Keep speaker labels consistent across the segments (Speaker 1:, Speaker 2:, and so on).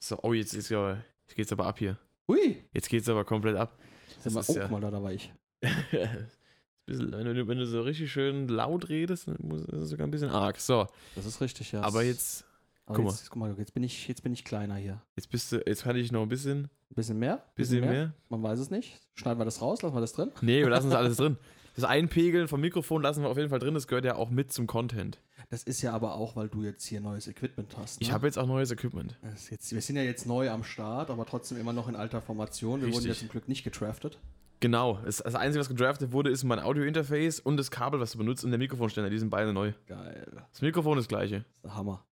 Speaker 1: So, oh, jetzt, ist ja, jetzt geht's aber ab hier.
Speaker 2: Hui!
Speaker 1: Jetzt geht's aber komplett ab.
Speaker 2: Das
Speaker 1: ist
Speaker 2: ist
Speaker 1: ja-
Speaker 2: mal, da, da war ich.
Speaker 1: Bisschen, wenn, du, wenn du so richtig schön laut redest, dann muss- ist es sogar ein bisschen arg. So,
Speaker 2: Das ist richtig, ja.
Speaker 1: aber jetzt,
Speaker 2: Aber
Speaker 1: guck mal.
Speaker 2: jetzt, guck mal, jetzt bin ich, jetzt bin ich kleiner hier.
Speaker 1: jetzt bist du, jetzt kann ich noch ein bisschen,
Speaker 2: Ein bisschen mehr? Ein
Speaker 1: bisschen mehr.
Speaker 2: Man weiß es nicht. Schneiden wir das raus, lassen wir das drin.
Speaker 1: Nee, wir lassen das alles drin. Das Einpegeln vom Mikrofon lassen wir auf jeden Fall drin. Das gehört ja auch mit zum Content.
Speaker 2: Das ist ja aber auch, weil du jetzt hier neues Equipment hast. ne?
Speaker 1: Ich habe jetzt auch neues Equipment.
Speaker 2: Das ist Jetzt, wir sind ja jetzt neu am Start, aber trotzdem immer noch in alter Formation. Wir wurden
Speaker 1: Richtig.
Speaker 2: ja zum Glück nicht getraftet.
Speaker 1: Genau. Das, das Einzige, was gedraftet wurde, ist mein Audio-Interface und das Kabel, was du benutzt und der Mikrofonständer. Die sind beide neu.
Speaker 2: Geil.
Speaker 1: Das Mikrofon ist das gleiche.
Speaker 2: Das ist der Hammer.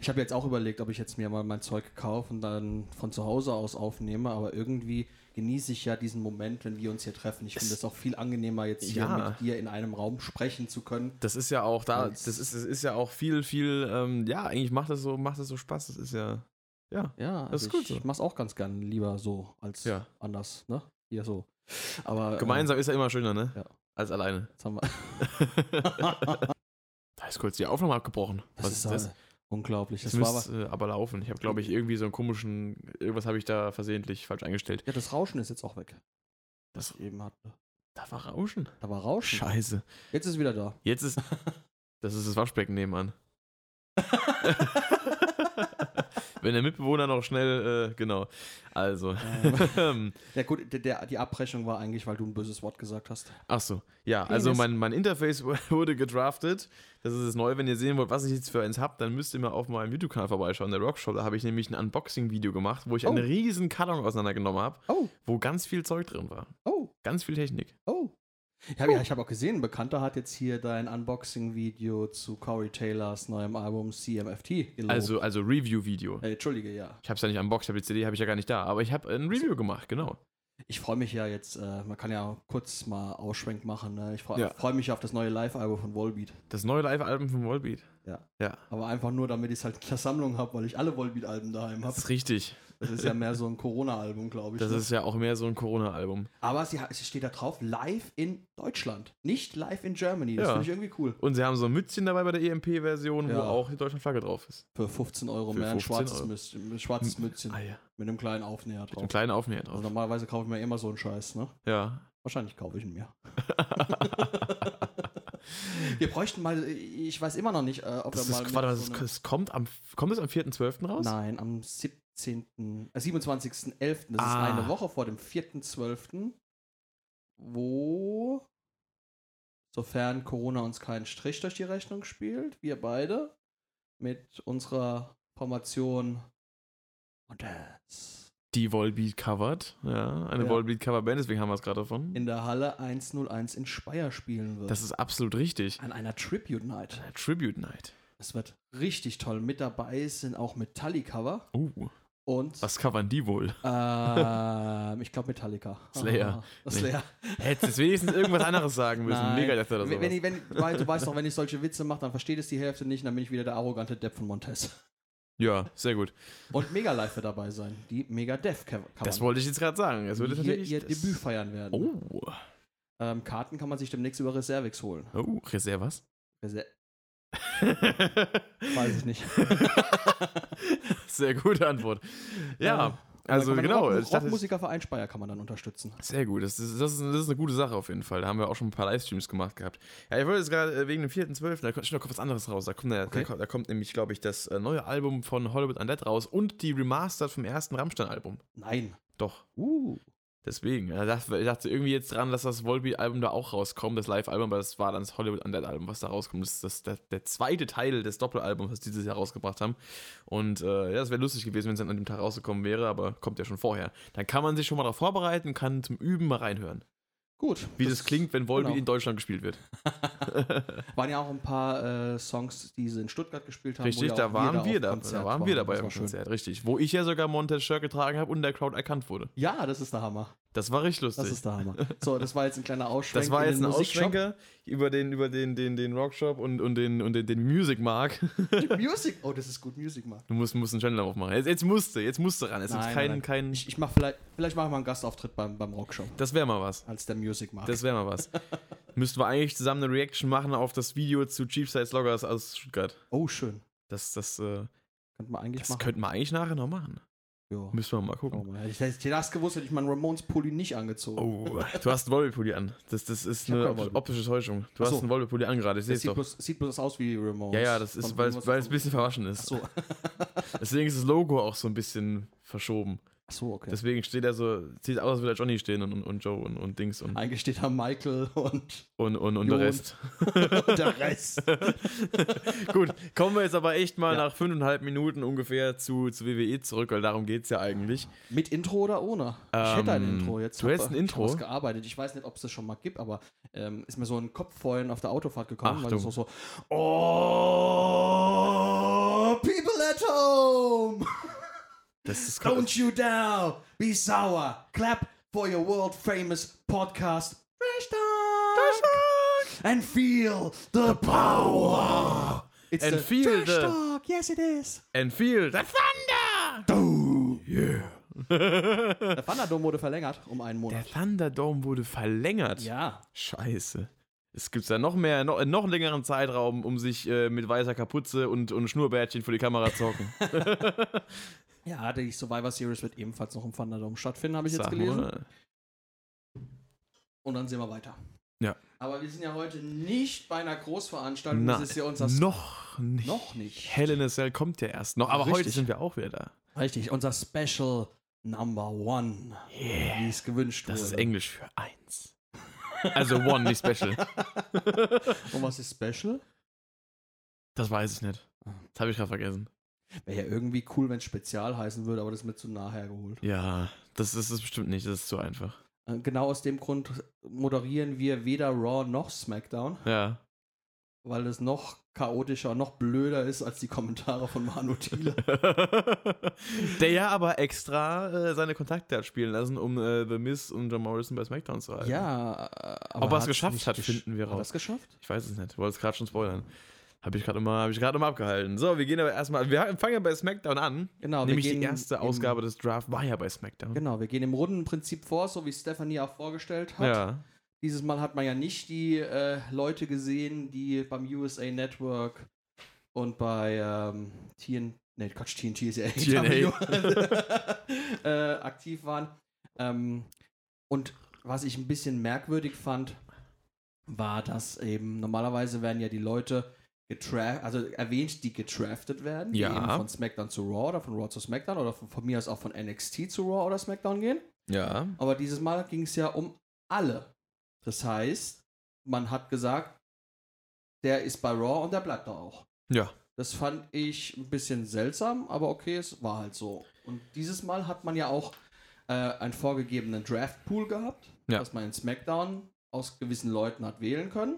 Speaker 2: Ich habe jetzt auch überlegt, ob ich jetzt mir mal mein Zeug kaufe und dann von zu Hause aus aufnehme, aber irgendwie genieße ich ja diesen Moment, wenn wir uns hier treffen. Ich finde es auch viel angenehmer, jetzt hier
Speaker 1: Ja.
Speaker 2: mit dir in einem Raum sprechen zu können.
Speaker 1: Das ist ja auch da,
Speaker 2: Nice.
Speaker 1: das ist, das ist ja auch viel, viel, ähm, ja, eigentlich macht das so, macht das so Spaß. Das ist ja, ja.
Speaker 2: Ja,
Speaker 1: Das ist gut
Speaker 2: Also ich
Speaker 1: so.
Speaker 2: mach's auch ganz gern lieber so als
Speaker 1: Ja.
Speaker 2: anders, ne? Hier so. Aber
Speaker 1: Gemeinsam ist ja immer schöner, ne?
Speaker 2: ja.
Speaker 1: Als alleine.
Speaker 2: Äh, jetzt haben wir,
Speaker 1: Da ist kurz die Aufnahme abgebrochen.
Speaker 2: das ist äh, unglaublich.
Speaker 1: Das,
Speaker 2: Das war was.
Speaker 1: müsste äh, aber laufen. Ich habe, glaube ich, irgendwie so einen komischen, irgendwas habe ich da versehentlich falsch eingestellt.
Speaker 2: Ja, das Rauschen ist jetzt auch weg.
Speaker 1: Das-
Speaker 2: ich eben hatte.
Speaker 1: Da war Rauschen.
Speaker 2: Da war Rauschen.
Speaker 1: Scheiße.
Speaker 2: Jetzt ist es wieder da.
Speaker 1: Jetzt ist. Das ist das Waschbecken nebenan. Wenn der Mitbewohner noch schnell, äh, genau. Also. Ähm.
Speaker 2: Ja gut, der, der, die Abbrechung war eigentlich, weil du ein böses Wort gesagt hast.
Speaker 1: Ach so. Ja,
Speaker 2: Nee,
Speaker 1: also
Speaker 2: das-
Speaker 1: mein, mein Interface wurde gedraftet. Das ist das Neue. Wenn ihr sehen wollt, was ich jetzt für eins habe, dann müsst ihr mal auf meinem YouTube-Kanal vorbeischauen. Der Rockshow, da habe ich nämlich ein Unboxing-Video gemacht, wo ich
Speaker 2: Oh.
Speaker 1: einen riesen Karton auseinandergenommen habe,
Speaker 2: Oh,
Speaker 1: wo ganz viel Zeug drin war.
Speaker 2: oh,
Speaker 1: Ganz viel Technik.
Speaker 2: oh. Ich habe ja, ich hab auch gesehen, ein Bekannter hat jetzt hier dein Unboxing-Video zu Corey Taylors neuem Album CMFT gelobt.
Speaker 1: Also, also Review-Video.
Speaker 2: Äh, Entschuldige, ja.
Speaker 1: Ich habe es ja nicht unboxed, ich habe die CD, habe ich ja gar nicht da. Aber ich habe ein Review gemacht, genau.
Speaker 2: Ich freue mich ja jetzt, äh, man kann ja kurz mal Ausschwenk machen. Ne? Ich freue
Speaker 1: Ja.
Speaker 2: freu mich auf das neue Live-Album von Volbeat.
Speaker 1: Das neue Live-Album von Volbeat.
Speaker 2: Ja.
Speaker 1: Ja.
Speaker 2: Aber einfach nur, damit ich es halt in der Sammlung habe, weil ich alle Volbeat-Alben daheim
Speaker 1: Das
Speaker 2: habe.
Speaker 1: ist richtig.
Speaker 2: Das ist ja mehr so ein Corona-Album, glaube ich.
Speaker 1: Das
Speaker 2: ne?
Speaker 1: ist ja auch mehr so ein Corona-Album.
Speaker 2: Aber sie, ha- sie steht da drauf, live in Deutschland. Nicht live in Germany. Das
Speaker 1: Ja.
Speaker 2: finde ich irgendwie cool.
Speaker 1: Und sie haben so ein Mützchen dabei bei der EMP-Version, wo
Speaker 2: Ja.
Speaker 1: auch die Deutschlandflagge drauf ist.
Speaker 2: Für 15 Euro
Speaker 1: Für
Speaker 2: mehr ein
Speaker 1: 15
Speaker 2: schwarzes,
Speaker 1: Euro.
Speaker 2: Mützchen, ein schwarzes Mützchen
Speaker 1: Ah ja.
Speaker 2: mit einem kleinen Aufnäher
Speaker 1: Mit einem
Speaker 2: drauf.
Speaker 1: kleinen Aufnäher drauf.
Speaker 2: Also normalerweise kaufe ich mir immer so einen Scheiß, ne?
Speaker 1: Ja.
Speaker 2: Wahrscheinlich kaufe ich ihn mir. Wir bräuchten mal, ich weiß immer noch nicht, äh, ob
Speaker 1: Das
Speaker 2: wir mal.
Speaker 1: ist,
Speaker 2: mit
Speaker 1: warte, das,
Speaker 2: so
Speaker 1: ist,
Speaker 2: einem-
Speaker 1: das kommt am, kommt es am 4.12. raus?
Speaker 2: Nein, am 17., äh, 27.11., das
Speaker 1: Ah.
Speaker 2: ist eine Woche vor dem 4.12., wo, sofern Corona uns keinen Strich durch die Rechnung spielt, wir beide mit unserer Formation und das
Speaker 1: Die Volbeat covered. Ja, eine
Speaker 2: Ja.
Speaker 1: Volbeat Coverband, deswegen haben wir es gerade davon.
Speaker 2: in der Halle 101 in Speyer spielen wird.
Speaker 1: Das ist absolut richtig.
Speaker 2: an einer Tribute Night.
Speaker 1: Eine Tribute Night.
Speaker 2: Es wird richtig toll. Mit dabei sind auch Metallica-Cover
Speaker 1: Uh,
Speaker 2: und
Speaker 1: was covern die wohl?
Speaker 2: Ähm, ich glaube Metallica.
Speaker 1: Slayer.
Speaker 2: Ah, Slayer.
Speaker 1: Hättest du wenigstens irgendwas anderes sagen müssen.
Speaker 2: Nein.
Speaker 1: Megadeth oder
Speaker 2: Wenn- wenn
Speaker 1: sowas.
Speaker 2: ich, wenn, weil du weißt doch, wenn ich solche Witze mache, dann versteht es die Hälfte nicht und dann bin ich wieder der arrogante Depp von Montez.
Speaker 1: Ja, sehr gut.
Speaker 2: Und Mega Life wird dabei sein, die Mega Death Cover.
Speaker 1: Das wollte ich jetzt gerade sagen. Es würde
Speaker 2: ihr,
Speaker 1: natürlich
Speaker 2: ihr
Speaker 1: das-
Speaker 2: Debüt feiern werden.
Speaker 1: Oh,
Speaker 2: Ähm, Karten kann man sich demnächst über Reservix holen.
Speaker 1: oh, Reserve was?
Speaker 2: Reser weiß ich nicht.
Speaker 1: Sehr gute Antwort. Ja,
Speaker 2: Äh,
Speaker 1: also
Speaker 2: kann man
Speaker 1: genau.
Speaker 2: Rock,
Speaker 1: Ich dachte,
Speaker 2: Rockmusikerverein Speyer kann man dann unterstützen.
Speaker 1: sehr gut. Das ist, das, ist, das ist eine gute Sache auf jeden Fall. Da haben wir auch schon ein paar Livestreams gemacht gehabt. Ja, ich wollte jetzt gerade äh, wegen dem 4.12., da kommt, da kommt was anderes raus. Da kommt, der,
Speaker 2: Okay.
Speaker 1: da, kommt, da kommt nämlich, glaube ich, das äh, neue Album von Hollywood Undead raus und die Remastered vom ersten Rammstein-Album.
Speaker 2: Nein.
Speaker 1: Doch.
Speaker 2: Uh.
Speaker 1: Deswegen, ich dachte, ich dachte irgendwie jetzt dran, dass das Volbeat-Album da auch rauskommt, das Live-Album, aber das war dann das Hollywood Undead-Album, was da rauskommt. Das ist das, der, der zweite Teil des Doppelalbums, was die dieses Jahr rausgebracht haben. Und äh, ja, das wäre lustig gewesen, wenn es dann an dem Tag rausgekommen wäre, aber kommt ja schon vorher. Dann kann man sich schon mal darauf vorbereiten, kann zum Üben mal reinhören,
Speaker 2: Gut.
Speaker 1: wie das, klingt, wenn Volbeat
Speaker 2: genau.
Speaker 1: in Deutschland gespielt wird.
Speaker 2: Waren ja auch ein paar äh, Songs, die sie in Stuttgart gespielt haben. wo
Speaker 1: Richtig,
Speaker 2: ja
Speaker 1: da
Speaker 2: auch
Speaker 1: waren
Speaker 2: auf
Speaker 1: wir da,
Speaker 2: Konzert
Speaker 1: da waren wir dabei
Speaker 2: Das
Speaker 1: beim
Speaker 2: war schön.
Speaker 1: Konzert, richtig. Wo ich ja sogar Montez Shirt getragen habe und der Crowd erkannt wurde.
Speaker 2: Ja, das ist der Hammer.
Speaker 1: Das war richtig lustig.
Speaker 2: Das ist der Hammer. So, das war jetzt ein kleiner Ausschwenk.
Speaker 1: Das war
Speaker 2: in
Speaker 1: jetzt
Speaker 2: den
Speaker 1: ein
Speaker 2: Musikshop.
Speaker 1: Ausschwenker über den, über den, den, den Rockshop und, und den, und den, den Music Mark.
Speaker 2: Music. Oh, das ist gut, Music mal.
Speaker 1: Du musst, musst einen Channel aufmachen. Jetzt, jetzt musst du, jetzt musst du ran. Es
Speaker 2: Nein,
Speaker 1: ist
Speaker 2: nein,
Speaker 1: kein,
Speaker 2: nein.
Speaker 1: kein.
Speaker 2: Ich, ich mach vielleicht, vielleicht mache ich mal einen Gastauftritt beim, beim Rockshow
Speaker 1: Das wäre mal was.
Speaker 2: als der Music Mark.
Speaker 1: Das wäre mal was. Müssten wir eigentlich zusammen eine Reaction machen auf das Video zu Cheap Size Loggers aus Stuttgart.
Speaker 2: oh, schön.
Speaker 1: Das, das, äh,
Speaker 2: Könnte man eigentlich
Speaker 1: das
Speaker 2: machen.
Speaker 1: könnten wir eigentlich nachher noch machen.
Speaker 2: Ja.
Speaker 1: Müssen wir mal gucken.
Speaker 2: Oh, Mann, hätte ich hätte ich das gewusst, hätte ich meinen Ramones-Pulli nicht angezogen.
Speaker 1: Oh, du hast einen Wollpulli an. Das, das ist
Speaker 2: Ich hab
Speaker 1: eine
Speaker 2: keinen
Speaker 1: op-
Speaker 2: Wollpulli.
Speaker 1: optische Täuschung. Du
Speaker 2: Ach so.
Speaker 1: hast einen Wollpulli an gerade, ich sehe
Speaker 2: das
Speaker 1: es
Speaker 2: sieht
Speaker 1: doch.
Speaker 2: bloß, sieht bloß aus wie Ramones.
Speaker 1: Ja, ja, das ist,
Speaker 2: Von
Speaker 1: weil es
Speaker 2: irgendwas-
Speaker 1: weil es ein bisschen verwaschen ist.
Speaker 2: Achso,
Speaker 1: Deswegen ist das Logo auch so ein bisschen verschoben.
Speaker 2: Achso okay.
Speaker 1: Deswegen steht er so, sieht aus, als würde da Johnny stehen und, und, und Joe und, und Dings und,
Speaker 2: Eigentlich steht da Michael und,
Speaker 1: und, und, und der
Speaker 2: Jo.
Speaker 1: Rest.
Speaker 2: und der Rest.
Speaker 1: Gut, kommen wir jetzt aber echt mal
Speaker 2: Ja.
Speaker 1: nach fünfeinhalb Minuten ungefähr zu, zu WWE zurück, weil darum geht es ja eigentlich.
Speaker 2: Mit Intro oder ohne? ich hätte ein
Speaker 1: Ähm,
Speaker 2: Intro jetzt.
Speaker 1: du hättest ein Intro?
Speaker 2: Ich gearbeitet. Ich weiß nicht, ob es das schon mal gibt, aber ähm, ist mir so ein Kopf vorhin auf der Autofahrt gekommen, weil es
Speaker 1: Achtung.
Speaker 2: auch so Oh, people at home,
Speaker 1: Das ist
Speaker 2: don't you dare be sour. Clap for your world famous podcast Trash Talk, and feel the power. It's
Speaker 1: And
Speaker 2: the
Speaker 1: feel
Speaker 2: Trash
Speaker 1: the-
Speaker 2: Talk. Yes, it is.
Speaker 1: And feel the thunder! Yeah.
Speaker 2: Der Thunderdome wurde verlängert um einen
Speaker 1: Der
Speaker 2: Monat.
Speaker 1: Thunderdome wurde verlängert.
Speaker 2: Ja.
Speaker 1: Scheiße. Es gibt ja noch mehr, noch, noch einen längeren Zeitraum, um sich äh, mit weißer Kapuze und, und Schnurrbärtchen vor die Kamera zu hocken.
Speaker 2: Ja, die Survivor Series wird ebenfalls noch im Thunderdome stattfinden, habe ich jetzt
Speaker 1: Sag
Speaker 2: gelesen.
Speaker 1: mal.
Speaker 2: Und dann sehen wir weiter.
Speaker 1: Ja.
Speaker 2: Aber wir sind ja heute nicht bei einer Großveranstaltung.
Speaker 1: Nein,
Speaker 2: Das ist ja unser
Speaker 1: noch nicht.
Speaker 2: noch nicht.
Speaker 1: Hell in a Cell kommt ja erst noch, aber
Speaker 2: Richtig.
Speaker 1: heute sind wir auch wieder da.
Speaker 2: Richtig, unser Special Number One, wie es gewünscht
Speaker 1: Das ist
Speaker 2: wurde.
Speaker 1: Englisch für eins. Also one, nicht special.
Speaker 2: Und was ist Special?
Speaker 1: Das weiß ich nicht. Das habe ich gerade vergessen.
Speaker 2: Wäre ja irgendwie cool, wenn es Spezial heißen würde, aber das ist mir zu nah hergeholt.
Speaker 1: Ja, das ist es bestimmt nicht. Das ist zu einfach.
Speaker 2: Äh, Genau aus dem Grund moderieren wir weder Raw noch SmackDown,
Speaker 1: Ja.
Speaker 2: weil es noch chaotischer, noch blöder ist als die Kommentare von Manu Thiele.
Speaker 1: Der ja aber extra äh, seine Kontakte hat spielen lassen, um äh, The Miz und John Morrison bei SmackDown zu halten.
Speaker 2: ja, äh,
Speaker 1: Ob er es
Speaker 2: hat's
Speaker 1: geschafft
Speaker 2: nicht
Speaker 1: hat,
Speaker 2: gesch-
Speaker 1: finden wir
Speaker 2: Hat er
Speaker 1: raus.
Speaker 2: es geschafft?
Speaker 1: Ich weiß es nicht. Ich wollte es gerade schon spoilern. Habe ich gerade immer, hab ich gerade immer abgehalten. So, wir gehen aber erstmal. Wir fangen ja bei SmackDown an.
Speaker 2: Genau, wir
Speaker 1: Nämlich die
Speaker 2: gehen
Speaker 1: erste
Speaker 2: im-
Speaker 1: Ausgabe des Draft war ja bei SmackDown.
Speaker 2: Genau, wir gehen im Rundenprinzip vor, so wie Stephanie auch vorgestellt hat.
Speaker 1: Ja.
Speaker 2: Dieses Mal hat man ja nicht die äh, Leute gesehen, die beim USA Network und bei ähm, TN, nee, Quatsch, TNT ist ja AEW, äh, aktiv waren. Ähm, und was ich ein bisschen merkwürdig fand, war, dass eben normalerweise werden ja die Leute getraftet, also erwähnt, die getraftet werden,
Speaker 1: Ja.
Speaker 2: die eben von SmackDown zu Raw oder von Raw zu SmackDown oder von, von mir aus auch von NXT zu Raw oder SmackDown gehen.
Speaker 1: Ja.
Speaker 2: Aber dieses Mal ging es ja um alle. Das heißt, man hat gesagt, der ist bei Raw und der bleibt da auch.
Speaker 1: Ja.
Speaker 2: Das fand ich ein bisschen seltsam, aber okay, es war halt so. Und dieses Mal hat man ja auch äh, einen vorgegebenen Draft-Pool gehabt,
Speaker 1: Ja.
Speaker 2: dass man in SmackDown aus gewissen Leuten hat wählen können.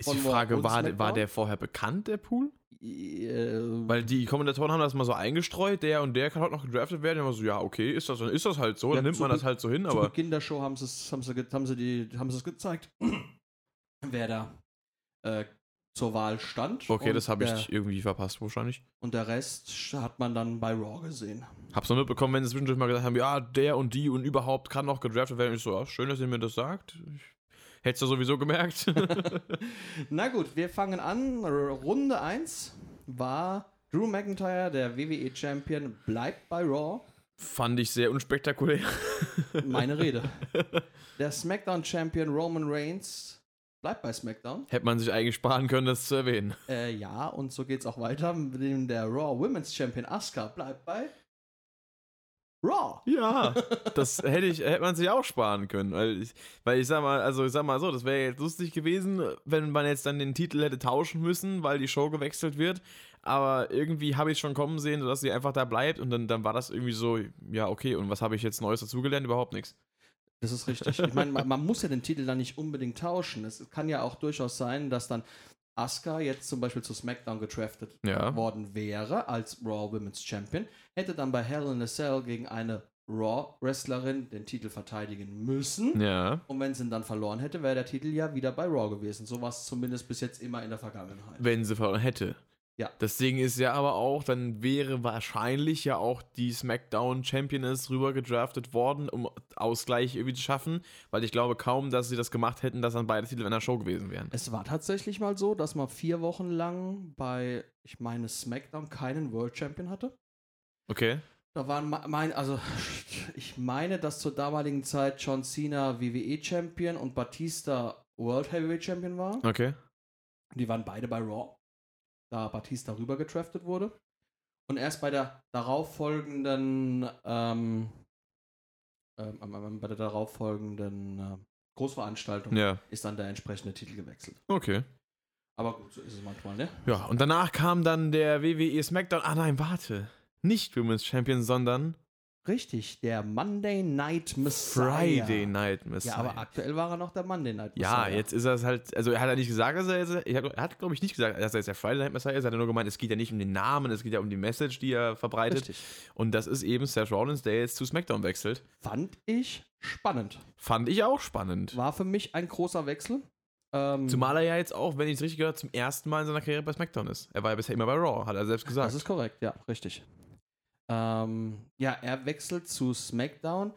Speaker 1: Ist die
Speaker 2: Von Raw
Speaker 1: Frage,
Speaker 2: und
Speaker 1: war,
Speaker 2: SmackDown?
Speaker 1: war der vorher bekannt, der Pool?
Speaker 2: Äh,
Speaker 1: Weil die Kommentatoren haben das mal so eingestreut, der und der kann halt noch gedraftet werden. Immer so, ja, okay, ist das, dann ist das halt so,
Speaker 2: Ja,
Speaker 1: dann nimmt
Speaker 2: zu
Speaker 1: man das
Speaker 2: Be-
Speaker 1: halt so hin,
Speaker 2: Zu
Speaker 1: aber.
Speaker 2: Beginn der Show haben sie es haben sie, ge- haben sie die, haben sie es gezeigt, wer da äh, zur Wahl stand.
Speaker 1: Okay,
Speaker 2: Und
Speaker 1: das habe ich
Speaker 2: der-
Speaker 1: irgendwie verpasst wahrscheinlich.
Speaker 2: Und der Rest hat man dann bei Raw gesehen.
Speaker 1: Hab's noch mitbekommen, wenn sie zwischendurch mal gesagt haben, ja, der und die und überhaupt kann noch gedraftet werden. Ich so, ah, schön, dass ihr mir das sagt. Ich hätt's ja sowieso gemerkt.
Speaker 2: Na gut, wir fangen an. R- Runde 1 war Drew McIntyre, der WWE Champion, bleibt bei Raw.
Speaker 1: Fand ich sehr unspektakulär.
Speaker 2: Meine Rede. Der SmackDown Champion Roman Reigns bleibt bei SmackDown.
Speaker 1: Hätte man sich eigentlich sparen können, das zu erwähnen.
Speaker 2: Äh, ja, und so geht's auch weiter. Mit dem der Raw Women's Champion Asuka bleibt bei Raw.
Speaker 1: Ja, das hätte ich, hätte man sich auch sparen können. Weil ich, weil ich sag mal, also ich sag mal so, das wäre jetzt lustig gewesen, wenn man jetzt dann den Titel hätte tauschen müssen, weil die Show gewechselt wird. Aber irgendwie habe ich schon kommen sehen, dass sie einfach da bleibt und dann, dann war das irgendwie so, ja, okay, und was habe ich jetzt Neues dazugelernt? Überhaupt nichts.
Speaker 2: Das ist richtig. Ich meine, man, man muss ja den Titel dann nicht unbedingt tauschen. Es kann ja auch durchaus sein, dass dann Asuka jetzt zum Beispiel zu SmackDown getraftet
Speaker 1: Ja.
Speaker 2: worden wäre als Raw Women's Champion, hätte dann bei Hell in a Cell gegen eine Raw-Wrestlerin den Titel verteidigen müssen.
Speaker 1: Ja.
Speaker 2: Und wenn sie ihn dann verloren hätte, wäre der Titel ja wieder bei Raw gewesen. So war es zumindest bis jetzt immer in der Vergangenheit.
Speaker 1: Wenn sie verloren hätte.
Speaker 2: Ja.
Speaker 1: Das Ding ist ja aber auch, dann wäre wahrscheinlich ja auch die SmackDown Championess rüber gedraftet worden, um Ausgleich irgendwie zu schaffen, weil ich glaube kaum, dass sie das gemacht hätten, dass dann beide Titel in der Show gewesen wären.
Speaker 2: Es war tatsächlich mal so, dass man vier Wochen lang bei, ich meine, SmackDown keinen World Champion hatte.
Speaker 1: Okay.
Speaker 2: Da waren me- mein, also ich meine, dass zur damaligen Zeit John Cena WWE Champion und Batista World Heavyweight Champion war.
Speaker 1: Okay.
Speaker 2: Die waren beide bei Raw, da Batista rüber getraftet wurde. Und erst bei der darauffolgenden, ähm, ähm, ähm, ähm, bei der darauffolgenden ähm, Großveranstaltung
Speaker 1: Ja.
Speaker 2: ist dann der entsprechende Titel gewechselt.
Speaker 1: Okay.
Speaker 2: Aber gut, so ist es manchmal, ne?
Speaker 1: Ja, und danach kam dann der WWE SmackDown. Ah nein, warte. Nicht Women's Champion, sondern
Speaker 2: Richtig, der Monday Night Messiah.
Speaker 1: Friday Night
Speaker 2: Ja,
Speaker 1: Messiah.
Speaker 2: aber aktuell war er noch der Monday Night
Speaker 1: Ja, jetzt ist er es halt, also er hat ja nicht gesagt, dass er jetzt, ich hab, er hat glaube ich nicht gesagt, dass er jetzt der Friday Night Messiah ist, er hat ja nur gemeint, es geht ja nicht um den Namen, es geht ja um die Message, die er verbreitet.
Speaker 2: Richtig.
Speaker 1: Und das ist eben Seth Rollins, der jetzt zu SmackDown wechselt.
Speaker 2: Fand ich spannend.
Speaker 1: Fand ich auch spannend.
Speaker 2: War für mich ein großer Wechsel. Ähm,
Speaker 1: Zumal er ja jetzt auch, wenn ich es richtig gehört, zum ersten Mal in seiner Karriere bei SmackDown ist. Er war ja bisher immer bei Raw, hat er selbst gesagt.
Speaker 2: Das ist korrekt, ja, richtig. Ähm, ja, er wechselt zu SmackDown.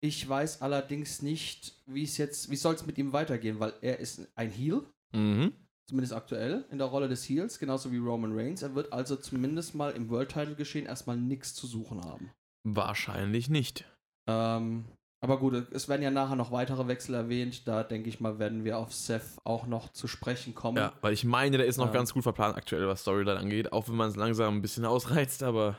Speaker 2: Ich weiß allerdings nicht, wie es jetzt, wie soll es mit ihm weitergehen, weil er ist ein Heel,
Speaker 1: mhm.
Speaker 2: zumindest aktuell, in der Rolle des Heels, genauso wie Roman Reigns. Er wird also zumindest mal im World Title geschehen erstmal nichts zu suchen haben.
Speaker 1: Wahrscheinlich nicht.
Speaker 2: Ähm, aber gut, es werden ja nachher noch weitere Wechsel erwähnt. Da denke ich mal, werden wir auf Seth auch noch zu sprechen kommen.
Speaker 1: Ja, weil ich meine, der ist noch
Speaker 2: Mhm. Ja.
Speaker 1: ganz gut verplant aktuell, was Storyline angeht, auch wenn man es langsam ein bisschen ausreizt, aber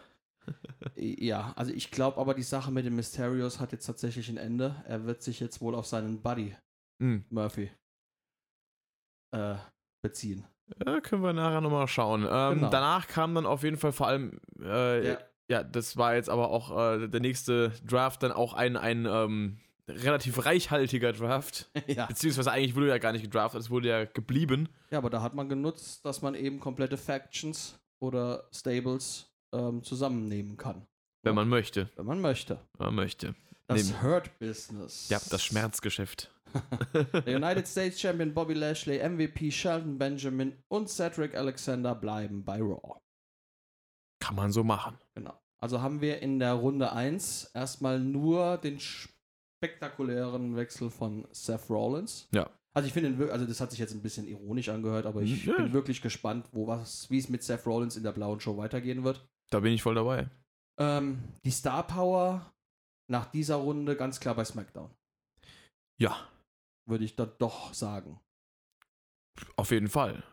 Speaker 2: Ja, also ich glaube aber, die Sache mit den Mysterios hat jetzt tatsächlich ein Ende. Er wird sich jetzt wohl auf seinen Buddy
Speaker 1: hm,
Speaker 2: Murphy äh, beziehen.
Speaker 1: äh, können wir nachher nochmal schauen. Ähm,
Speaker 2: Genau.
Speaker 1: Danach kam dann auf jeden Fall vor allem, äh, ja.
Speaker 2: Ja.
Speaker 1: das war jetzt aber auch äh, der nächste Draft, dann auch ein, ein ähm, relativ reichhaltiger Draft,
Speaker 2: ja.
Speaker 1: beziehungsweise eigentlich wurde ja gar nicht gedraftet, es wurde ja geblieben.
Speaker 2: ja, aber da hat man genutzt, dass man eben komplette Factions oder Stables ähm, zusammennehmen kann,
Speaker 1: Wenn man möchte.
Speaker 2: wenn man möchte.
Speaker 1: Wenn man möchte.
Speaker 2: Das
Speaker 1: Nehmen.
Speaker 2: Hurt Business.
Speaker 1: Ja, das Schmerzgeschäft.
Speaker 2: Der United States Champion Bobby Lashley, MVP Shelton Benjamin und Cedric Alexander bleiben bei Raw.
Speaker 1: Kann man so machen.
Speaker 2: Genau. Also haben wir in der Runde 1 erstmal nur den spektakulären Wechsel von Seth Rollins.
Speaker 1: Ja.
Speaker 2: Also ich finde, ihn wir- also das hat sich jetzt ein bisschen ironisch angehört, aber ich
Speaker 1: Ja.
Speaker 2: bin wirklich gespannt, wo was, wie es mit Seth Rollins in der blauen Show weitergehen wird.
Speaker 1: Da bin ich voll dabei.
Speaker 2: Ähm, die Star Power nach dieser Runde ganz klar bei SmackDown,
Speaker 1: Ja,
Speaker 2: würde ich dann doch sagen.
Speaker 1: auf jeden Fall.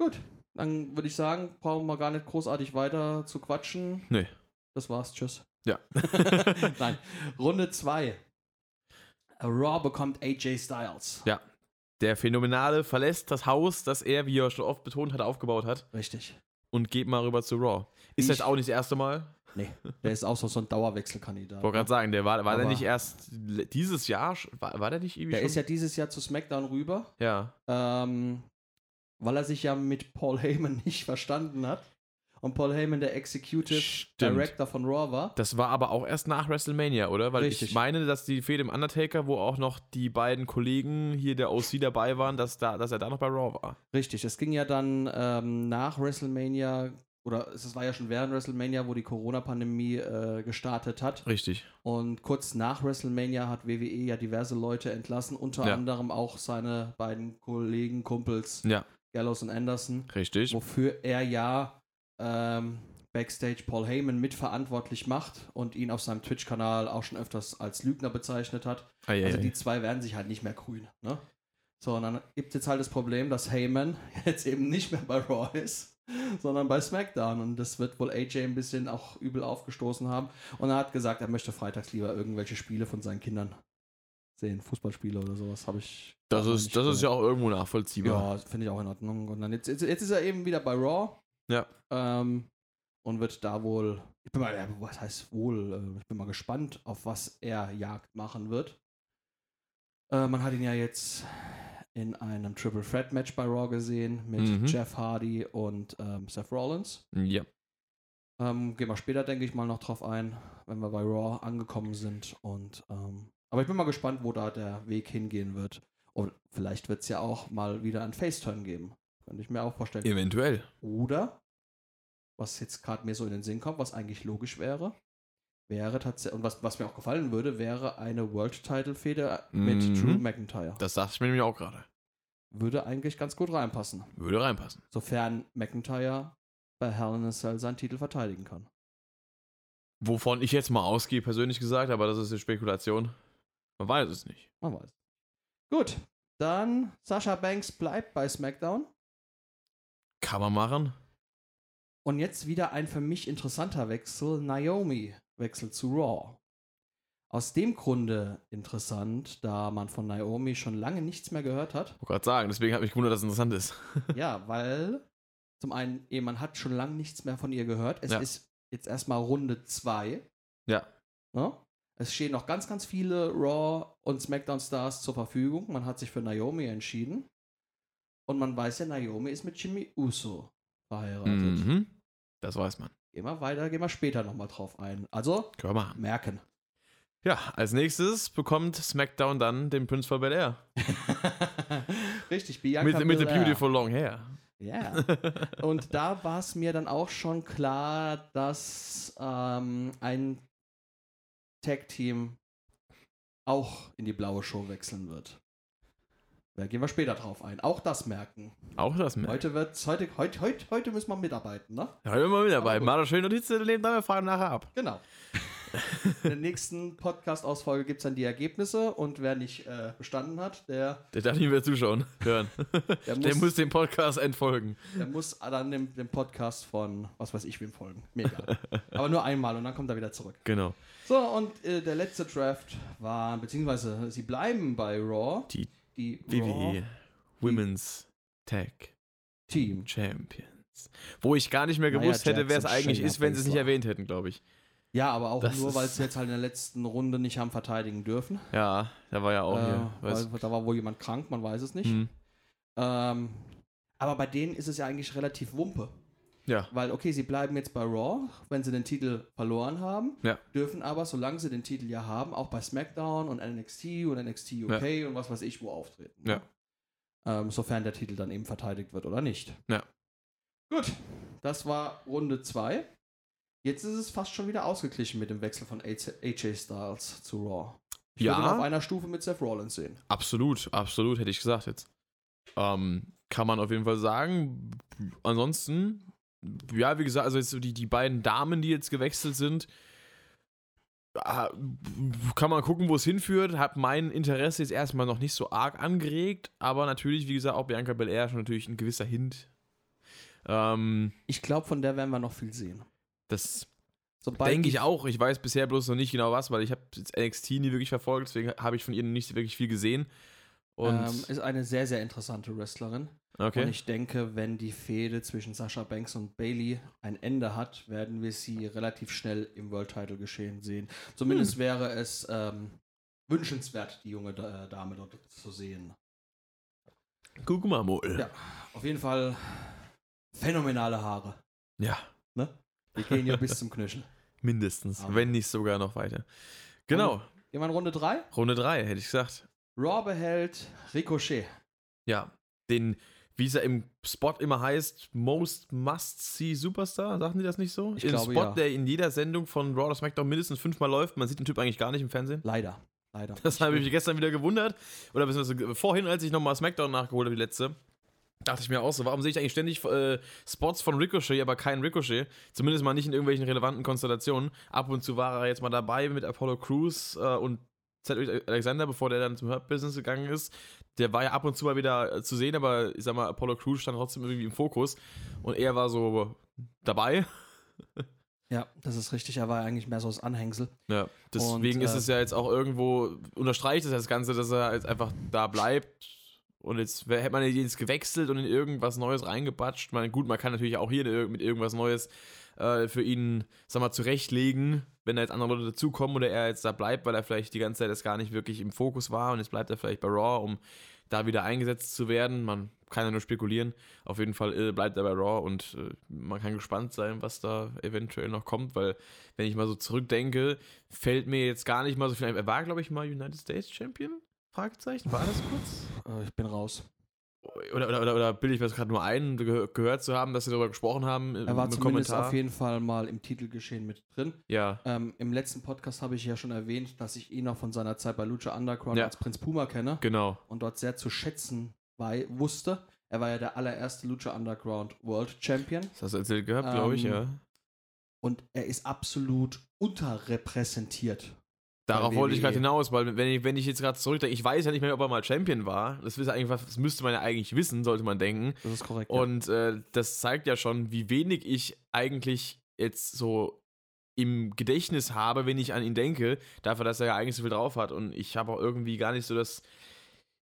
Speaker 2: Gut, dann würde ich sagen, brauchen wir gar nicht großartig weiter zu quatschen.
Speaker 1: Nee.
Speaker 2: Das war's, tschüss.
Speaker 1: Ja.
Speaker 2: Nein, Runde 2. Raw bekommt AJ Styles.
Speaker 1: Der Phänomenale verlässt das Haus, das er, wie er schon oft betont hat, aufgebaut hat
Speaker 2: Richtig.
Speaker 1: und geht mal rüber zu Raw. Ist
Speaker 2: Ich-
Speaker 1: das auch nicht das erste Mal?
Speaker 2: Nee, der ist auch so so ein Dauerwechselkandidat.
Speaker 1: Wollte gerade sagen, der war, war der
Speaker 2: Aber-
Speaker 1: nicht erst le- dieses Jahr? sch- War, war der nicht irgendwie
Speaker 2: Der
Speaker 1: schon?
Speaker 2: ist ja dieses Jahr zu SmackDown rüber,
Speaker 1: ja.
Speaker 2: ähm, weil er sich ja mit Paul Heyman nicht verstanden hat. Und Paul Heyman der Executive
Speaker 1: Stimmt.
Speaker 2: Director von Raw war.
Speaker 1: Das war aber auch erst nach WrestleMania, oder? Weil ich
Speaker 2: Richtig.
Speaker 1: meine, dass die Fehde im Undertaker, wo auch noch die beiden Kollegen hier der OC dabei waren, dass, da, dass er da noch bei Raw war.
Speaker 2: Richtig, es ging ja dann ähm, nach WrestleMania oder es war ja schon während WrestleMania, wo die Corona-Pandemie äh, gestartet hat.
Speaker 1: Richtig.
Speaker 2: Und kurz nach WrestleMania hat WWE ja diverse Leute entlassen, unter
Speaker 1: Ja.
Speaker 2: anderem auch seine beiden Kollegen, Kumpels
Speaker 1: Ja.
Speaker 2: Gallows und Anderson,
Speaker 1: Richtig.
Speaker 2: wofür er ja ähm, Backstage Paul Heyman mitverantwortlich macht und ihn auf seinem Twitch-Kanal auch schon öfters als Lügner bezeichnet hat.
Speaker 1: Ei, ei,
Speaker 2: Also
Speaker 1: ei.
Speaker 2: die zwei werden sich halt nicht mehr grün. Ne? So, und dann gibt es jetzt halt das Problem, dass Heyman jetzt eben nicht mehr bei Raw ist, sondern bei SmackDown. Und das wird wohl AJ ein bisschen auch übel aufgestoßen haben. Und er hat gesagt, er möchte freitags lieber irgendwelche Spiele von seinen Kindern sehen. Fußballspiele oder sowas habe ich.
Speaker 1: das
Speaker 2: auch noch
Speaker 1: ist,
Speaker 2: nicht
Speaker 1: das ist ja
Speaker 2: gehört.
Speaker 1: auch irgendwo nachvollziehbar.
Speaker 2: Ja, finde ich auch in Ordnung. Und dann jetzt, jetzt, jetzt ist er eben wieder bei Raw.
Speaker 1: Ja.
Speaker 2: Ähm, und wird da wohl, ich bin mal, ja, was heißt wohl, äh, ich bin mal gespannt, auf was er Jagd machen wird. Äh, man hat ihn ja jetzt in einem Triple Threat Match bei Raw gesehen mit
Speaker 1: Mhm.
Speaker 2: Jeff Hardy und ähm, Seth Rollins.
Speaker 1: ja.
Speaker 2: Ähm, gehen wir später, denke ich mal, noch drauf ein, wenn wir bei Raw angekommen sind. Und ähm, aber ich bin mal gespannt, wo da der Weg hingehen wird. Und vielleicht wird es ja auch mal wieder ein Faceturn geben. Könnte ich mir auch vorstellen.
Speaker 1: Eventuell.
Speaker 2: Oder, was jetzt gerade mir so in den Sinn kommt, was eigentlich logisch wäre, wäre tatsächlich, und was, was mir auch gefallen würde, wäre eine World-Title-Feder mit
Speaker 1: Mhm.
Speaker 2: Drew McIntyre.
Speaker 1: Das dachte ich mir nämlich auch gerade.
Speaker 2: würde eigentlich ganz gut reinpassen,
Speaker 1: Würde reinpassen.
Speaker 2: sofern McIntyre bei Hell in a Cell seinen Titel verteidigen kann.
Speaker 1: Wovon ich jetzt mal ausgehe, persönlich gesagt, aber das ist eine Spekulation. Man weiß es nicht.
Speaker 2: Man weiß. Gut, dann Sasha Banks bleibt bei SmackDown.
Speaker 1: Kann man machen.
Speaker 2: Und jetzt wieder ein für mich interessanter Wechsel. Naomi wechselt zu Raw. Aus dem Grunde interessant, da man von Naomi schon lange nichts mehr gehört hat.
Speaker 1: Ich wollte gerade sagen, deswegen habe ich gewundert, dass es interessant ist.
Speaker 2: Ja, weil zum einen, eh, man hat schon lange nichts mehr von ihr gehört. Es
Speaker 1: Ja.
Speaker 2: ist jetzt erstmal Runde 2.
Speaker 1: Ja.
Speaker 2: Ne? Es stehen noch ganz, ganz viele Raw und SmackDown Stars zur Verfügung. Man hat sich für Naomi entschieden. Und man weiß ja, Naomi ist mit Jimmy Uso verheiratet.
Speaker 1: Mhm. Das weiß man.
Speaker 2: Gehen wir weiter, gehen wir später nochmal drauf ein. Also,
Speaker 1: Können wir machen.
Speaker 2: merken.
Speaker 1: Ja, als nächstes bekommt SmackDown dann den Prince von Bel Air.
Speaker 2: Richtig, Bianca
Speaker 1: Mit, mit The
Speaker 2: Belair.
Speaker 1: Beautiful Long Hair.
Speaker 2: Ja. Und da war es mir dann auch schon klar, dass ähm, ein Tag-Team auch in die blaue Show wechseln wird. Da gehen wir später drauf ein. Auch das merken.
Speaker 1: Auch das mit.
Speaker 2: Heute wird's, heute, heute, heute, heute müssen wir mitarbeiten, ne?
Speaker 1: Heute immer mit dabei.
Speaker 2: Aber gut.
Speaker 1: Mal eine schöne Notiz daneben, dann wir fahren nachher ab.
Speaker 2: Genau. In der nächsten Podcast-Ausfolge gibt es dann die Ergebnisse und wer nicht äh, bestanden hat, der,
Speaker 1: Der darf nicht mehr zuschauen, hören.
Speaker 2: der, muss,
Speaker 1: Der muss dem Podcast entfolgen.
Speaker 2: der muss dann dem, dem Podcast von was weiß ich wem folgen. Mir egal. Aber nur einmal und dann kommt er wieder zurück.
Speaker 1: Genau.
Speaker 2: So, und äh, der letzte Draft war, beziehungsweise sie bleiben bei Raw.
Speaker 1: Die E.
Speaker 2: die
Speaker 1: WWE Women's Tag
Speaker 2: Team.
Speaker 1: Champions. Wo ich gar nicht mehr
Speaker 2: Nia
Speaker 1: gewusst hätte, wer es
Speaker 2: Jackson,
Speaker 1: eigentlich
Speaker 2: Shayna
Speaker 1: ist, wenn sie es nicht
Speaker 2: Baszler.
Speaker 1: erwähnt hätten, glaube ich.
Speaker 2: Ja, aber auch
Speaker 1: Das
Speaker 2: nur, weil
Speaker 1: ist-
Speaker 2: sie jetzt halt in der letzten Runde nicht haben verteidigen dürfen.
Speaker 1: Ja, da war ja auch hier.
Speaker 2: äh,
Speaker 1: Weiß,
Speaker 2: weil, da war wohl jemand krank, man weiß es nicht.
Speaker 1: hm.
Speaker 2: Ähm, aber bei denen ist es ja eigentlich relativ Wumpe.
Speaker 1: Ja,
Speaker 2: Weil, okay, sie bleiben jetzt bei Raw, wenn sie den Titel verloren haben,
Speaker 1: Ja.
Speaker 2: dürfen aber, solange sie den Titel ja haben, auch bei SmackDown und NXT und NXT UK und was weiß ich wo auftreten. ne?
Speaker 1: Ja.
Speaker 2: Ähm, sofern der Titel dann eben verteidigt wird oder nicht.
Speaker 1: Ja.
Speaker 2: Gut, das war Runde 2. Jetzt ist es fast schon wieder ausgeglichen mit dem Wechsel von AJ Styles zu Raw. Ich würde ihn auf
Speaker 1: ja
Speaker 2: einer Stufe mit Seth Rollins sehen.
Speaker 1: absolut, absolut, hätte ich gesagt jetzt. Ähm, kann man auf jeden Fall sagen. Ansonsten, ja, wie gesagt, also jetzt so die, die beiden Damen, die jetzt gewechselt sind, ah, kann man gucken, wo es hinführt. Hat mein Interesse jetzt erstmal noch nicht so arg angeregt, aber natürlich, wie gesagt, auch Bianca Belair schon natürlich ein gewisser Hint. Ähm,
Speaker 2: Ich glaube, von der werden wir noch viel sehen.
Speaker 1: das
Speaker 2: Sobald
Speaker 1: Denke
Speaker 2: die-
Speaker 1: ich auch. Ich weiß bisher bloß noch nicht genau was, weil ich habe jetzt NXT nie wirklich verfolgt, deswegen habe ich von ihr nicht wirklich viel gesehen. Und
Speaker 2: ähm, ist eine sehr, sehr interessante Wrestlerin. Und
Speaker 1: okay.
Speaker 2: ich denke, wenn die Fehde zwischen Sascha Banks und Bailey ein Ende hat, werden wir sie relativ schnell im World Title geschehen sehen. Zumindest
Speaker 1: Hm.
Speaker 2: wäre es ähm, wünschenswert, die junge Da- äh, Dame dort zu sehen.
Speaker 1: Guck mal, Mol.
Speaker 2: Ja. Auf jeden Fall phänomenale Haare.
Speaker 1: Ja.
Speaker 2: Ne? Die gehen ja bis zum Knöchel.
Speaker 1: Mindestens,
Speaker 2: Aber-
Speaker 1: wenn nicht sogar noch weiter. Genau,
Speaker 2: Gehen wir in Runde 3.
Speaker 1: Runde 3, hätte ich gesagt.
Speaker 2: Raw behält Ricochet.
Speaker 1: Ja. Den, wie es ja im Spot immer heißt, Most Must-See Superstar, sagen die das nicht so?
Speaker 2: Ich
Speaker 1: Ein
Speaker 2: glaube,
Speaker 1: Spot,
Speaker 2: ja.
Speaker 1: der in jeder Sendung von Raw oder SmackDown mindestens fünfmal läuft. Man sieht den Typ eigentlich gar nicht im Fernsehen.
Speaker 2: Leider. Leider.
Speaker 1: Das habe ich mich gestern wieder gewundert. Oder beziehungsweise vorhin, als ich nochmal SmackDown nachgeholt habe, die letzte, dachte ich mir auch so, warum sehe ich eigentlich ständig äh, Spots von Ricochet, aber keinen Ricochet? Zumindest mal nicht in irgendwelchen relevanten Konstellationen. Ab und zu war er jetzt mal dabei mit Apollo Crews äh, und Cedric Alexander, bevor der dann zum Hurt-Business gegangen ist. Der war ja ab und zu mal wieder äh, zu sehen, aber ich sag mal, Apollo Crews stand trotzdem irgendwie im Fokus. Und er war so dabei.
Speaker 2: Ja, das ist richtig. Er war eigentlich mehr so das Anhängsel.
Speaker 1: Ja, deswegen
Speaker 2: Und,
Speaker 1: ist
Speaker 2: äh,
Speaker 1: es ja jetzt auch irgendwo, unterstreicht es das Ganze, dass er jetzt einfach da bleibt. Und jetzt wär- hätte man jetzt gewechselt und in irgendwas Neues reingebatscht. Man, gut, man kann natürlich auch hier ir- mit irgendwas Neues äh, für ihn, sag mal, zurechtlegen, wenn da jetzt andere Leute dazukommen oder er jetzt da bleibt, weil er vielleicht die ganze Zeit jetzt gar nicht wirklich im Fokus war und jetzt bleibt er vielleicht bei Raw, um da wieder eingesetzt zu werden. Man kann ja nur spekulieren. Auf jeden Fall äh, bleibt er bei Raw und äh, man kann gespannt sein, was da eventuell noch kommt, weil wenn ich mal so zurückdenke, fällt mir jetzt gar nicht mal so viel ein. Er war, glaube ich, mal United States Champion? Fragezeichen? War das kurz?
Speaker 2: Äh, ich bin raus.
Speaker 1: Oder, oder, oder, oder bilde ich mir das gerade nur ein, gehö- gehört zu haben, dass sie darüber gesprochen haben im,
Speaker 2: Er war
Speaker 1: im
Speaker 2: zumindest
Speaker 1: Kommentar?
Speaker 2: auf jeden Fall mal im Titelgeschehen mit drin.
Speaker 1: ja,
Speaker 2: Ähm, Im letzten Podcast habe ich ja schon erwähnt, dass ich ihn noch von seiner Zeit bei Lucha Underground
Speaker 1: Ja.
Speaker 2: als Prinz Puma kenne
Speaker 1: genau.
Speaker 2: und dort sehr zu schätzen wei- wusste. Er war ja der allererste Lucha Underground World Champion.
Speaker 1: Das hast du erzählt gehabt, glaube ich,
Speaker 2: Ähm,
Speaker 1: ja.
Speaker 2: Und er ist absolut unterrepräsentiert.
Speaker 1: Darauf
Speaker 2: Bei
Speaker 1: wollte ich
Speaker 2: WWE.
Speaker 1: gerade hinaus, weil wenn ich, wenn ich jetzt gerade zurückdenke, ich weiß ja nicht mehr, ob er mal Champion war. Das, ist ja eigentlich was, das müsste man ja eigentlich wissen, sollte man denken.
Speaker 2: Das ist korrekt.
Speaker 1: Und
Speaker 2: Und
Speaker 1: äh, das zeigt ja schon, wie wenig ich eigentlich jetzt so im Gedächtnis habe, wenn ich an ihn denke, dafür, dass er ja eigentlich so viel drauf hat. Und ich habe auch irgendwie gar nicht so das,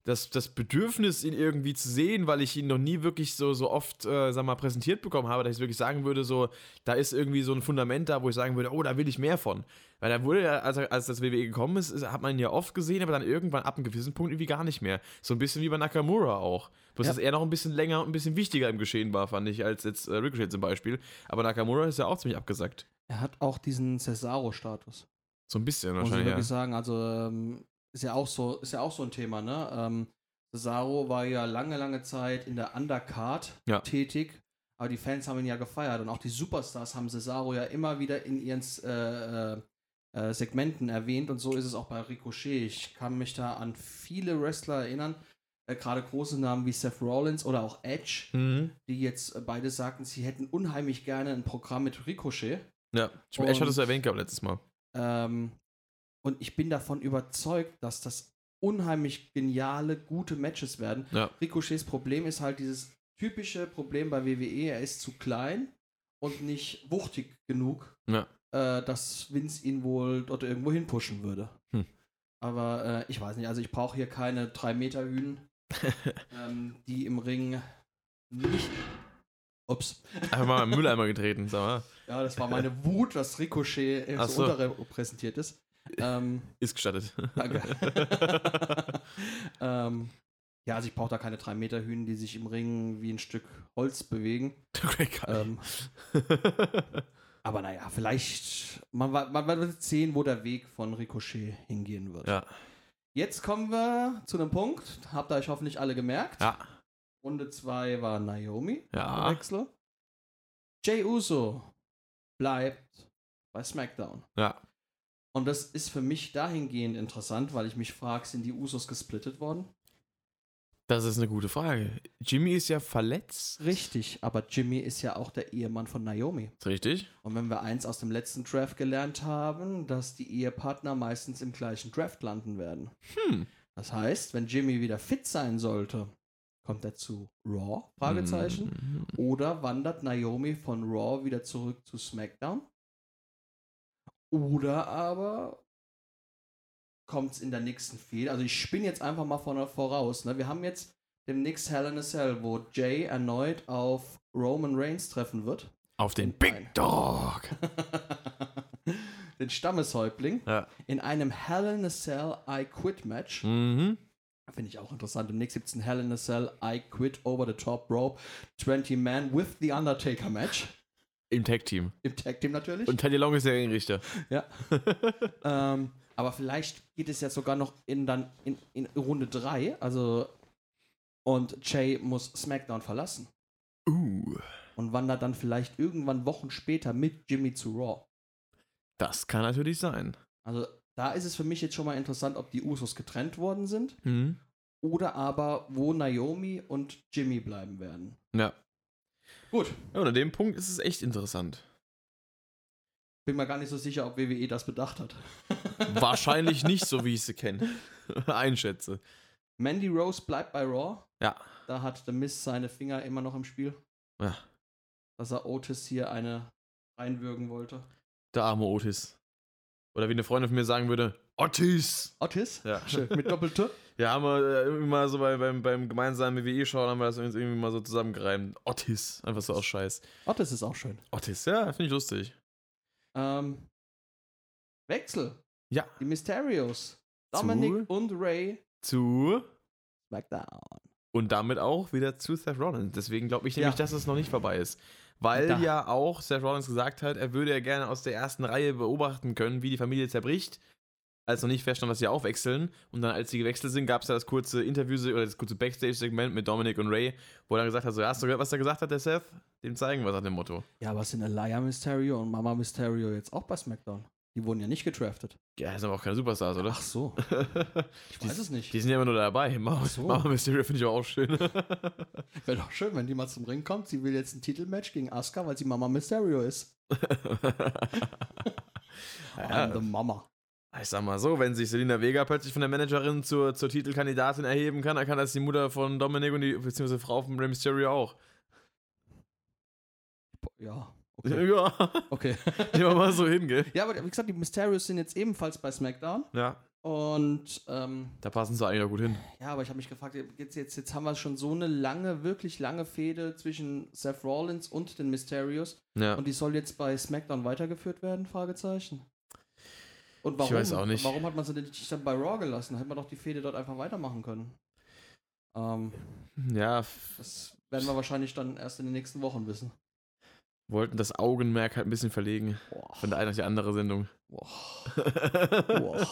Speaker 1: das, das Bedürfnis, ihn irgendwie zu sehen, weil ich ihn noch nie wirklich so, so oft, äh, sag mal, präsentiert bekommen habe, dass ich wirklich sagen würde, so, da ist irgendwie so ein Fundament da, wo ich sagen würde, oh, da will ich mehr von. Weil da wurde ja, als, er- als das WWE gekommen ist, ist, hat man ihn ja oft gesehen, aber dann irgendwann ab einem gewissen Punkt irgendwie gar nicht mehr. So ein bisschen wie bei Nakamura auch. Bloß,
Speaker 2: Ja.
Speaker 1: dass er noch ein bisschen länger und ein bisschen wichtiger im Geschehen war, fand ich, als jetzt äh, Ricochet zum Beispiel. Aber Nakamura ist ja auch ziemlich abgesackt.
Speaker 2: er hat auch diesen Cesaro-Status.
Speaker 1: So ein bisschen
Speaker 2: Muss ich
Speaker 1: wahrscheinlich.
Speaker 2: wirklich
Speaker 1: Ja.
Speaker 2: sagen. Also ähm, ist ja auch so, ist ja auch so ein Thema, ne? Ähm, Cesaro war ja lange, lange Zeit in der Undercard
Speaker 1: Ja.
Speaker 2: tätig, aber die Fans haben ihn ja gefeiert und auch die Superstars haben Cesaro ja immer wieder in ihren äh, äh, äh, Segmenten erwähnt und so ist es auch bei Ricochet. Ich kann mich da an viele Wrestler erinnern, äh, gerade große Namen wie Seth Rollins oder auch Edge,
Speaker 1: Mhm.
Speaker 2: die jetzt äh, beide sagten, sie hätten unheimlich gerne ein Programm mit Ricochet.
Speaker 1: Ja, ich meine, Ash hat
Speaker 2: Und-
Speaker 1: es erwähnt gehabt letztes Mal.
Speaker 2: Ähm, und ich bin davon überzeugt, dass das unheimlich geniale, gute Matches werden.
Speaker 1: Ja.
Speaker 2: Ricochets Problem ist halt dieses typische Problem bei WWE, er ist zu klein und nicht wuchtig genug,
Speaker 1: Ja.
Speaker 2: äh, dass Vince ihn wohl dort irgendwo hinpushen würde.
Speaker 1: Hm.
Speaker 2: Aber äh, ich weiß nicht, also ich brauche hier keine 3-Meter-Hühn, ähm, die im Ring nicht... Ups.
Speaker 1: Einfach mal im Mülleimer getreten, sag mal.
Speaker 2: Ja, das war meine Wut, dass Ricochet äh,
Speaker 1: Ach so.
Speaker 2: so, so unterrepräsentiert ist. Ähm,
Speaker 1: Ist gestattet.
Speaker 2: Danke. ähm, ja, also ich brauche da keine 3 Meter Hühnen, die sich im Ring wie ein Stück Holz bewegen.
Speaker 1: Greg Hardy.
Speaker 2: Ähm, aber naja, vielleicht, man, wa- man wird sehen, wo der Weg von Ricochet hingehen wird.
Speaker 1: ja.
Speaker 2: Jetzt kommen wir zu einem Punkt, habt ihr euch hoffentlich alle gemerkt.
Speaker 1: Ja.
Speaker 2: Runde 2 war Naomi,
Speaker 1: Ja.
Speaker 2: Wechsel. Jay Uso bleibt bei SmackDown.
Speaker 1: Ja.
Speaker 2: Und das ist für mich dahingehend interessant, weil ich mich frage, sind die Usos gesplittet worden?
Speaker 1: Das ist eine gute Frage. Jimmy ist ja verletzt.
Speaker 2: Richtig, aber Jimmy ist ja auch der Ehemann von Naomi.
Speaker 1: Ist Richtig?
Speaker 2: Und wenn wir eins aus dem letzten Draft gelernt haben, dass die Ehepartner meistens im gleichen Draft landen werden.
Speaker 1: Hm.
Speaker 2: Das heißt, wenn Jimmy wieder fit sein sollte, kommt er zu Raw? Fragezeichen.
Speaker 1: Mhm.
Speaker 2: Oder wandert Naomi von Raw wieder zurück zu SmackDown? Oder aber kommt es in der nächsten Fehde? Also ich spinne jetzt einfach mal von voraus. Ne? Wir haben jetzt demnächst Hell in a Cell, wo Jay erneut auf Roman Reigns treffen wird.
Speaker 1: Auf den
Speaker 2: Nein.
Speaker 1: Big Dog.
Speaker 2: Den Stammeshäuptling.
Speaker 1: Ja.
Speaker 2: In einem Hell in a Cell I Quit Match.
Speaker 1: Mhm.
Speaker 2: Finde ich auch interessant. Demnächst gibt es ein Hell in a Cell I Quit Over the Top Rope 20 Man with The Undertaker Match.
Speaker 1: Im Tag-Team.
Speaker 2: Im Tag Team natürlich.
Speaker 1: Und Teddy Long ist der Ringrichter.
Speaker 2: Ähm, aber vielleicht geht es ja sogar noch in dann in, in Runde 3. Also und Jay muss SmackDown verlassen
Speaker 1: Uh.
Speaker 2: und wandert dann vielleicht irgendwann Wochen später mit Jimmy zu Raw.
Speaker 1: Das kann natürlich sein.
Speaker 2: Also da ist es für mich jetzt schon mal interessant, ob die Usos getrennt worden sind
Speaker 1: Mhm.
Speaker 2: oder aber wo Naomi und Jimmy bleiben werden.
Speaker 1: Ja.
Speaker 2: Gut,
Speaker 1: ja. Und an dem Punkt ist es echt interessant.
Speaker 2: bin mir gar nicht so sicher, ob WWE das bedacht hat.
Speaker 1: Wahrscheinlich nicht so, wie ich sie kenne. Einschätze.
Speaker 2: Mandy Rose bleibt bei Raw.
Speaker 1: Ja.
Speaker 2: Da hat The Miz seine Finger immer noch im Spiel.
Speaker 1: Ja.
Speaker 2: Dass er Otis hier eine einwürgen wollte.
Speaker 1: Der arme Otis. Oder wie eine Freundin von mir sagen würde, Otis.
Speaker 2: Otis?
Speaker 1: Ja.
Speaker 2: Schön. Mit Doppel-T?
Speaker 1: Ja, haben wir äh, irgendwie mal so bei, beim, beim gemeinsamen WWE-Schauen haben wir das uns irgendwie mal so zusammengereimt. Otis, einfach so aus Scheiß.
Speaker 2: Otis ist auch schön.
Speaker 1: Otis, ja, finde ich lustig.
Speaker 2: Ähm, Wechsel.
Speaker 1: Ja.
Speaker 2: Die Mysterios.
Speaker 1: Zu?
Speaker 2: Dominic und Ray.
Speaker 1: Zu.
Speaker 2: Smackdown.
Speaker 1: Und damit auch wieder zu Seth Rollins. Deswegen glaube ich
Speaker 2: Ja.
Speaker 1: nämlich, dass es noch nicht vorbei ist. Weil
Speaker 2: Da.
Speaker 1: ja auch Seth Rollins gesagt hat, er würde ja gerne aus der ersten Reihe beobachten können, wie die Familie zerbricht. Als noch nicht feststand, dass sie auch wechseln. Und dann, als sie gewechselt sind, gab es ja das kurze Interview oder das kurze Backstage-Segment mit Dominic und Ray, wo er dann gesagt hat: so, Hast du gehört, was er gesagt hat, der Seth? Dem zeigen wir nach dem Motto.
Speaker 2: Ja, aber sind Alaya Mysterio und Mama Mysterio jetzt auch bei Smackdown? Die wurden ja nicht getraftet.
Speaker 1: Ja, das sind aber auch keine Superstars, oder?
Speaker 2: Ach so, ich
Speaker 1: Die-
Speaker 2: weiß es nicht.
Speaker 1: Die sind ja immer nur dabei. Mama,
Speaker 2: so.
Speaker 1: Mama Mysterio finde ich aber auch schön.
Speaker 2: Wäre doch schön, wenn die mal zum Ring kommt. Sie will jetzt ein Titelmatch gegen Asuka, weil sie Mama Mysterio ist. I'm the
Speaker 1: ja,
Speaker 2: Mama.
Speaker 1: ich sag mal so, wenn sich Selina Vega plötzlich von der Managerin zur, zur Titelkandidatin erheben kann, dann kann das die Mutter von Dominic und die beziehungsweise Frau von Rey Mysterio auch.
Speaker 2: Ja, okay.
Speaker 1: Ja,
Speaker 2: okay.
Speaker 1: nehmen wir mal so hin, gell?
Speaker 2: ja, aber wie gesagt, die Mysterios sind jetzt ebenfalls bei SmackDown.
Speaker 1: Ja,
Speaker 2: Und ähm,
Speaker 1: da passen sie eigentlich auch gut hin.
Speaker 2: Ja, aber ich habe mich gefragt, jetzt, jetzt, jetzt haben wir schon so eine lange, wirklich lange Fehde zwischen Seth Rollins und den Mysterios
Speaker 1: Ja.
Speaker 2: und die soll jetzt bei SmackDown weitergeführt werden? Fragezeichen. Und warum?
Speaker 1: weiß auch nicht.
Speaker 2: Warum hat man sie denn nicht dann bei Raw gelassen? Hätte man doch die Fehde dort einfach weitermachen können. Ähm,
Speaker 1: ja, f-
Speaker 2: das werden wir wahrscheinlich dann erst in den nächsten Wochen wissen.
Speaker 1: wollten das Augenmerk halt ein bisschen verlegen.
Speaker 2: Boah.
Speaker 1: Von der einen auf die andere Sendung.
Speaker 2: Boah. Boah.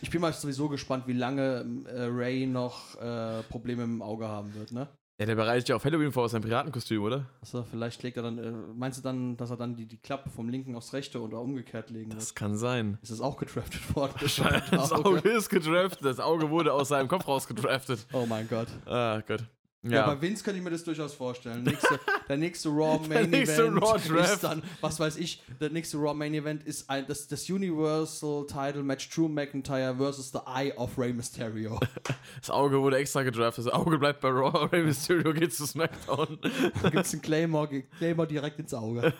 Speaker 2: Ich bin mal sowieso gespannt, wie lange ähm, äh, Ray noch äh, Probleme im Auge haben wird, ne?
Speaker 1: Ja, der bereitet ja auf Halloween vor aus seinem Piratenkostüm, oder?
Speaker 2: Achso, vielleicht legt er dann, äh, meinst du dann, dass er dann die, die Klappe vom linken aufs rechte oder umgekehrt legen wird?
Speaker 1: Das kann sein.
Speaker 2: Ist das auch getraftet worden?
Speaker 1: Das Auge ist gedraftet. Das Auge wurde aus seinem Kopf rausgedraftet.
Speaker 2: Oh mein Gott.
Speaker 1: Ah, Gott.
Speaker 2: Ja.
Speaker 1: Ja.
Speaker 2: bei Vince könnte ich mir das durchaus vorstellen. Nächste, der nächste Raw Main
Speaker 1: nächste
Speaker 2: Event
Speaker 1: Raw
Speaker 2: ist
Speaker 1: Draft.
Speaker 2: dann, was weiß ich, der nächste Raw Main Event ist ein, das, das Universal Title Match Drew McIntyre versus the Eye of Rey Mysterio.
Speaker 1: das Auge wurde extra gedraftet. Das Auge bleibt bei Raw. Rey Mysterio geht zu SmackDown.
Speaker 2: Da gibt's einen Claymore, ge- Claymore direkt ins Auge.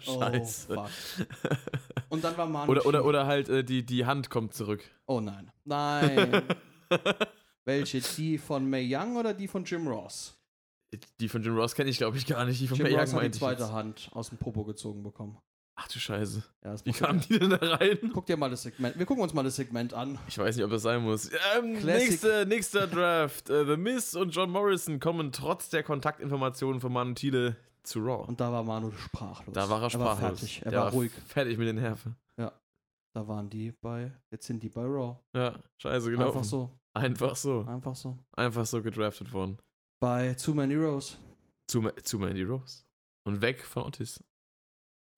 Speaker 1: Scheiße.
Speaker 2: Oh, fuck. Und dann war Manu
Speaker 1: Oder, oder,
Speaker 2: Chao.
Speaker 1: oder halt äh, die, die Hand kommt zurück.
Speaker 2: Oh nein. Nein. Welche? Die von Mae Young oder die von Jim Ross?
Speaker 1: Die von Jim Ross kenne ich, glaube ich, gar nicht. Die von
Speaker 2: Jim
Speaker 1: Mae
Speaker 2: Ross
Speaker 1: Young
Speaker 2: hat die
Speaker 1: meinte ich
Speaker 2: zweite
Speaker 1: jetzt.
Speaker 2: Hand aus dem Popo gezogen bekommen.
Speaker 1: Ach du Scheiße.
Speaker 2: Ja, das
Speaker 1: Wie
Speaker 2: muss man-
Speaker 1: kamen die denn da rein?
Speaker 2: Guck dir mal das Segment. Wir gucken uns mal das Segment an.
Speaker 1: Ich weiß nicht, ob das sein muss. Ähm,
Speaker 2: Classic.
Speaker 1: nächster, nächster Draft. Äh, The Miz und John Morrison kommen trotz der Kontaktinformationen von Manu Thiele zu Raw.
Speaker 2: Und da war Manu sprachlos.
Speaker 1: Da war er sprachlos.
Speaker 2: Er war fertig. Er
Speaker 1: Der
Speaker 2: war ruhig.
Speaker 1: Fertig mit den Nerven.
Speaker 2: Da waren die bei. Jetzt sind die bei Raw.
Speaker 1: Ja, scheiße, genau.
Speaker 2: Einfach so.
Speaker 1: Einfach so.
Speaker 2: Einfach so.
Speaker 1: Einfach so gedraftet worden.
Speaker 2: Bei Two Man Heroes.
Speaker 1: Zu, Ma- zu Mandy Rose. Und weg von Otis.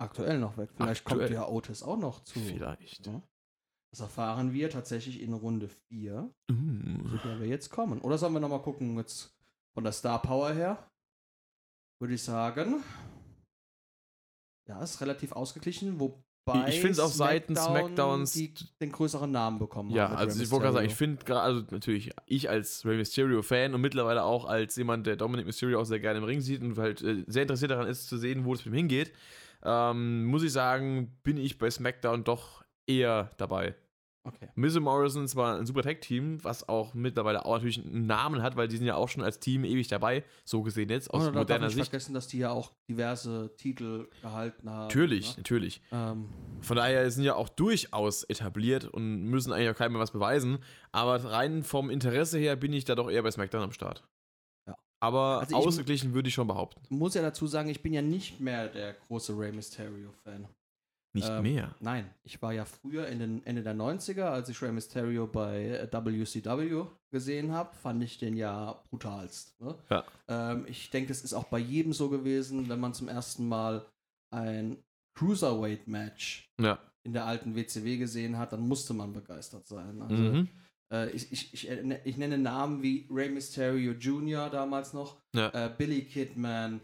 Speaker 2: Aktuell noch weg. Vielleicht kommt
Speaker 1: Aktuell.
Speaker 2: ja Otis auch noch zu.
Speaker 1: Vielleicht.
Speaker 2: Ja. Das erfahren wir tatsächlich in Runde 4,
Speaker 1: Mm.
Speaker 2: zu der wir jetzt kommen. Oder sollen wir nochmal gucken, jetzt von der Star Power her? Würde ich sagen. Ja, ist relativ ausgeglichen, wobei.
Speaker 1: Ich finde es auf Seiten Smackdowns-
Speaker 2: Die den größeren Namen bekommen
Speaker 1: Ja,
Speaker 2: hat mit
Speaker 1: also
Speaker 2: Rey
Speaker 1: ich wollte gerade sagen, ich
Speaker 2: Mysterio.
Speaker 1: finde gerade, also natürlich, ich als Rey Mysterio-Fan und mittlerweile auch als jemand, der Dominic Mysterio auch sehr gerne im Ring sieht und halt äh, sehr interessiert daran ist, zu sehen, wo es mit ihm hingeht, ähm, muss ich sagen, bin ich bei SmackDown doch eher dabei.
Speaker 2: Okay.
Speaker 1: Miz und Morrison ist zwar ein super Tag-Team, was auch mittlerweile auch natürlich einen Namen hat, weil die sind ja auch schon als Team ewig dabei, so gesehen jetzt, aus
Speaker 2: Oder darf man
Speaker 1: moderner
Speaker 2: nicht
Speaker 1: Sicht.
Speaker 2: vergessen, dass die ja auch diverse Titel gehalten haben.
Speaker 1: Natürlich,
Speaker 2: Ne?
Speaker 1: natürlich.
Speaker 2: Ähm,
Speaker 1: Von daher sind ja auch durchaus etabliert und müssen eigentlich auch keinem mehr was beweisen. Aber rein vom Interesse her bin ich da doch eher bei SmackDown am Start.
Speaker 2: Ja.
Speaker 1: Aber
Speaker 2: Also ich-
Speaker 1: ausgeglichen würde ich schon behaupten.
Speaker 2: muss ja dazu sagen, ich bin ja nicht mehr der große Rey Mysterio-Fan.
Speaker 1: Nicht
Speaker 2: Ähm,
Speaker 1: mehr.
Speaker 2: Nein, ich war ja früher in den Ende der 90er, als ich Rey Mysterio bei äh, WCW gesehen habe, fand ich den ja brutalst. Ne?
Speaker 1: Ja.
Speaker 2: Ähm, ich denke, es ist auch bei jedem so gewesen, wenn man zum ersten Mal ein Cruiserweight-Match
Speaker 1: Ja.
Speaker 2: in der alten WCW gesehen hat, dann musste man begeistert sein. Also,
Speaker 1: Mhm.
Speaker 2: äh, ich, ich, ich, erne- ich nenne Namen wie Rey Mysterio Jr. damals noch,
Speaker 1: Ja.
Speaker 2: äh, Billy Kidman,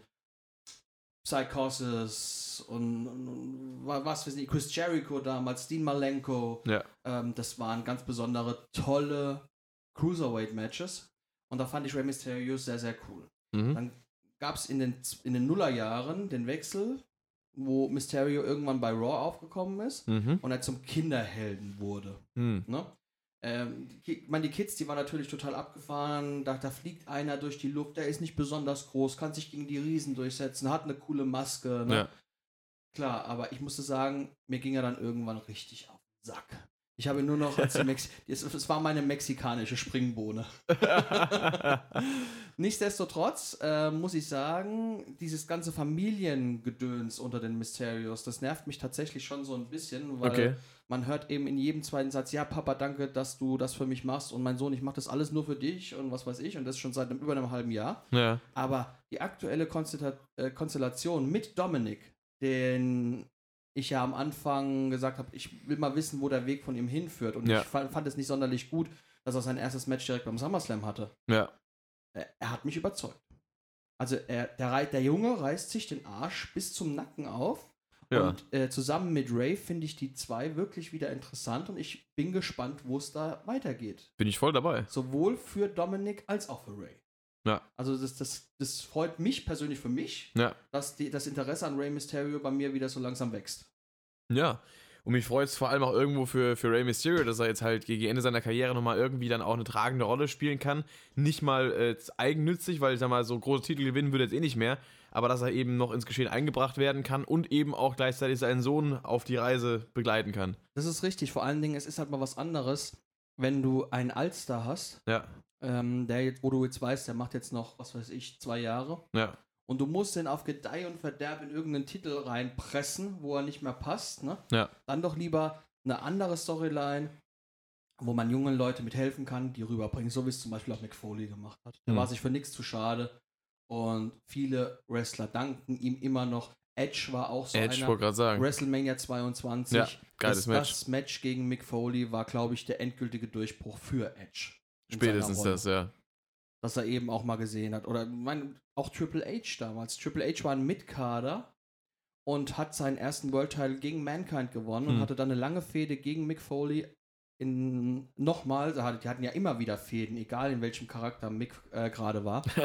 Speaker 2: Psychosis und, und, und wa- was weiß ich, Chris Jericho damals, Dean Malenko.
Speaker 1: Ja.
Speaker 2: Ähm, das waren ganz besondere, tolle Cruiserweight-Matches. Und da fand ich Rey Mysterio sehr, sehr cool.
Speaker 1: Mhm.
Speaker 2: Dann gab es in den, Z- in den Nullerjahren den Wechsel, wo Mysterio irgendwann bei Raw aufgekommen ist
Speaker 1: Mhm.
Speaker 2: und er zum Kinderhelden wurde.
Speaker 1: Mhm.
Speaker 2: Ne? Ähm, die Ki- ich meine, die Kids, die waren natürlich total abgefahren. Da, da fliegt einer durch die Luft, der ist nicht besonders groß, kann sich gegen die Riesen durchsetzen, hat eine coole Maske. Ne?
Speaker 1: Ja.
Speaker 2: Klar, aber ich musste sagen, mir ging er dann irgendwann richtig auf den Sack. Ich habe nur noch, als die Mex es, es war meine mexikanische Springbohne. Nichtsdestotrotz äh, muss ich sagen, dieses ganze Familiengedöns unter den Mysterios, das nervt mich tatsächlich schon so ein bisschen, weil
Speaker 1: Okay.
Speaker 2: man hört eben in jedem zweiten Satz, ja, Papa, danke, dass du das für mich machst und mein Sohn, ich mache das alles nur für dich und was weiß ich und das schon seit einem, über einem halben Jahr.
Speaker 1: Ja.
Speaker 2: Aber die aktuelle Konstita- äh, Konstellation mit Dominik, den ich ja am Anfang gesagt habe, ich will mal wissen, wo der Weg von ihm hinführt. Und
Speaker 1: Ja.
Speaker 2: ich fa- fand es nicht sonderlich gut, dass er sein erstes Match direkt beim SummerSlam hatte.
Speaker 1: Ja.
Speaker 2: Er, er hat mich überzeugt. Also er, der, rei- der Junge reißt sich den Arsch bis zum Nacken auf.
Speaker 1: Ja.
Speaker 2: Und äh, zusammen mit Ray finde ich die zwei wirklich wieder interessant und ich bin gespannt, wo es da weitergeht.
Speaker 1: Bin ich voll dabei.
Speaker 2: Sowohl für Dominic als auch für Ray.
Speaker 1: Ja.
Speaker 2: Also das, das, das freut mich persönlich für mich,
Speaker 1: Ja.
Speaker 2: dass die, das Interesse an Ray Mysterio bei mir wieder so langsam wächst.
Speaker 1: Ja. Und mich freut es vor allem auch irgendwo für, für Rey Mysterio, dass er jetzt halt gegen Ende seiner Karriere nochmal irgendwie dann auch eine tragende Rolle spielen kann. Nicht mal äh, eigennützig, weil ich sag mal, so große Titel gewinnen würde er jetzt eh nicht mehr. Aber dass er eben noch ins Geschehen eingebracht werden kann und eben auch gleichzeitig seinen Sohn auf die Reise begleiten kann.
Speaker 2: Das ist richtig. Vor allen Dingen, es ist halt mal was anderes, wenn du einen Alster hast,
Speaker 1: Ja,
Speaker 2: ähm, der jetzt, wo du jetzt weißt, der macht jetzt noch, was weiß ich, zwei Jahre.
Speaker 1: ja,
Speaker 2: Und du musst den auf Gedeih und Verderb in irgendeinen Titel reinpressen, wo er nicht mehr passt. Ne?
Speaker 1: Ja.
Speaker 2: Dann doch lieber eine andere Storyline, wo man jungen Leute mithelfen kann, die rüberbringen, so wie es zum Beispiel auch Mick Foley gemacht hat. Der
Speaker 1: Mhm.
Speaker 2: war sich für nichts zu schade. Und viele Wrestler danken ihm immer noch. Edge war auch so
Speaker 1: Edge,
Speaker 2: einer.
Speaker 1: wollte gerade sagen.
Speaker 2: WrestleMania 22.
Speaker 1: Ja, geiles
Speaker 2: das,
Speaker 1: Match.
Speaker 2: Das Match gegen Mick Foley war, glaube ich, der endgültige Durchbruch für Edge. in
Speaker 1: Spätestens
Speaker 2: seiner Rolle.
Speaker 1: das, ja.
Speaker 2: Dass er eben auch mal gesehen hat. Oder ich meine, auch Triple H damals. Triple H war ein Mitkader und hat seinen ersten World Title gegen Mankind gewonnen und
Speaker 1: Hm.
Speaker 2: hatte dann eine lange Fehde gegen Mick Foley. In, nochmal, sie hatten- die hatten ja immer wieder Fäden, egal in welchem Charakter Mick äh, gerade war.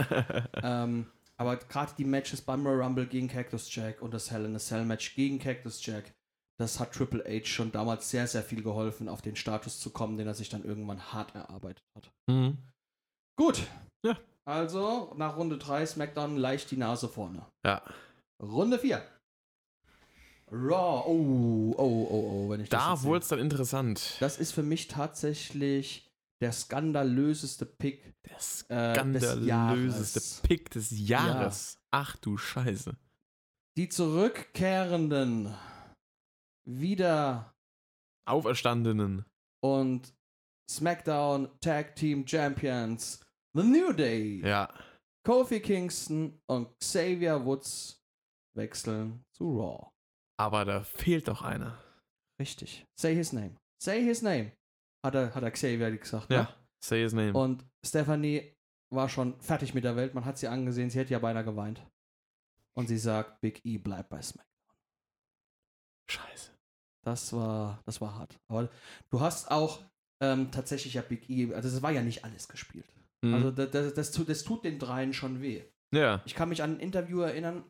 Speaker 2: Ähm, aber gerade die Matches beim Royal Rumble gegen Cactus Jack und das Hell in a Cell Match gegen Cactus Jack, das hat Triple H schon damals sehr, sehr viel geholfen, auf den Status zu kommen, den er sich dann irgendwann hart erarbeitet hat.
Speaker 1: Mhm.
Speaker 2: Gut.
Speaker 1: Ja.
Speaker 2: Also nach Runde 3 SmackDown leicht die Nase vorne.
Speaker 1: Ja.
Speaker 2: Runde 4. Raw. Oh, oh, oh, oh, wenn ich das jetzt
Speaker 1: Da
Speaker 2: sehe.
Speaker 1: wurde es dann interessant.
Speaker 2: Das ist für mich tatsächlich der skandalöseste Pick
Speaker 1: Der
Speaker 2: äh, des Jahres.
Speaker 1: skandalöseste Pick des Jahres. Ach du Scheiße.
Speaker 2: Die Zurückkehrenden wieder
Speaker 1: Auferstandenen.
Speaker 2: und SmackDown Tag Team Champions The New Day.
Speaker 1: Ja.
Speaker 2: Kofi Kingston und Xavier Woods wechseln zu Raw.
Speaker 1: Aber da fehlt doch einer.
Speaker 2: Richtig. Say his name. Say his name. Hat er, hat er Xavier gesagt.
Speaker 1: Ja. Say his name.
Speaker 2: Ne? Und Stephanie war schon fertig mit der Welt. Man hat sie angesehen. Sie hätte ja beinahe geweint. Und sie sagt, Big E bleibt bei Smack.
Speaker 1: Scheiße.
Speaker 2: Das war, das war hart. Aber du hast auch ähm, tatsächlich ja Big E, also es war ja nicht alles gespielt.
Speaker 1: Mhm.
Speaker 2: Also das, das, das, tut, das tut den dreien schon weh.
Speaker 1: ja.
Speaker 2: Ich kann mich an ein Interview erinnern,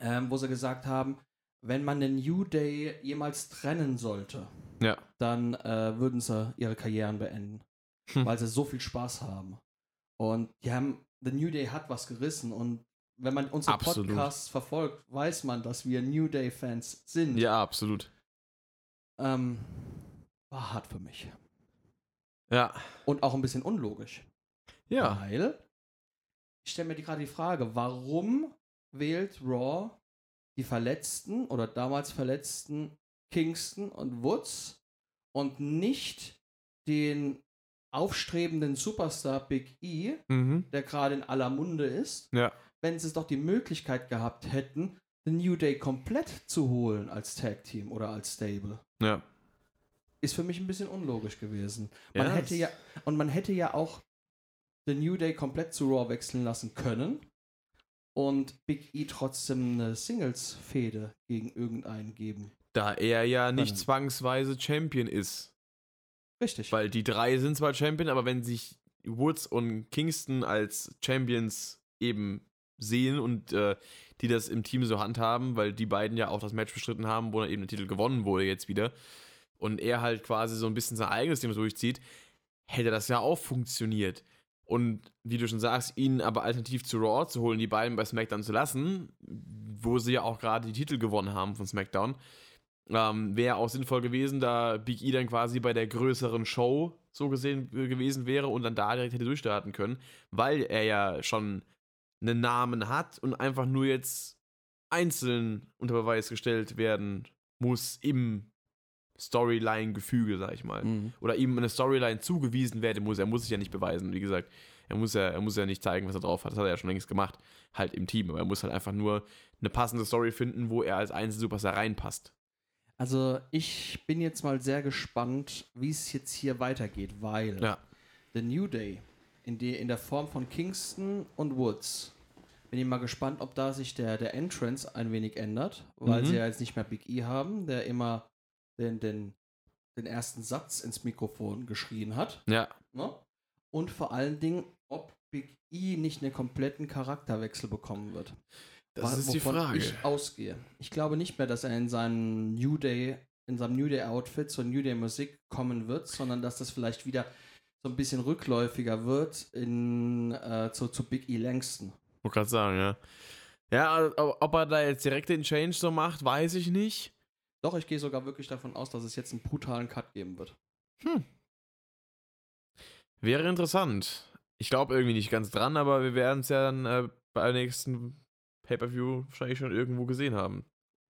Speaker 2: ähm, wo sie gesagt haben, wenn man den New Day jemals trennen sollte,
Speaker 1: Ja.
Speaker 2: dann äh, würden sie ihre Karrieren beenden,
Speaker 1: Hm.
Speaker 2: weil sie so viel Spaß haben. Und die haben, The New Day hat was gerissen und wenn man unsere
Speaker 1: Absolut.
Speaker 2: Podcasts verfolgt, weiß man, dass wir New Day-Fans sind.
Speaker 1: Ja, absolut.
Speaker 2: Ähm, war hart für mich.
Speaker 1: Ja.
Speaker 2: Und auch ein bisschen unlogisch.
Speaker 1: Ja.
Speaker 2: Weil ich stelle mir die- gerade die Frage, warum wählt Raw die Verletzten oder damals Verletzten Kingston und Woods und nicht den aufstrebenden Superstar Big E,
Speaker 1: Mhm.
Speaker 2: der gerade in aller Munde ist,
Speaker 1: Ja.
Speaker 2: wenn sie doch die Möglichkeit gehabt hätten, The New Day komplett zu holen als Tag Team oder als Stable
Speaker 1: Ja.
Speaker 2: ist für mich ein bisschen unlogisch gewesen.
Speaker 1: Ja,
Speaker 2: Man hätte
Speaker 1: das-
Speaker 2: ja und man hätte ja auch The New Day komplett zu Raw wechseln lassen können und Big E trotzdem eine Singles Fehde gegen irgendeinen geben.
Speaker 1: Da er ja nicht
Speaker 2: Warte.
Speaker 1: zwangsweise Champion ist.
Speaker 2: Richtig.
Speaker 1: Weil die drei sind zwar Champion, aber wenn sich Woods und Kingston als Champions eben sehen und äh, die das im Team so handhaben, weil die beiden ja auch das Match bestritten haben, wo dann eben der Titel gewonnen wurde jetzt wieder und er halt quasi so ein bisschen sein eigenes Ding durchzieht, hätte das ja auch funktioniert. Und wie du schon sagst, ihn aber alternativ zu Raw zu holen, die beiden bei SmackDown zu lassen, wo sie ja auch gerade die Titel gewonnen haben von SmackDown, ähm, wäre auch sinnvoll gewesen, da Big E dann quasi bei der größeren Show so gesehen äh, gewesen wäre und dann da direkt hätte durchstarten können, weil er ja schon einen Namen hat und einfach nur jetzt einzeln unter Beweis gestellt werden muss im Storyline-Gefüge, sag ich mal.
Speaker 2: Mhm.
Speaker 1: Oder ihm eine Storyline zugewiesen werden muss. Er muss sich ja nicht beweisen, wie gesagt. Er muss ja, er muss ja nicht zeigen, was er drauf hat. Das hat er ja schon längst gemacht. Halt im Team. Aber er muss halt einfach nur eine passende Story finden, wo er als Einzelsuperstar reinpasst.
Speaker 2: Also ich bin jetzt mal sehr gespannt, wie es jetzt hier weitergeht, weil
Speaker 1: Ja.
Speaker 2: The New Day in, die, in der Form von Kingston und Woods. Bin ich mal gespannt, ob da sich der, der Entrance ein wenig ändert, weil
Speaker 1: Mhm.
Speaker 2: sie ja jetzt nicht mehr Big E haben, der immer den, den, den ersten Satz ins Mikrofon geschrien hat.
Speaker 1: Ja.
Speaker 2: Ne? Und vor allen Dingen, ob Big E nicht einen kompletten Charakterwechsel bekommen wird.
Speaker 1: Das
Speaker 2: Wa-
Speaker 1: ist die
Speaker 2: wovon
Speaker 1: Frage.
Speaker 2: Ich ausgehe. Ich glaube nicht mehr, dass er in seinem New Day, in seinem New Day Outfit zur New Day Musik kommen wird, sondern dass das vielleicht wieder so ein bisschen rückläufiger wird in, äh, zu, zu Big E Langston.
Speaker 1: Wollte gerade sagen, ja. Ja, also, ob ob er da jetzt direkt den Change so macht, weiß ich nicht.
Speaker 2: Doch, ich gehe sogar wirklich davon aus, dass es jetzt einen brutalen Cut geben wird.
Speaker 1: Wäre interessant. Ich glaube irgendwie nicht ganz dran, aber wir werden es ja dann äh, beim nächsten Pay-Per-View wahrscheinlich schon irgendwo gesehen haben.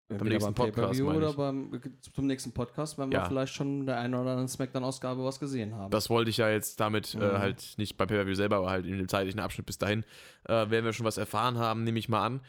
Speaker 1: Beim
Speaker 2: Entweder
Speaker 1: nächsten Podcast,
Speaker 2: Pay-Per-View
Speaker 1: meine
Speaker 2: oder
Speaker 1: ich.
Speaker 2: beim, zum nächsten Podcast werden
Speaker 1: Ja.
Speaker 2: wir vielleicht schon in der einen oder anderen Smackdown-Ausgabe was gesehen haben.
Speaker 1: Das wollte ich ja jetzt damit
Speaker 2: Mhm.
Speaker 1: äh, halt nicht beim Pay-Per-View selber, aber halt in dem zeitlichen Abschnitt bis dahin, äh, werden wir schon was erfahren haben, nehme ich mal an.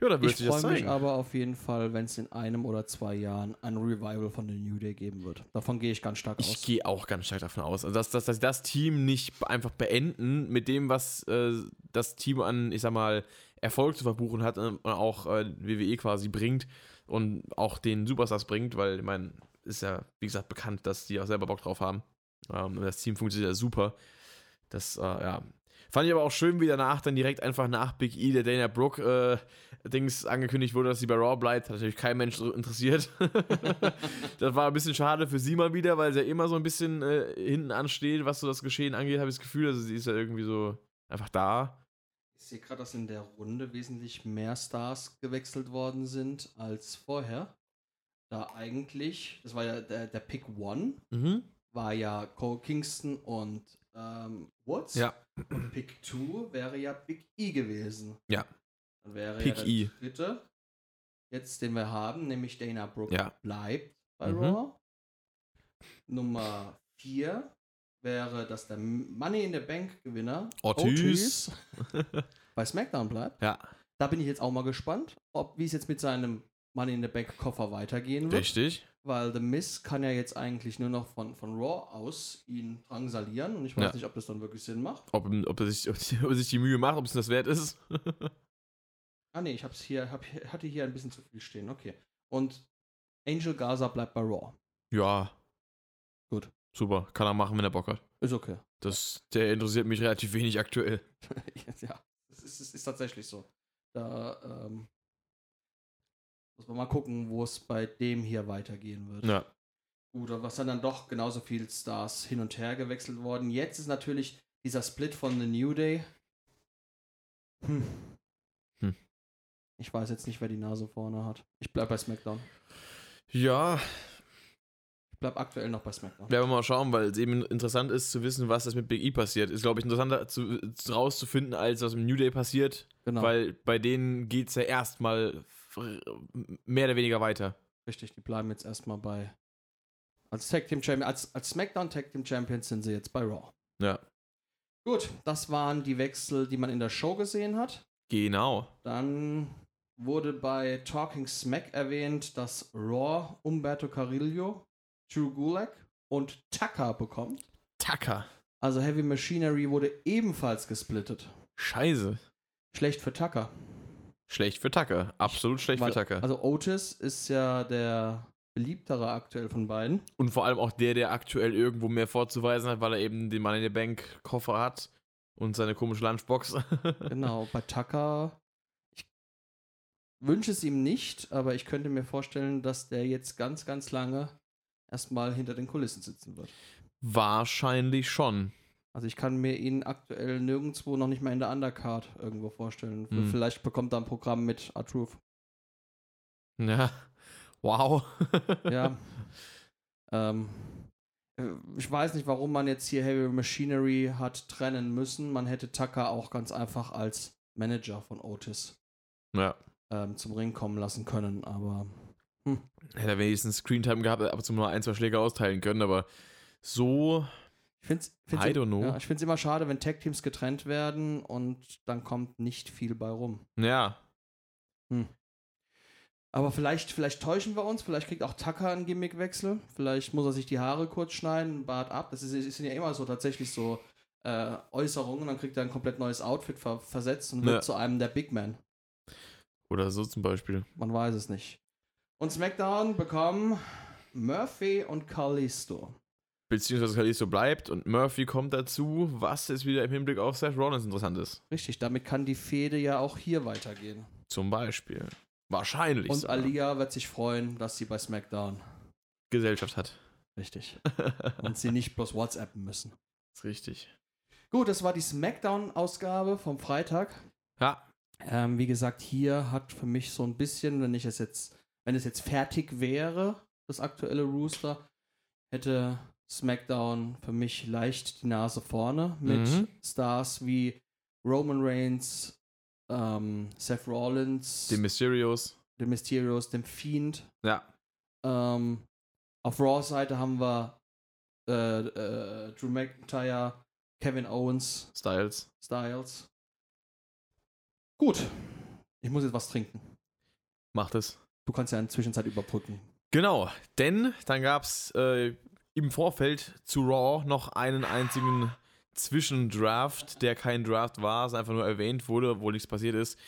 Speaker 1: Ja, da wird
Speaker 2: ich
Speaker 1: sich das
Speaker 2: freue mich
Speaker 1: zeigen.
Speaker 2: aber auf jeden Fall, wenn es in einem oder zwei Jahren ein Revival von The New Day geben wird. Davon gehe ich ganz stark aus.
Speaker 1: Ich gehe auch ganz stark davon aus, also dass, dass, dass das Team nicht be- einfach beenden mit dem, was äh, das Team an, ich sag mal, Erfolg zu verbuchen hat äh, und auch äh, WWE quasi bringt und auch den Superstars bringt, weil ich meine, ist ja, wie gesagt, bekannt, dass die auch selber Bock drauf haben. Ähm, und das Team funktioniert ja super. Das, äh, ja. Fand ich aber auch schön, wie danach dann direkt einfach nach Big E, der Dana Brooke äh, Dings angekündigt wurde, dass sie bei Raw bleibt. Hat natürlich kein Mensch interessiert. Das war ein bisschen schade für sie mal wieder, weil sie ja immer so ein bisschen äh, hinten ansteht, was so das Geschehen angeht, habe ich das Gefühl. Also sie ist ja irgendwie so einfach da.
Speaker 2: Ich sehe gerade, dass in der Runde wesentlich mehr Stars gewechselt worden sind als vorher. Da eigentlich, das war ja der, der Pick One,
Speaker 1: Mhm.
Speaker 2: war ja Cole Kingston und ähm, Woods.
Speaker 1: Ja.
Speaker 2: Und Pick Two wäre ja Big E gewesen.
Speaker 1: Ja.
Speaker 2: Dann wäre
Speaker 1: Pick
Speaker 2: Ah, ja der
Speaker 1: E.
Speaker 2: dritte, jetzt den wir haben, nämlich Dana Brooke
Speaker 1: Ja.
Speaker 2: bleibt bei
Speaker 1: Mhm.
Speaker 2: Raw. Nummer vier wäre, dass der Money in the Bank Gewinner
Speaker 1: Ortiz.
Speaker 2: bei SmackDown bleibt.
Speaker 1: Ja,
Speaker 2: Da bin ich jetzt auch mal gespannt, ob wie es jetzt mit seinem Money in the Bank Koffer weitergehen wird,
Speaker 1: richtig.
Speaker 2: weil The Miz kann ja jetzt eigentlich nur noch von, von Raw aus ihn drangsalieren und ich weiß
Speaker 1: Ja.
Speaker 2: nicht, ob das dann wirklich Sinn macht.
Speaker 1: Ob, ob, er sich, ob, sie- ob er sich die Mühe macht, ob es das wert ist.
Speaker 2: Ah nee, ich hab's hier, hab, hatte hier ein bisschen zu viel stehen, okay. Und Angel Gaza bleibt bei Raw.
Speaker 1: ja.
Speaker 2: Gut.
Speaker 1: Super. Kann er machen, wenn er Bock hat.
Speaker 2: Ist okay.
Speaker 1: Das, der interessiert mich relativ wenig aktuell.
Speaker 2: ja, es ist, es ist tatsächlich so. Da ähm, muss man mal gucken, wo es bei dem hier weitergehen wird.
Speaker 1: Ja.
Speaker 2: Oder was dann dann doch genauso viel Stars hin und her gewechselt worden. Jetzt ist natürlich dieser Split von The New Day. Hm.
Speaker 1: Hm.
Speaker 2: Ich weiß jetzt nicht, wer die Nase vorne hat. Ich bleib bei SmackDown.
Speaker 1: Ja,
Speaker 2: Ich bleib aktuell noch bei SmackDown.
Speaker 1: werden wir mal schauen, weil es eben interessant ist zu wissen, was das mit Big E passiert. Ist, glaube ich, interessanter zu, rauszufinden, als was mit New Day passiert.
Speaker 2: Genau.
Speaker 1: Weil bei denen geht es ja erstmal fr- mehr oder weniger weiter.
Speaker 2: Richtig, die bleiben jetzt erstmal bei. Als Tag Team Champion, als, als SmackDown Tag Team Champions sind sie jetzt bei Raw.
Speaker 1: Ja.
Speaker 2: Gut, das waren die Wechsel, die man in der Show gesehen hat.
Speaker 1: Genau.
Speaker 2: Dann wurde bei Talking Smack erwähnt, dass Raw Umberto Carrillo, Drew Gulak und Tucker bekommt.
Speaker 1: Tacker.
Speaker 2: Also Heavy Machinery wurde ebenfalls gesplittet.
Speaker 1: Scheiße.
Speaker 2: Schlecht für Tucker.
Speaker 1: Schlecht für Tacker. Absolut schlecht
Speaker 2: Weil-
Speaker 1: für Tacker.
Speaker 2: Also Otis ist ja der beliebtere aktuell von beiden.
Speaker 1: Und vor allem auch der, der aktuell irgendwo mehr vorzuweisen hat, weil er eben den Money in the Bank Koffer hat und seine komische Lunchbox.
Speaker 2: Genau, bei Tucker. Ich wünsche es ihm nicht, aber ich könnte mir vorstellen, dass der jetzt ganz, ganz lange erstmal hinter den Kulissen sitzen wird.
Speaker 1: Wahrscheinlich schon.
Speaker 2: Also ich kann mir ihn aktuell nirgendwo noch nicht mal in der Undercard irgendwo vorstellen.
Speaker 1: Hm.
Speaker 2: Vielleicht bekommt er ein Programm mit Artruth.
Speaker 1: Ja. Wow.
Speaker 2: Ja. ähm, äh, ich weiß nicht, warum man jetzt hier Heavy Machinery hat trennen müssen. Man hätte Tucker auch ganz einfach als Manager von Otis
Speaker 1: Ja.
Speaker 2: ähm, zum Ring kommen lassen können, aber
Speaker 1: Hätte er wenigstens Screentime gehabt, ab und zu mal ein, zwei Schläge austeilen können, aber so.
Speaker 2: Ich find's, find's
Speaker 1: I
Speaker 2: im-
Speaker 1: don't know.
Speaker 2: Ja, ich finde es immer schade, wenn Tag-Teams getrennt werden und dann kommt nicht viel bei rum.
Speaker 1: Ja.
Speaker 2: Aber vielleicht, vielleicht täuschen wir uns, vielleicht kriegt auch Tucker einen Gimmickwechsel, vielleicht muss er sich die Haare kurz schneiden, Bart ab. Das ist, ist ja immer so tatsächlich so äh, Äußerungen, dann kriegt er ein komplett neues Outfit ver versetzt und wird
Speaker 1: Ja.
Speaker 2: zu einem der Big Man.
Speaker 1: Oder so zum Beispiel.
Speaker 2: Man weiß es nicht. Und SmackDown bekommen Murphy und Kalisto.
Speaker 1: Beziehungsweise Kalisto bleibt und Murphy kommt dazu, was jetzt wieder im Hinblick auf Seth Rollins interessant ist.
Speaker 2: Richtig, damit kann die Fehde ja auch hier weitergehen.
Speaker 1: Zum Beispiel. Wahrscheinlich.
Speaker 2: und
Speaker 1: sogar.
Speaker 2: Alia wird sich freuen, dass sie bei SmackDown.
Speaker 1: Gesellschaft hat.
Speaker 2: Richtig.
Speaker 1: das
Speaker 2: Und sie nicht bloß WhatsAppen müssen.
Speaker 1: ist richtig.
Speaker 2: Gut, das war die SmackDown-Ausgabe vom Freitag.
Speaker 1: Ja,
Speaker 2: Ähm, wie gesagt, hier hat für mich so ein bisschen, wenn ich es jetzt, wenn es jetzt fertig wäre, das aktuelle Rooster, hätte SmackDown für mich leicht die Nase vorne mit
Speaker 1: Mhm.
Speaker 2: Stars wie Roman Reigns, ähm, Seth Rollins,
Speaker 1: die Mysterios.
Speaker 2: The Mysterios, dem Fiend.
Speaker 1: Ja.
Speaker 2: Ähm, auf Raw-Seite haben wir äh, äh, Drew McIntyre, Kevin Owens,
Speaker 1: Styles.
Speaker 2: Styles. Gut. Ich muss jetzt was trinken.
Speaker 1: Macht es.
Speaker 2: Du kannst ja in der Zwischenzeit überbrücken.
Speaker 1: Genau, denn dann gab es äh, im Vorfeld zu Raw noch einen einzigen Zwischendraft, der kein Draft war, es einfach nur erwähnt wurde, obwohl nichts passiert ist.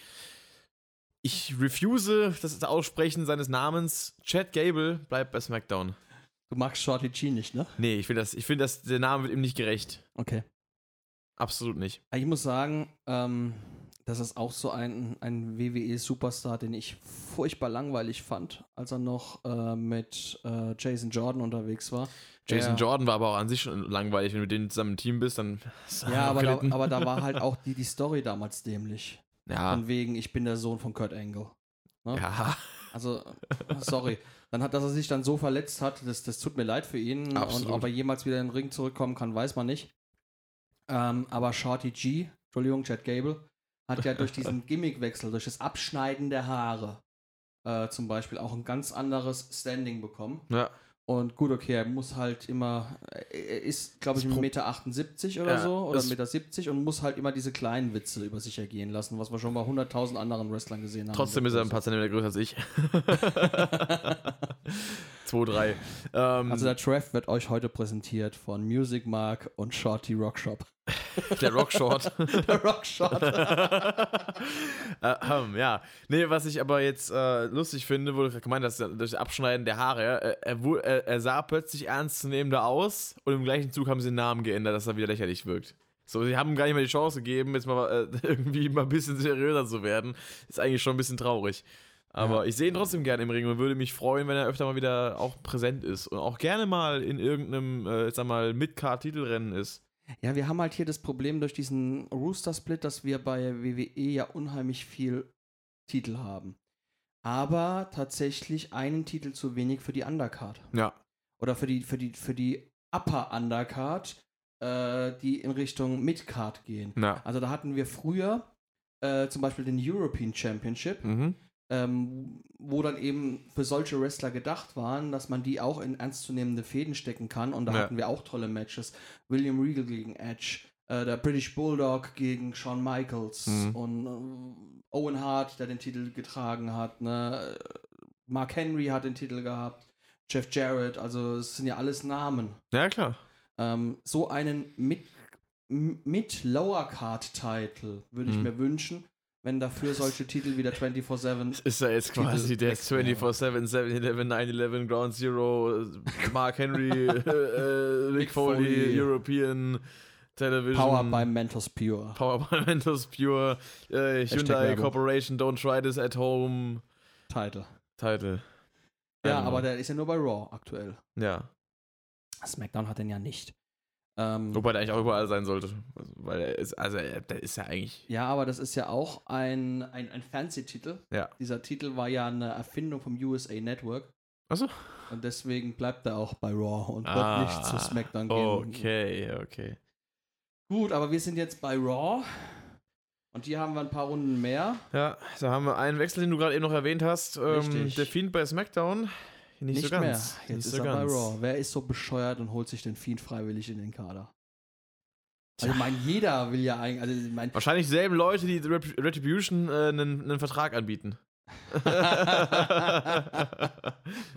Speaker 1: Ich refuse das Aussprechen seines Namens. Chad Gable bleibt bei SmackDown.
Speaker 2: Du magst Shorty G nicht, ne?
Speaker 1: Nee, ich finde das, ich finde das, der Name wird ihm nicht gerecht.
Speaker 2: Okay.
Speaker 1: Absolut nicht.
Speaker 2: Ich muss sagen, ähm, das ist auch so ein, ein WWE-Superstar, den ich furchtbar langweilig fand, als er noch äh, mit äh, Jason Jordan unterwegs war.
Speaker 1: Jason
Speaker 2: Ja.
Speaker 1: Jordan war aber auch an sich schon langweilig. Wenn du mit denen zusammen im Team bist, dann.
Speaker 2: Ja, aber da,
Speaker 1: Gelitten.
Speaker 2: aber da war halt auch die, die Story damals dämlich.
Speaker 1: ja,
Speaker 2: Von wegen, ich bin der Sohn von Kurt Angle.
Speaker 1: ja,
Speaker 2: Also, sorry. Dann hat, dass er sich dann so verletzt hat, das, das tut mir leid für ihn.
Speaker 1: Absolut.
Speaker 2: Und ob er jemals wieder in den Ring zurückkommen kann, weiß man nicht. Ähm, aber Shorty G, Entschuldigung, Chad Gable, hat ja durch diesen Gimmickwechsel, durch das Abschneiden der Haare äh, zum Beispiel auch ein ganz anderes Standing bekommen.
Speaker 1: ja.
Speaker 2: Und gut, okay, er muss halt immer, er ist, glaube ich,
Speaker 1: Das Pro-
Speaker 2: 1,78 Meter 78 oder
Speaker 1: Ja,
Speaker 2: so oder
Speaker 1: das-
Speaker 2: 1,70 Meter 70 und muss halt immer diese kleinen Witze über sich ergehen lassen, was wir schon bei 100.000 anderen Wrestlern gesehen haben.
Speaker 1: Trotzdem ist er ein paar Zentimeter größer als ich. 2, 3. Ähm,
Speaker 2: Also der Treff wird euch heute präsentiert von Music Mark und Shorty Rockshop.
Speaker 1: der Rockshort.
Speaker 2: Der Rockshop.
Speaker 1: Ahem, ja. Nee, was ich aber jetzt äh, lustig finde, wurde gerade gemeint, dass durch das Abschneiden der Haare, äh, er, wu- er, er sah plötzlich ernstzunehmender aus und im gleichen Zug haben sie den Namen geändert, dass er wieder lächerlich wirkt. So, sie haben ihm gar nicht mehr die Chance gegeben, jetzt mal äh, irgendwie mal ein bisschen seriöser zu werden. Ist eigentlich schon ein bisschen traurig. Aber ich sehe ihn trotzdem gerne im Ring und würde mich freuen, wenn er öfter mal wieder auch präsent ist und auch gerne mal in irgendeinem, äh, ich sag mal, Mid-Card-Titelrennen ist.
Speaker 2: Ja, wir haben halt hier das Problem durch diesen Rooster-Split, dass wir bei WWE ja unheimlich viel Titel haben. Aber tatsächlich einen Titel zu wenig für die Undercard.
Speaker 1: Ja.
Speaker 2: Oder für die, für die, für die Upper Undercard, äh, die in Richtung Midcard gehen.
Speaker 1: Na.
Speaker 2: Also da hatten wir früher äh, zum Beispiel den European Championship.
Speaker 1: Mhm.
Speaker 2: ähm, wo dann eben für solche Wrestler gedacht waren, dass man die auch in ernstzunehmende Fäden stecken kann. Und da
Speaker 1: Ja.
Speaker 2: hatten wir auch tolle Matches. William Regal gegen Edge, äh, der British Bulldog gegen Shawn Michaels
Speaker 1: Mhm.
Speaker 2: und äh, Owen Hart, der den Titel getragen hat. Ne? Äh, Mark Henry hat den Titel gehabt. Jeff Jarrett, also es sind ja alles Namen.
Speaker 1: Ja, klar.
Speaker 2: Ähm, so einen mit, m- mit Lower Card Title würde ich
Speaker 1: Mhm.
Speaker 2: mir wünschen, wenn dafür solche Titel wie der 24-7
Speaker 1: Ist er jetzt
Speaker 2: Dieses
Speaker 1: quasi der
Speaker 2: Wechsel, ja.
Speaker 1: 24-7, 7-Eleven, 9-11, Ground Zero, äh, Mark Henry, äh, äh, Mick
Speaker 2: Mick
Speaker 1: Foley,
Speaker 2: Foley.
Speaker 1: European Television.
Speaker 2: Power by Mentos Pure.
Speaker 1: Power by Mentos Pure, äh, Hyundai
Speaker 2: Werbung.
Speaker 1: Corporation, Don't Try This at Home,
Speaker 2: Title.
Speaker 1: Title.
Speaker 2: Ja,
Speaker 1: Ähm,
Speaker 2: aber der ist ja nur bei Raw aktuell.
Speaker 1: Ja,
Speaker 2: SmackDown hat den ja nicht. Ähm,
Speaker 1: wobei der eigentlich auch überall sein sollte. Also, Weil er ist, also er, der ist ja eigentlich.
Speaker 2: ja, aber das ist ja auch ein, ein, ein Fernsehtitel.
Speaker 1: Ja.
Speaker 2: Dieser Titel war ja eine Erfindung vom USA Network.
Speaker 1: Achso.
Speaker 2: Und deswegen bleibt er auch bei Raw und wird
Speaker 1: Ah,
Speaker 2: nicht zu SmackDown gehen.
Speaker 1: Okay, okay.
Speaker 2: Gut, aber wir sind jetzt bei Raw. Und hier haben wir ein paar Runden mehr.
Speaker 1: Ja, da haben wir einen Wechsel, den du gerade eben noch erwähnt hast. Ähm,
Speaker 2: Richtig.
Speaker 1: der Fiend bei SmackDown. Nicht, so ganz.
Speaker 2: mehr. Jetzt
Speaker 1: nicht
Speaker 2: ist
Speaker 1: so
Speaker 2: er
Speaker 1: ganz.
Speaker 2: bei Raw. Wer ist so bescheuert und holt sich den Fiend freiwillig in den Kader? Also, ich meine, jeder will ja eigentlich. Also, ich meine,
Speaker 1: Wahrscheinlich dieselben Leute, die Rep- Retribution äh, einen, einen Vertrag anbieten.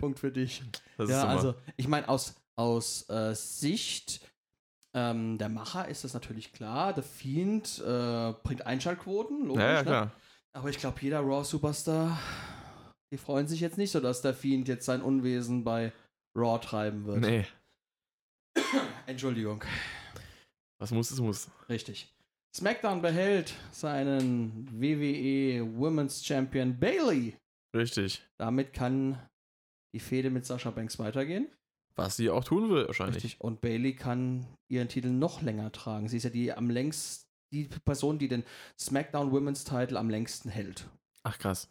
Speaker 2: Punkt für dich.
Speaker 1: Das
Speaker 2: ja,
Speaker 1: ist
Speaker 2: also ich meine, aus, aus äh, Sicht ähm, der Macher ist das natürlich klar. The Fiend äh, bringt Einschaltquoten, logisch.
Speaker 1: ja, ja,
Speaker 2: ne?
Speaker 1: klar.
Speaker 2: Aber ich glaube, jeder Raw-Superstar, die freuen sich jetzt nicht so, dass der Fiend jetzt sein Unwesen bei Raw treiben wird.
Speaker 1: Nee,
Speaker 2: Entschuldigung,
Speaker 1: was muss, das muss.
Speaker 2: richtig. SmackDown behält seinen WWE Women's Champion Bailey.
Speaker 1: Richtig.
Speaker 2: Damit kann die Fehde mit Sascha Banks weitergehen.
Speaker 1: Was sie auch tun will, wahrscheinlich.
Speaker 2: Richtig. Und Bailey kann ihren Titel noch länger tragen. Sie ist ja die am längst die Person, die den SmackDown Women's Title am längsten hält.
Speaker 1: Ach krass.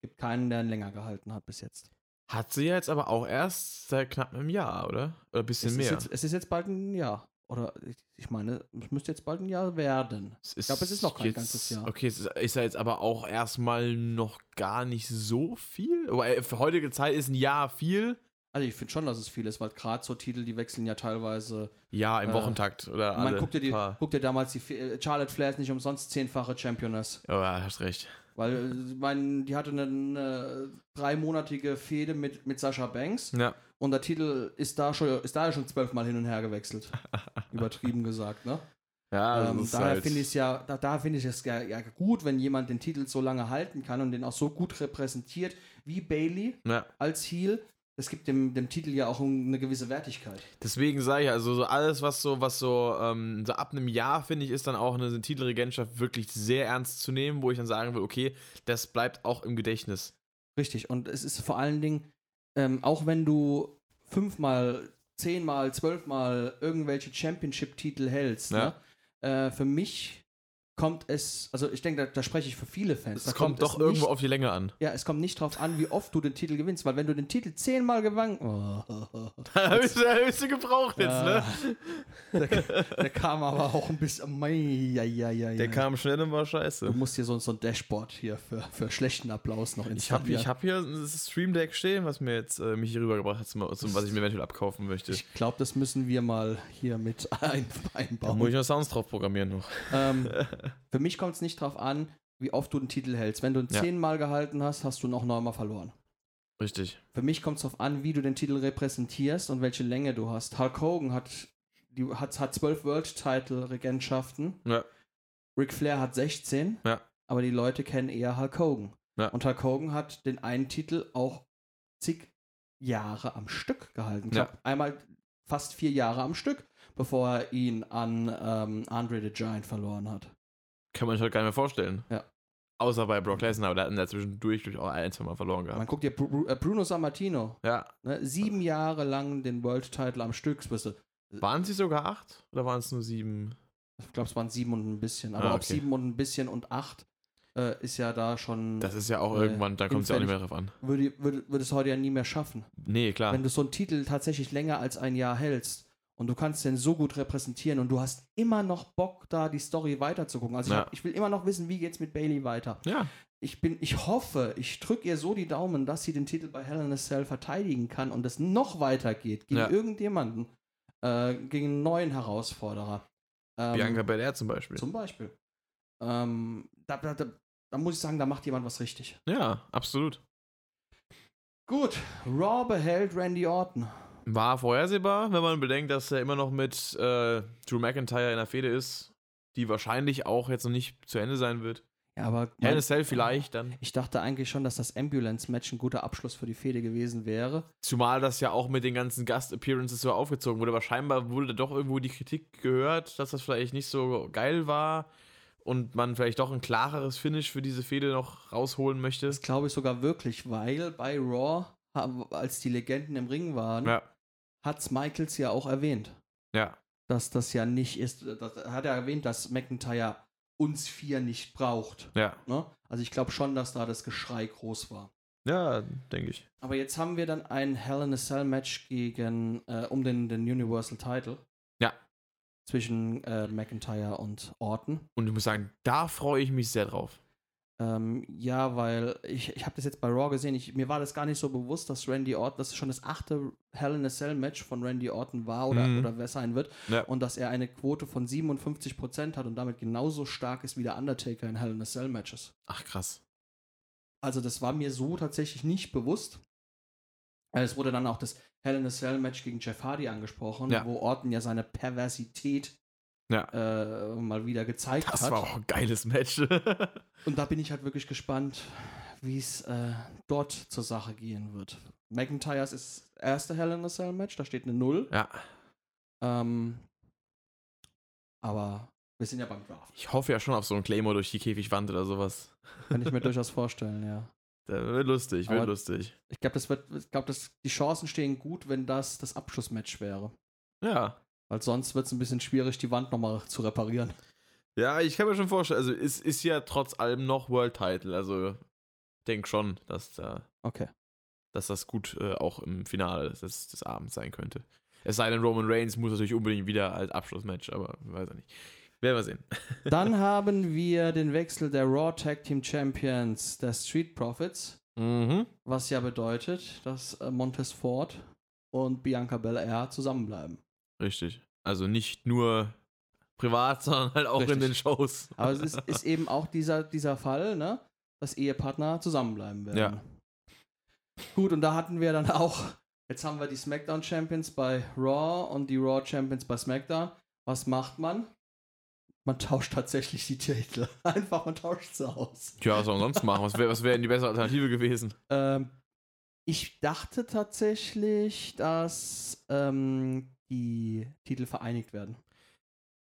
Speaker 2: Gibt keinen, der ihn länger gehalten hat bis jetzt.
Speaker 1: Hat sie ja jetzt aber auch erst seit knapp einem Jahr, oder? Oder ein bisschen
Speaker 2: es
Speaker 1: mehr.
Speaker 2: Ist jetzt, es ist jetzt bald ein Jahr. Oder ich, ich meine, es müsste jetzt bald ein Jahr werden.
Speaker 1: ich
Speaker 2: glaub, es ist noch kein ganzes Jahr.
Speaker 1: Okay, es ist, ist ja jetzt aber auch erstmal noch gar nicht so viel. Aber äh, für heutige Zeit ist ein Jahr viel.
Speaker 2: Also ich finde schon, dass es viel ist, weil gerade so Titel, die wechseln ja teilweise.
Speaker 1: Ja, im
Speaker 2: Äh,
Speaker 1: Wochentakt. Oder
Speaker 2: Man
Speaker 1: alle
Speaker 2: guckt ja, die,
Speaker 1: paar.
Speaker 2: guckt ja damals die Fe- äh, Charlotte Flair ist nicht umsonst zehnfache Championess.
Speaker 1: Oh, ja, hast recht.
Speaker 2: Weil äh, ich mein, die hatte eine, eine dreimonatige Fehde mit, mit Sascha Banks
Speaker 1: Ja.
Speaker 2: und der Titel ist da schon ist da ja schon zwölfmal hin und her gewechselt. Übertrieben gesagt, ne?
Speaker 1: Ja, das
Speaker 2: Ähm,
Speaker 1: ist
Speaker 2: daher
Speaker 1: halt-
Speaker 2: finde ich es ja, da, da finde ich es ja, ja gut, wenn jemand den Titel so lange halten kann und den auch so gut repräsentiert wie Bailey
Speaker 1: Ja.
Speaker 2: als Heel. Das gibt dem, dem Titel ja auch eine gewisse Wertigkeit.
Speaker 1: Deswegen sage ich, also so alles, was so, was so, ähm, so ab einem Jahr, finde ich, ist dann auch eine, eine Titelregentschaft wirklich sehr ernst zu nehmen, wo ich dann sagen will, okay, das bleibt auch im Gedächtnis.
Speaker 2: Richtig. Und es ist vor allen Dingen, ähm, auch wenn du fünfmal, zehnmal, zwölfmal irgendwelche Championship-Titel hältst,
Speaker 1: Ja.
Speaker 2: ne? äh, für mich kommt es, also ich denke, da, da spreche ich für viele Fans.
Speaker 1: Es
Speaker 2: da
Speaker 1: kommt doch
Speaker 2: es
Speaker 1: irgendwo
Speaker 2: nicht,
Speaker 1: auf die Länge an.
Speaker 2: Ja, es kommt nicht drauf an, wie oft du den Titel gewinnst, weil wenn du den Titel zehnmal gewann. Oh.
Speaker 1: Höchste höchste Gebrauch jetzt, ne?
Speaker 2: Der, der kam aber auch ein bisschen. Mei, ja, ja, ja, ja.
Speaker 1: schnell und war
Speaker 2: Du
Speaker 1: scheiße.
Speaker 2: musst hier so, so ein Dashboard hier für, für schlechten Applaus noch
Speaker 1: Ich habe
Speaker 2: installieren.
Speaker 1: ich hab hier ein Stream Deck stehen, was mir jetzt äh, mich hier rübergebracht hat, zum, zum, was ich mir eventuell abkaufen möchte.
Speaker 2: Ich glaube, das müssen wir mal hier mit ein,
Speaker 1: Da muss
Speaker 2: einbauen.
Speaker 1: ich noch Sounds drauf programmieren noch.
Speaker 2: ähm, für mich kommt es nicht drauf an, wie oft du den Titel hältst. Wenn du ihn
Speaker 1: Ja.
Speaker 2: zehnmal gehalten hast, hast du ihn auch neunmal verloren.
Speaker 1: Richtig.
Speaker 2: Für mich kommt es darauf an, wie du den Titel repräsentierst und welche Länge du hast. Hulk Hogan hat, die, hat, hat 12 World-Title-Regentschaften.
Speaker 1: Ja.
Speaker 2: Ric Flair hat 16.
Speaker 1: Ja.
Speaker 2: Aber die Leute kennen eher Hulk Hogan.
Speaker 1: Ja.
Speaker 2: Und Hulk Hogan hat den einen Titel auch zig Jahre am Stück gehalten. Ich
Speaker 1: Ja.
Speaker 2: glaub, einmal fast vier Jahre am Stück, bevor er ihn an ähm, Andre the Giant verloren hat.
Speaker 1: Kann man sich halt gar nicht mehr vorstellen.
Speaker 2: Ja.
Speaker 1: Außer bei Brock Lesnar, aber der hat ihn ja zwischendurch durch auch ein, zwei Mal verloren
Speaker 2: Man
Speaker 1: gehabt.
Speaker 2: guckt dir Bru Bru- äh, Bruno Sammartino,
Speaker 1: Ja.
Speaker 2: ne? sieben Jahre lang den World-Title am Stück. Das bist du
Speaker 1: Waren sie sogar acht oder waren es nur sieben?
Speaker 2: Ich glaube, es waren sieben und ein bisschen. Aber
Speaker 1: Ah,
Speaker 2: ob
Speaker 1: okay.
Speaker 2: sieben und ein bisschen und acht äh, ist ja da schon.
Speaker 1: Das ist ja auch
Speaker 2: Äh,
Speaker 1: irgendwann, da kommt es ja auch nicht
Speaker 2: hinfällig.
Speaker 1: mehr drauf an.
Speaker 2: würde, würde, würde es heute ja nie mehr schaffen.
Speaker 1: Nee, klar.
Speaker 2: Wenn du so einen Titel tatsächlich länger als ein Jahr hältst und du kannst den so gut repräsentieren und du hast immer noch Bock, da die Story weiterzugucken. Also ich,
Speaker 1: Ja.
Speaker 2: hab, ich will immer noch wissen, wie geht's mit Bailey weiter.
Speaker 1: Ja,
Speaker 2: Ich bin, ich hoffe, ich drücke ihr so die Daumen, dass sie den Titel bei Hell in a Cell verteidigen kann und es noch weitergeht gegen
Speaker 1: Ja.
Speaker 2: irgendjemanden, äh, gegen einen neuen Herausforderer. Ähm,
Speaker 1: Bianca Belair zum Beispiel.
Speaker 2: Zum Beispiel. Ähm, da, da, da, da muss ich sagen, da macht jemand was richtig.
Speaker 1: ja, absolut.
Speaker 2: Gut, Raw behält Randy Orton.
Speaker 1: War vorhersehbar, wenn man bedenkt, dass er immer noch mit äh, Drew McIntyre in der Fehde ist, die wahrscheinlich auch jetzt noch nicht zu Ende sein wird.
Speaker 2: Ja, aber
Speaker 1: Hell in a Cell vielleicht dann.
Speaker 2: ich dachte eigentlich schon, dass das Ambulance-Match ein guter Abschluss für die Fehde gewesen wäre.
Speaker 1: Zumal das ja auch mit den ganzen Gast-Appearances so aufgezogen wurde, aber scheinbar wurde doch irgendwo die Kritik gehört, dass das vielleicht nicht so geil war und man vielleicht doch ein klareres Finish für diese Fehde noch rausholen möchte.
Speaker 2: Das glaube ich sogar wirklich, weil bei Raw, ha- als die Legenden im Ring waren,
Speaker 1: Ja,
Speaker 2: hat's Michaels ja auch erwähnt,
Speaker 1: ja,
Speaker 2: dass das ja nicht ist. Das hat er erwähnt, dass McIntyre uns vier nicht braucht.
Speaker 1: ja.
Speaker 2: Ne? Also ich glaube schon, dass da das Geschrei groß war.
Speaker 1: Ja, denke ich.
Speaker 2: Aber jetzt haben wir dann ein Hell in a Cell Match gegen, äh, um den, den Universal Title.
Speaker 1: Ja.
Speaker 2: Zwischen äh, McIntyre und Orton.
Speaker 1: Und ich muss sagen, da freue ich mich sehr drauf.
Speaker 2: Ähm, ja, weil ich, ich habe das jetzt bei Raw gesehen. Ich, mir war das gar nicht so bewusst, dass Randy Orton, dass es schon das achte Hell in a Cell Match von Randy Orton war oder,
Speaker 1: Mhm.
Speaker 2: oder wer sein wird.
Speaker 1: Ja.
Speaker 2: Und dass er eine Quote von 57% hat und damit genauso stark ist wie der Undertaker in Hell in a Cell Matches.
Speaker 1: Ach, krass.
Speaker 2: Also das war mir so tatsächlich nicht bewusst. Äh, Es wurde dann auch das Hell in a Cell Match gegen Jeff Hardy angesprochen,
Speaker 1: Ja.
Speaker 2: wo Orton ja seine Perversität
Speaker 1: Ja.
Speaker 2: äh, mal wieder gezeigt
Speaker 1: Das
Speaker 2: hat.
Speaker 1: war auch ein geiles Match.
Speaker 2: Und da bin ich halt wirklich gespannt, wie es äh, dort zur Sache gehen wird. McIntyres ist erste Hell in a Cell Match, da steht eine Null.
Speaker 1: ja.
Speaker 2: Ähm, aber wir sind ja beim Draft.
Speaker 1: Ich hoffe ja schon auf so einen Claymore durch die Käfigwand oder sowas.
Speaker 2: Kann ich mir durchaus vorstellen, ja.
Speaker 1: Das wird lustig, wird
Speaker 2: Aber-
Speaker 1: lustig.
Speaker 2: Ich glaube, das wird, ich glaube, dass die Chancen stehen gut, wenn das das Abschlussmatch wäre.
Speaker 1: Ja.
Speaker 2: Weil sonst wird es ein bisschen schwierig, die Wand nochmal zu reparieren.
Speaker 1: Ja, ich kann mir schon vorstellen, also es ist ja trotz allem noch World Title, also denk schon, dass da,
Speaker 2: Okay.
Speaker 1: dass das gut äh, auch im Finale des, des Abends sein könnte. Es sei denn, Roman Reigns muss natürlich unbedingt wieder als Abschlussmatch, aber weiß ich nicht. Werden wir sehen.
Speaker 2: Dann haben wir den Wechsel der Raw Tag Team Champions, der Street Profits,
Speaker 1: Mhm.
Speaker 2: was ja bedeutet, dass äh, Montez Ford und Bianca Belair zusammenbleiben.
Speaker 1: Richtig. Also nicht nur privat, sondern halt auch in
Speaker 2: Richtig.
Speaker 1: den Shows.
Speaker 2: Aber es ist, ist eben auch dieser, dieser Fall, ne? dass Ehepartner zusammenbleiben werden.
Speaker 1: Ja.
Speaker 2: Gut, und da hatten wir dann auch, jetzt haben wir die SmackDown Champions bei Raw und die Raw Champions bei SmackDown. Was macht man? Man tauscht tatsächlich die Titel. Einfach, man tauscht sie aus.
Speaker 1: Tja, was soll man sonst machen? Was wäre was wär denn die bessere Alternative gewesen?
Speaker 2: Ähm, ich dachte tatsächlich, dass ähm, die Titel vereinigt werden.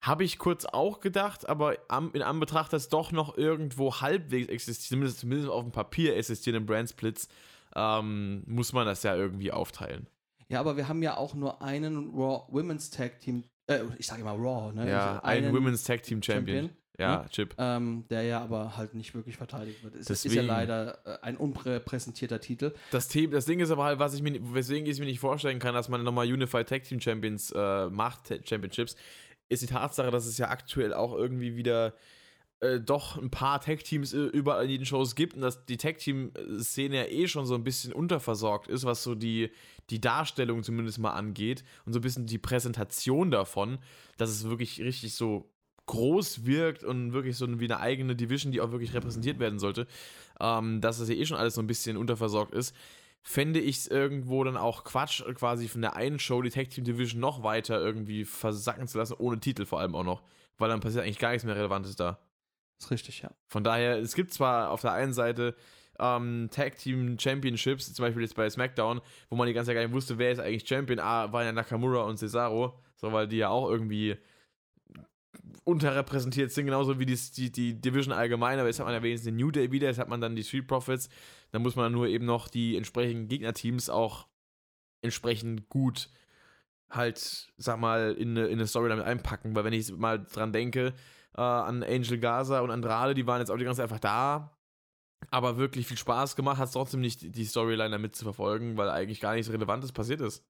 Speaker 1: Habe ich kurz auch gedacht, aber am, in Anbetracht, dass doch noch irgendwo halbwegs existiert, zumindest, zumindest auf dem Papier existierenden Brandsplits, ähm, muss man das ja irgendwie aufteilen.
Speaker 2: Ja, aber wir haben ja auch nur einen Raw Women's Tag Team, äh, ich sage immer Raw, ne?
Speaker 1: ja,
Speaker 2: Also
Speaker 1: ein Women's Tag Team Champion.
Speaker 2: Champion,
Speaker 1: Ja, Chip.
Speaker 2: ähm, der ja aber halt nicht wirklich verteidigt wird. Es ist ja
Speaker 1: Deswegen.
Speaker 2: leider äh, ein unrepräsentierter Titel.
Speaker 1: Das, Thema, das Ding ist aber halt, was ich mir, weswegen ich es mir nicht vorstellen kann, dass man nochmal Unified Tag Team Champions äh, macht, Ta- Championships, ist die Tatsache, dass es ja aktuell auch irgendwie wieder äh, doch ein paar Tag Teams äh, überall in den Shows gibt und dass die Tag Team Szene ja eh schon so ein bisschen unterversorgt ist, was so die, die Darstellung zumindest mal angeht und so ein bisschen die Präsentation davon, dass es wirklich richtig so groß wirkt und wirklich so wie eine eigene Division, die auch wirklich repräsentiert werden sollte, ähm, dass das ja eh schon alles so ein bisschen unterversorgt ist fände ich es irgendwo dann auch Quatsch, quasi von der einen Show die Tag Team Division noch weiter irgendwie versacken zu lassen, ohne Titel vor allem auch noch. Weil dann passiert eigentlich gar nichts mehr Relevantes da.
Speaker 2: Ist richtig, ja.
Speaker 1: Von daher, es gibt zwar auf der einen Seite ähm, Tag Team Championships, zum Beispiel jetzt bei SmackDown, wo man die ganze Zeit gar nicht wusste, wer ist eigentlich Champion. Ah, waren ja Nakamura und Cesaro, so weil die ja auch irgendwie unterrepräsentiert sind, genauso wie die, die, die Division allgemein, aber jetzt hat man ja wenigstens den New Day wieder, jetzt hat man dann die Street Profits, dann muss man nur eben noch die entsprechenden Gegnerteams auch entsprechend gut halt, sag mal, in eine, in eine Story damit einpacken, weil wenn ich mal dran denke, äh, an Angel Gaza und Andrade, die waren jetzt auch die ganze Zeit einfach da. Aber wirklich viel Spaß gemacht, hat es trotzdem nicht die Storyline damit zu verfolgen, weil eigentlich gar nichts Relevantes passiert ist.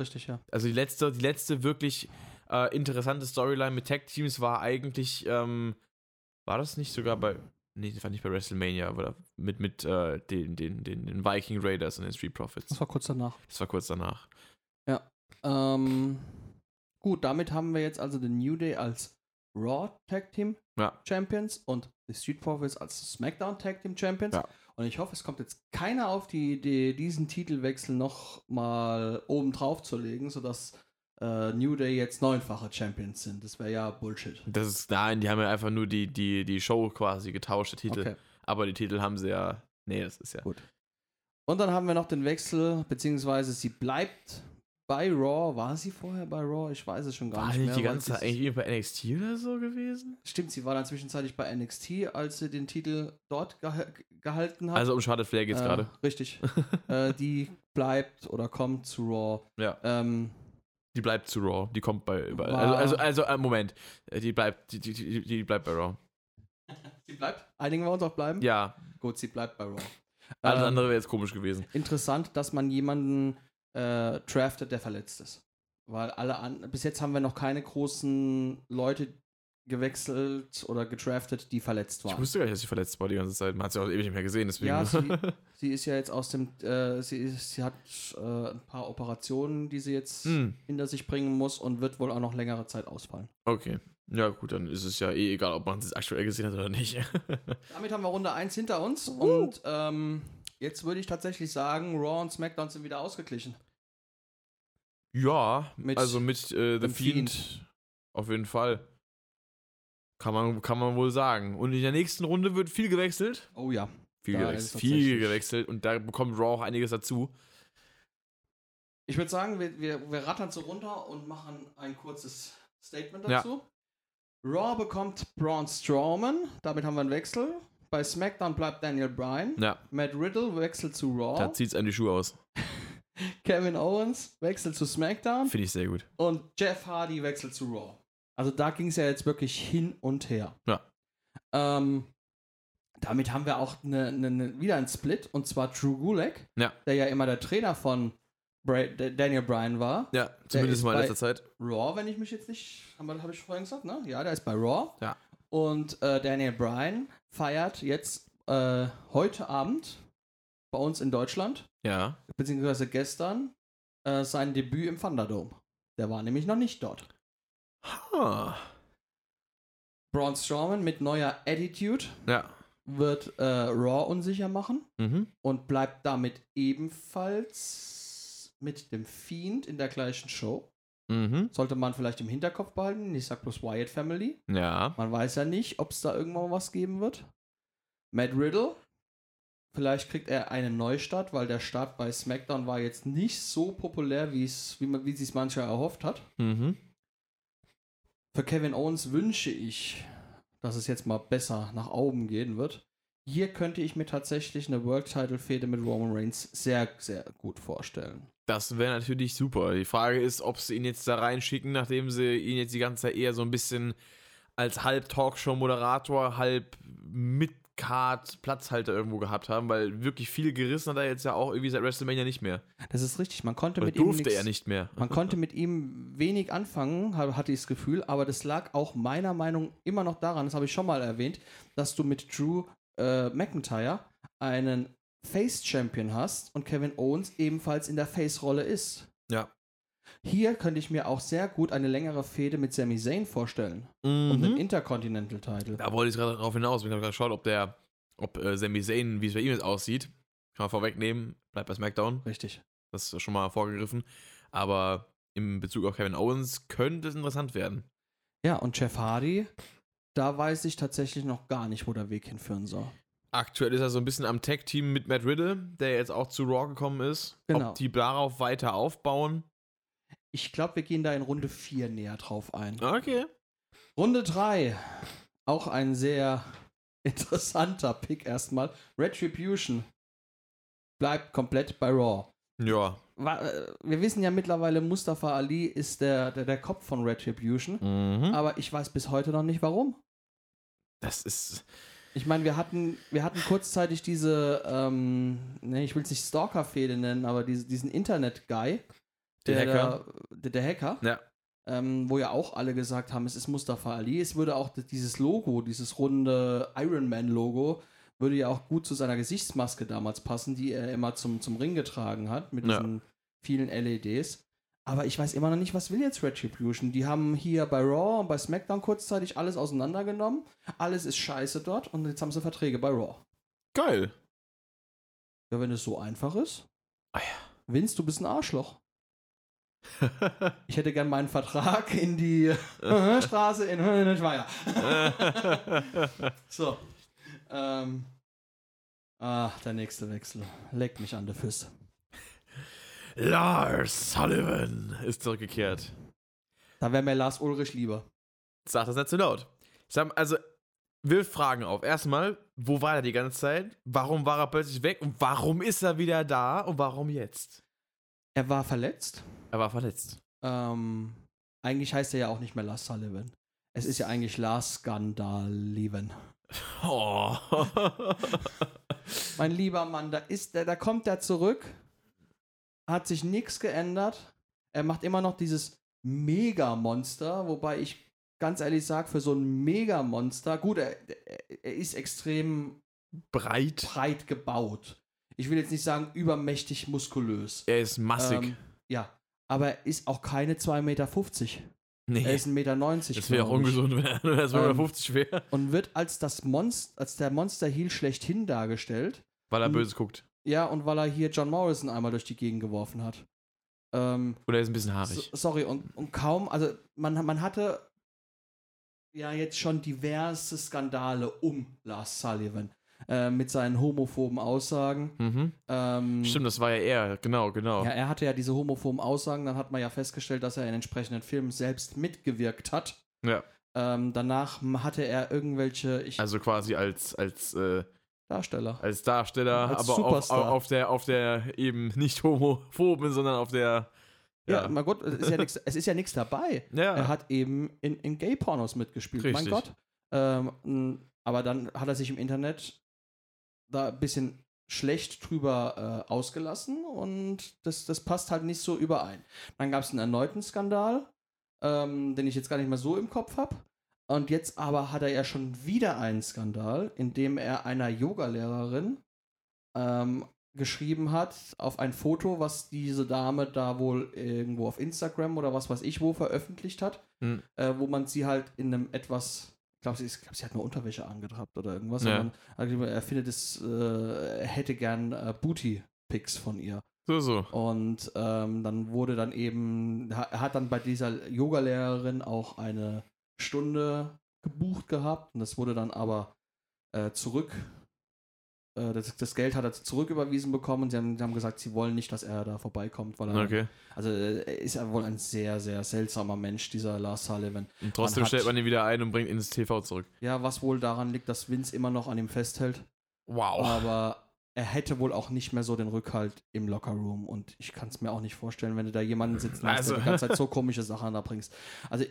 Speaker 2: Richtig, ja.
Speaker 1: Also die letzte, die letzte wirklich äh, interessante Storyline mit Tag Teams war eigentlich, ähm, war das nicht sogar bei, nee, das war nicht bei WrestleMania, aber mit, mit äh, den, den, den, den Viking Raiders und den Street Profits.
Speaker 2: Das war kurz danach.
Speaker 1: Das war kurz danach.
Speaker 2: Ähm, gut, damit haben wir jetzt also den New Day als Raw Tag Team
Speaker 1: Ja.
Speaker 2: Champions und die Street Profits als SmackDown Tag Team Champions.
Speaker 1: Ja.
Speaker 2: Und ich hoffe, es kommt jetzt keiner auf die Idee, diesen Titelwechsel nochmal oben drauf zu legen, sodass äh, New Day jetzt neunfache Champions sind. Das wäre ja Bullshit.
Speaker 1: Das ist, nein, die haben ja einfach nur die, die, die Show quasi getauscht, der Titel. Aber die Titel haben sie ja, nee, das ist ja.
Speaker 2: Gut. Und dann haben wir noch den Wechsel, beziehungsweise sie bleibt bei Raw. War sie vorher bei Raw? Ich weiß es schon gar
Speaker 1: War
Speaker 2: nicht mehr.
Speaker 1: nicht die
Speaker 2: weil
Speaker 1: ganze Zeit
Speaker 2: sie-
Speaker 1: eigentlich irgendwie bei NXT oder so gewesen?
Speaker 2: Stimmt, sie war dann zwischenzeitlich bei NXT, als sie den Titel dort geha- gehalten hat.
Speaker 1: Also um Charlotte Flair geht's
Speaker 2: Äh,
Speaker 1: gerade.
Speaker 2: Richtig. äh, die bleibt oder kommt zu Raw.
Speaker 1: Ja.
Speaker 2: Ähm,
Speaker 1: Die bleibt zu Raw. Die kommt bei überall.
Speaker 2: War-
Speaker 1: Also, also, also äh, Moment. Äh, Die bleibt, die, die, die, die bleibt bei Raw.
Speaker 2: sie bleibt. Einigen wir uns auch bleiben?
Speaker 1: Ja,
Speaker 2: Gut, sie bleibt bei Raw.
Speaker 1: alles
Speaker 2: Ähm,
Speaker 1: andere wäre jetzt komisch gewesen.
Speaker 2: Interessant, dass man jemanden äh, draftet, der verletzt ist. Weil alle an bis jetzt haben wir noch keine großen Leute gewechselt oder getraftet, die verletzt
Speaker 1: Ich
Speaker 2: war.
Speaker 1: wusste gar nicht, dass sie verletzt war die ganze Zeit. Man hat sie auch ewig nicht mehr gesehen, deswegen.
Speaker 2: Ja, sie, sie ist ja jetzt aus dem, äh, sie, ist, sie hat äh, ein paar Operationen, die sie jetzt
Speaker 1: Hm,
Speaker 2: hinter sich bringen muss und wird wohl auch noch längere Zeit ausfallen.
Speaker 1: okay. Ja, gut, dann ist es ja eh egal, ob man es aktuell gesehen hat oder nicht.
Speaker 2: Damit haben wir Runde 1 hinter uns und ähm, jetzt würde ich tatsächlich sagen, Raw und SmackDown sind wieder ausgeglichen.
Speaker 1: ja,
Speaker 2: Mit
Speaker 1: also mit äh, The
Speaker 2: dem Fiend.
Speaker 1: Fiend. Auf jeden Fall. Kann man, kann man wohl sagen. Und in der nächsten Runde wird viel gewechselt.
Speaker 2: Oh ja.
Speaker 1: Viel
Speaker 2: Da ist
Speaker 1: gewechselt. Viel
Speaker 2: tatsächlich-
Speaker 1: gewechselt. Und da bekommt Raw auch einiges dazu.
Speaker 2: Ich würde sagen, wir, wir, wir rattern so runter und machen ein kurzes Statement
Speaker 1: Ja.
Speaker 2: dazu. Raw bekommt Braun Strowman, damit haben wir einen Wechsel. Bei SmackDown bleibt Daniel Bryan.
Speaker 1: Ja,
Speaker 2: Matt Riddle wechselt zu Raw.
Speaker 1: da zieht es einem die Schuhe aus.
Speaker 2: Kevin Owens wechselt zu SmackDown.
Speaker 1: Finde ich sehr gut.
Speaker 2: Und Jeff Hardy wechselt zu Raw. Also da ging es ja jetzt wirklich hin und her.
Speaker 1: Ja.
Speaker 2: Ähm, damit haben wir auch ne, ne, ne, wieder einen Split und zwar Drew Gulak,
Speaker 1: Ja.
Speaker 2: der ja immer der Trainer von Bra D- Daniel Bryan war.
Speaker 1: Ja, zumindest
Speaker 2: ist
Speaker 1: mal in
Speaker 2: bei-
Speaker 1: letzter Zeit.
Speaker 2: Raw, wenn ich mich jetzt nicht, habe hab ich vorhin gesagt, ne? Ja, der ist bei Raw.
Speaker 1: Ja.
Speaker 2: Und äh, Daniel Bryan feiert jetzt äh, heute Abend bei uns in Deutschland,
Speaker 1: Ja.
Speaker 2: beziehungsweise gestern, äh, sein Debüt im Thunderdome. Der war nämlich noch nicht dort.
Speaker 1: Ha.
Speaker 2: Braun Strowman mit neuer Attitude
Speaker 1: Ja.
Speaker 2: wird äh, Raw unsicher machen
Speaker 1: Mhm.
Speaker 2: und bleibt damit ebenfalls mit dem Fiend in der gleichen Show.
Speaker 1: Mhm.
Speaker 2: Sollte man vielleicht im Hinterkopf behalten. Ich sag bloß Wyatt Family.
Speaker 1: Ja.
Speaker 2: Man weiß ja nicht, ob es da irgendwann was geben wird. Matt Riddle. Vielleicht kriegt er einen Neustart, weil der Start bei SmackDown war jetzt nicht so populär, wie's, wie, man- wie sie es mancher erhofft hat.
Speaker 1: Mhm.
Speaker 2: Für Kevin Owens wünsche ich, dass es jetzt mal besser nach oben gehen wird. Hier könnte ich mir tatsächlich eine World Title Fehde mit Roman Reigns sehr, sehr gut vorstellen.
Speaker 1: Das wäre natürlich super. Die Frage ist, ob sie ihn jetzt da reinschicken, nachdem sie ihn jetzt die ganze Zeit eher so ein bisschen als halb Talkshow-Moderator, halb Mid-Card-Platzhalter irgendwo gehabt haben, weil wirklich viel gerissen hat er jetzt ja auch irgendwie seit WrestleMania nicht mehr.
Speaker 2: Das ist richtig. Man konnte
Speaker 1: Oder
Speaker 2: mit ihm
Speaker 1: durfte
Speaker 2: nix-
Speaker 1: er nicht mehr.
Speaker 2: Man konnte mit ihm wenig anfangen, ha- hatte ich das Gefühl, aber das lag auch meiner Meinung immer noch daran, das habe ich schon mal erwähnt, dass du mit Drew äh, McIntyre einen Face-Champion hast und Kevin Owens ebenfalls in der Face-Rolle ist.
Speaker 1: Ja.
Speaker 2: Hier könnte ich mir auch sehr gut eine längere Fehde mit Sami Zayn vorstellen. Um den
Speaker 1: Mhm.
Speaker 2: Intercontinental-Title.
Speaker 1: Da wollte ich gerade drauf hinaus. Ich habe gerade geschaut, ob der, ob äh, Sami Zayn, wie es bei ihm jetzt aussieht, kann man vorwegnehmen, bleibt bei SmackDown.
Speaker 2: Richtig.
Speaker 1: Das ist schon mal vorgegriffen. Aber im Bezug auf Kevin Owens könnte es interessant werden.
Speaker 2: Ja, und Jeff Hardy, da weiß ich tatsächlich noch gar nicht, wo der Weg hinführen soll.
Speaker 1: Aktuell ist er so ein bisschen am Tag-Team mit Matt Riddle, der jetzt auch zu Raw gekommen ist.
Speaker 2: Genau.
Speaker 1: Ob die darauf weiter aufbauen.
Speaker 2: Ich glaube, wir gehen da in Runde 4 näher drauf ein.
Speaker 1: Okay.
Speaker 2: Runde 3. Auch ein sehr interessanter Pick erstmal. Retribution bleibt komplett bei Raw.
Speaker 1: Ja.
Speaker 2: Wa- äh, Wir wissen ja mittlerweile, Mustafa Ali ist der, der, der Kopf von Retribution.
Speaker 1: Mhm.
Speaker 2: Aber ich weiß bis heute noch nicht warum.
Speaker 1: Das ist.
Speaker 2: Ich meine, wir hatten, wir hatten kurzzeitig diese, ähm, ne, ich will es nicht Stalker-Fehde nennen, aber diese, diesen Internet-Guy,
Speaker 1: Der Hacker.
Speaker 2: da- der, der Hacker,
Speaker 1: Ja.
Speaker 2: ähm, wo ja auch alle gesagt haben, es ist Mustafa Ali. Es würde auch d- dieses Logo, dieses runde Iron Man-Logo, würde ja auch gut zu seiner Gesichtsmaske damals passen, die er immer zum, zum Ring getragen hat, mit
Speaker 1: Ja.
Speaker 2: diesen vielen LEDs. Aber ich weiß immer noch nicht, was will jetzt Retribution. Die haben hier bei Raw und bei SmackDown kurzzeitig alles auseinandergenommen. Alles ist scheiße dort und jetzt haben sie Verträge bei Raw.
Speaker 1: Geil.
Speaker 2: Ja, wenn es so einfach ist.
Speaker 1: Ah
Speaker 2: Vince, du bist ein Arschloch. Ich hätte gern meinen Vertrag in die Straße in Schweier.
Speaker 1: Äh.
Speaker 2: So. Ähm. Ach, der nächste Wechsel. Leck mich an der Füße.
Speaker 1: Lars Sullivan ist zurückgekehrt.
Speaker 2: Da wäre mir Lars Ulrich lieber.
Speaker 1: Sag das nicht zu laut. Ich sag, also, wir fragen auf. Erstmal, wo war er die ganze Zeit? Warum war er plötzlich weg? Und warum ist er wieder da? Und warum jetzt?
Speaker 2: Er war verletzt.
Speaker 1: Er war verletzt.
Speaker 2: Ähm, eigentlich heißt er ja auch nicht mehr Lars Sullivan. Es ist ja eigentlich Lars Skandaleven.
Speaker 1: Oh.
Speaker 2: Mein lieber Mann, da ist der, da kommt er zurück. Hat sich nichts geändert. Er macht immer noch dieses Mega-Monster, wobei ich ganz ehrlich sage, für so ein Mega-Monster, gut, er, er ist extrem
Speaker 1: Breit.
Speaker 2: breit gebaut. Ich will jetzt nicht sagen übermächtig muskulös.
Speaker 1: Er ist massig.
Speaker 2: Ähm, ja, aber er ist auch keine 2,50 Meter.
Speaker 1: nee,
Speaker 2: Er ist Ähm, 1,90 Meter.
Speaker 1: das wäre auch ungesund, wenn er wenn er 250 wäre.
Speaker 2: Und wird als, das Monst als der Monster Heel schlechthin dargestellt.
Speaker 1: Weil er
Speaker 2: m-
Speaker 1: böse guckt.
Speaker 2: Ja, und weil er hier John Morrison einmal durch die Gegend geworfen hat. Ähm,
Speaker 1: Oder er ist ein bisschen
Speaker 2: so,
Speaker 1: haarig.
Speaker 2: sorry, und, und kaum, also man, man hatte ja jetzt schon diverse Skandale um Lars Sullivan äh, mit seinen homophoben Aussagen.
Speaker 1: Mhm.
Speaker 2: Ähm,
Speaker 1: Stimmt, das war ja er. Genau, genau.
Speaker 2: Ja, er hatte ja diese homophoben Aussagen, dann hat man ja festgestellt, dass er in entsprechenden Filmen selbst mitgewirkt hat.
Speaker 1: Ja.
Speaker 2: Ähm, danach m- hatte er irgendwelche ich,
Speaker 1: Also quasi als, als, äh,
Speaker 2: Darsteller.
Speaker 1: als Darsteller,
Speaker 2: Als
Speaker 1: aber auf,
Speaker 2: Superstar.
Speaker 1: auf, der, auf der eben nicht homophoben, sondern auf der.
Speaker 2: Ja,
Speaker 1: äh, Ja,
Speaker 2: mein Gott, es ist ja nix, es ist ja nichts dabei.
Speaker 1: ja.
Speaker 2: Er hat eben in, in Gay-Pornos mitgespielt, mein
Speaker 1: Richtig.
Speaker 2: Gott. Ähm, m, aber dann hat er sich im Internet da ein bisschen schlecht drüber äh, ausgelassen und das, das passt halt nicht so überein. Dann gab es einen erneuten Skandal, ähm, den ich jetzt gar nicht mehr so im Kopf habe. Und jetzt aber hat er ja schon wieder einen Skandal, in dem er einer Yogalehrerin ähm, geschrieben hat auf ein Foto, was diese Dame da wohl irgendwo auf Instagram oder was weiß ich wo veröffentlicht hat,
Speaker 1: Hm.
Speaker 2: äh, wo man sie halt in einem etwas, ich glaube, sie, ist- ich glaub, sie hat eine Unterwäsche angetrabt oder irgendwas.
Speaker 1: Ja.
Speaker 2: Und dann, also, er findet es, äh, er hätte gern äh, Booty-Pics von ihr.
Speaker 1: So, so.
Speaker 2: Und ähm, dann wurde dann eben, ha- er hat dann bei dieser Yogalehrerin auch eine Stunde gebucht gehabt und das wurde dann aber äh, zurück, äh, das, das Geld hat er zurücküberwiesen bekommen und sie haben, sie haben gesagt, sie wollen nicht, dass er da vorbeikommt, weil er,
Speaker 1: Okay.
Speaker 2: also äh, er ist ja wohl ein sehr, sehr seltsamer Mensch, dieser Lars Sullivan.
Speaker 1: Und trotzdem
Speaker 2: hat-
Speaker 1: stellt man ihn wieder ein und bringt ihn ins TV zurück.
Speaker 2: Ja, was wohl daran liegt, dass Vince immer noch an ihm festhält.
Speaker 1: Wow.
Speaker 2: Aber er hätte wohl auch nicht mehr so den Rückhalt im Lockerroom. Und ich kann es mir auch nicht vorstellen, wenn du da jemanden sitzen hast,
Speaker 1: Also-
Speaker 2: der die ganze Zeit so komische Sachen da bringst. Also,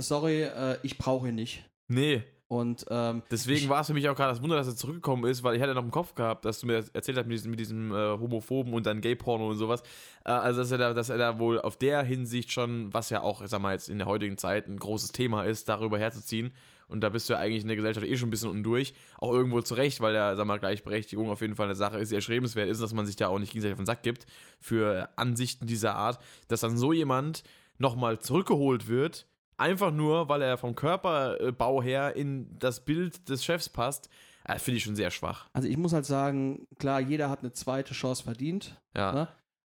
Speaker 2: sorry, äh, ich brauche ihn nicht.
Speaker 1: Nee,
Speaker 2: Und ähm,
Speaker 1: deswegen
Speaker 2: Ich-
Speaker 1: war es für mich auch gerade das Wunder, dass er zurückgekommen ist, weil ich hatte noch im Kopf gehabt, dass du mir das erzählt hast mit diesem, mit diesem äh, Homophoben und dann Gay-Porno und sowas. Äh, also, dass er, da, dass er da wohl auf der Hinsicht schon, was ja auch, ich sag mal, jetzt in der heutigen Zeit ein großes Thema ist, darüber herzuziehen. Und da bist du ja eigentlich in der Gesellschaft eh schon ein bisschen undurch. Auch irgendwo zurecht, weil ja, sag mal, Gleichberechtigung auf jeden Fall eine Sache ist, die erstrebenswert ist, dass man sich da auch nicht gegenseitig auf den Sack gibt für Ansichten dieser Art, dass dann so jemand nochmal zurückgeholt wird, einfach nur, weil er vom Körperbau her in das Bild des Chefs passt, äh, finde ich schon sehr schwach.
Speaker 2: also ich muss halt sagen, klar, jeder hat eine zweite Chance verdient.
Speaker 1: Ja.
Speaker 2: Ne?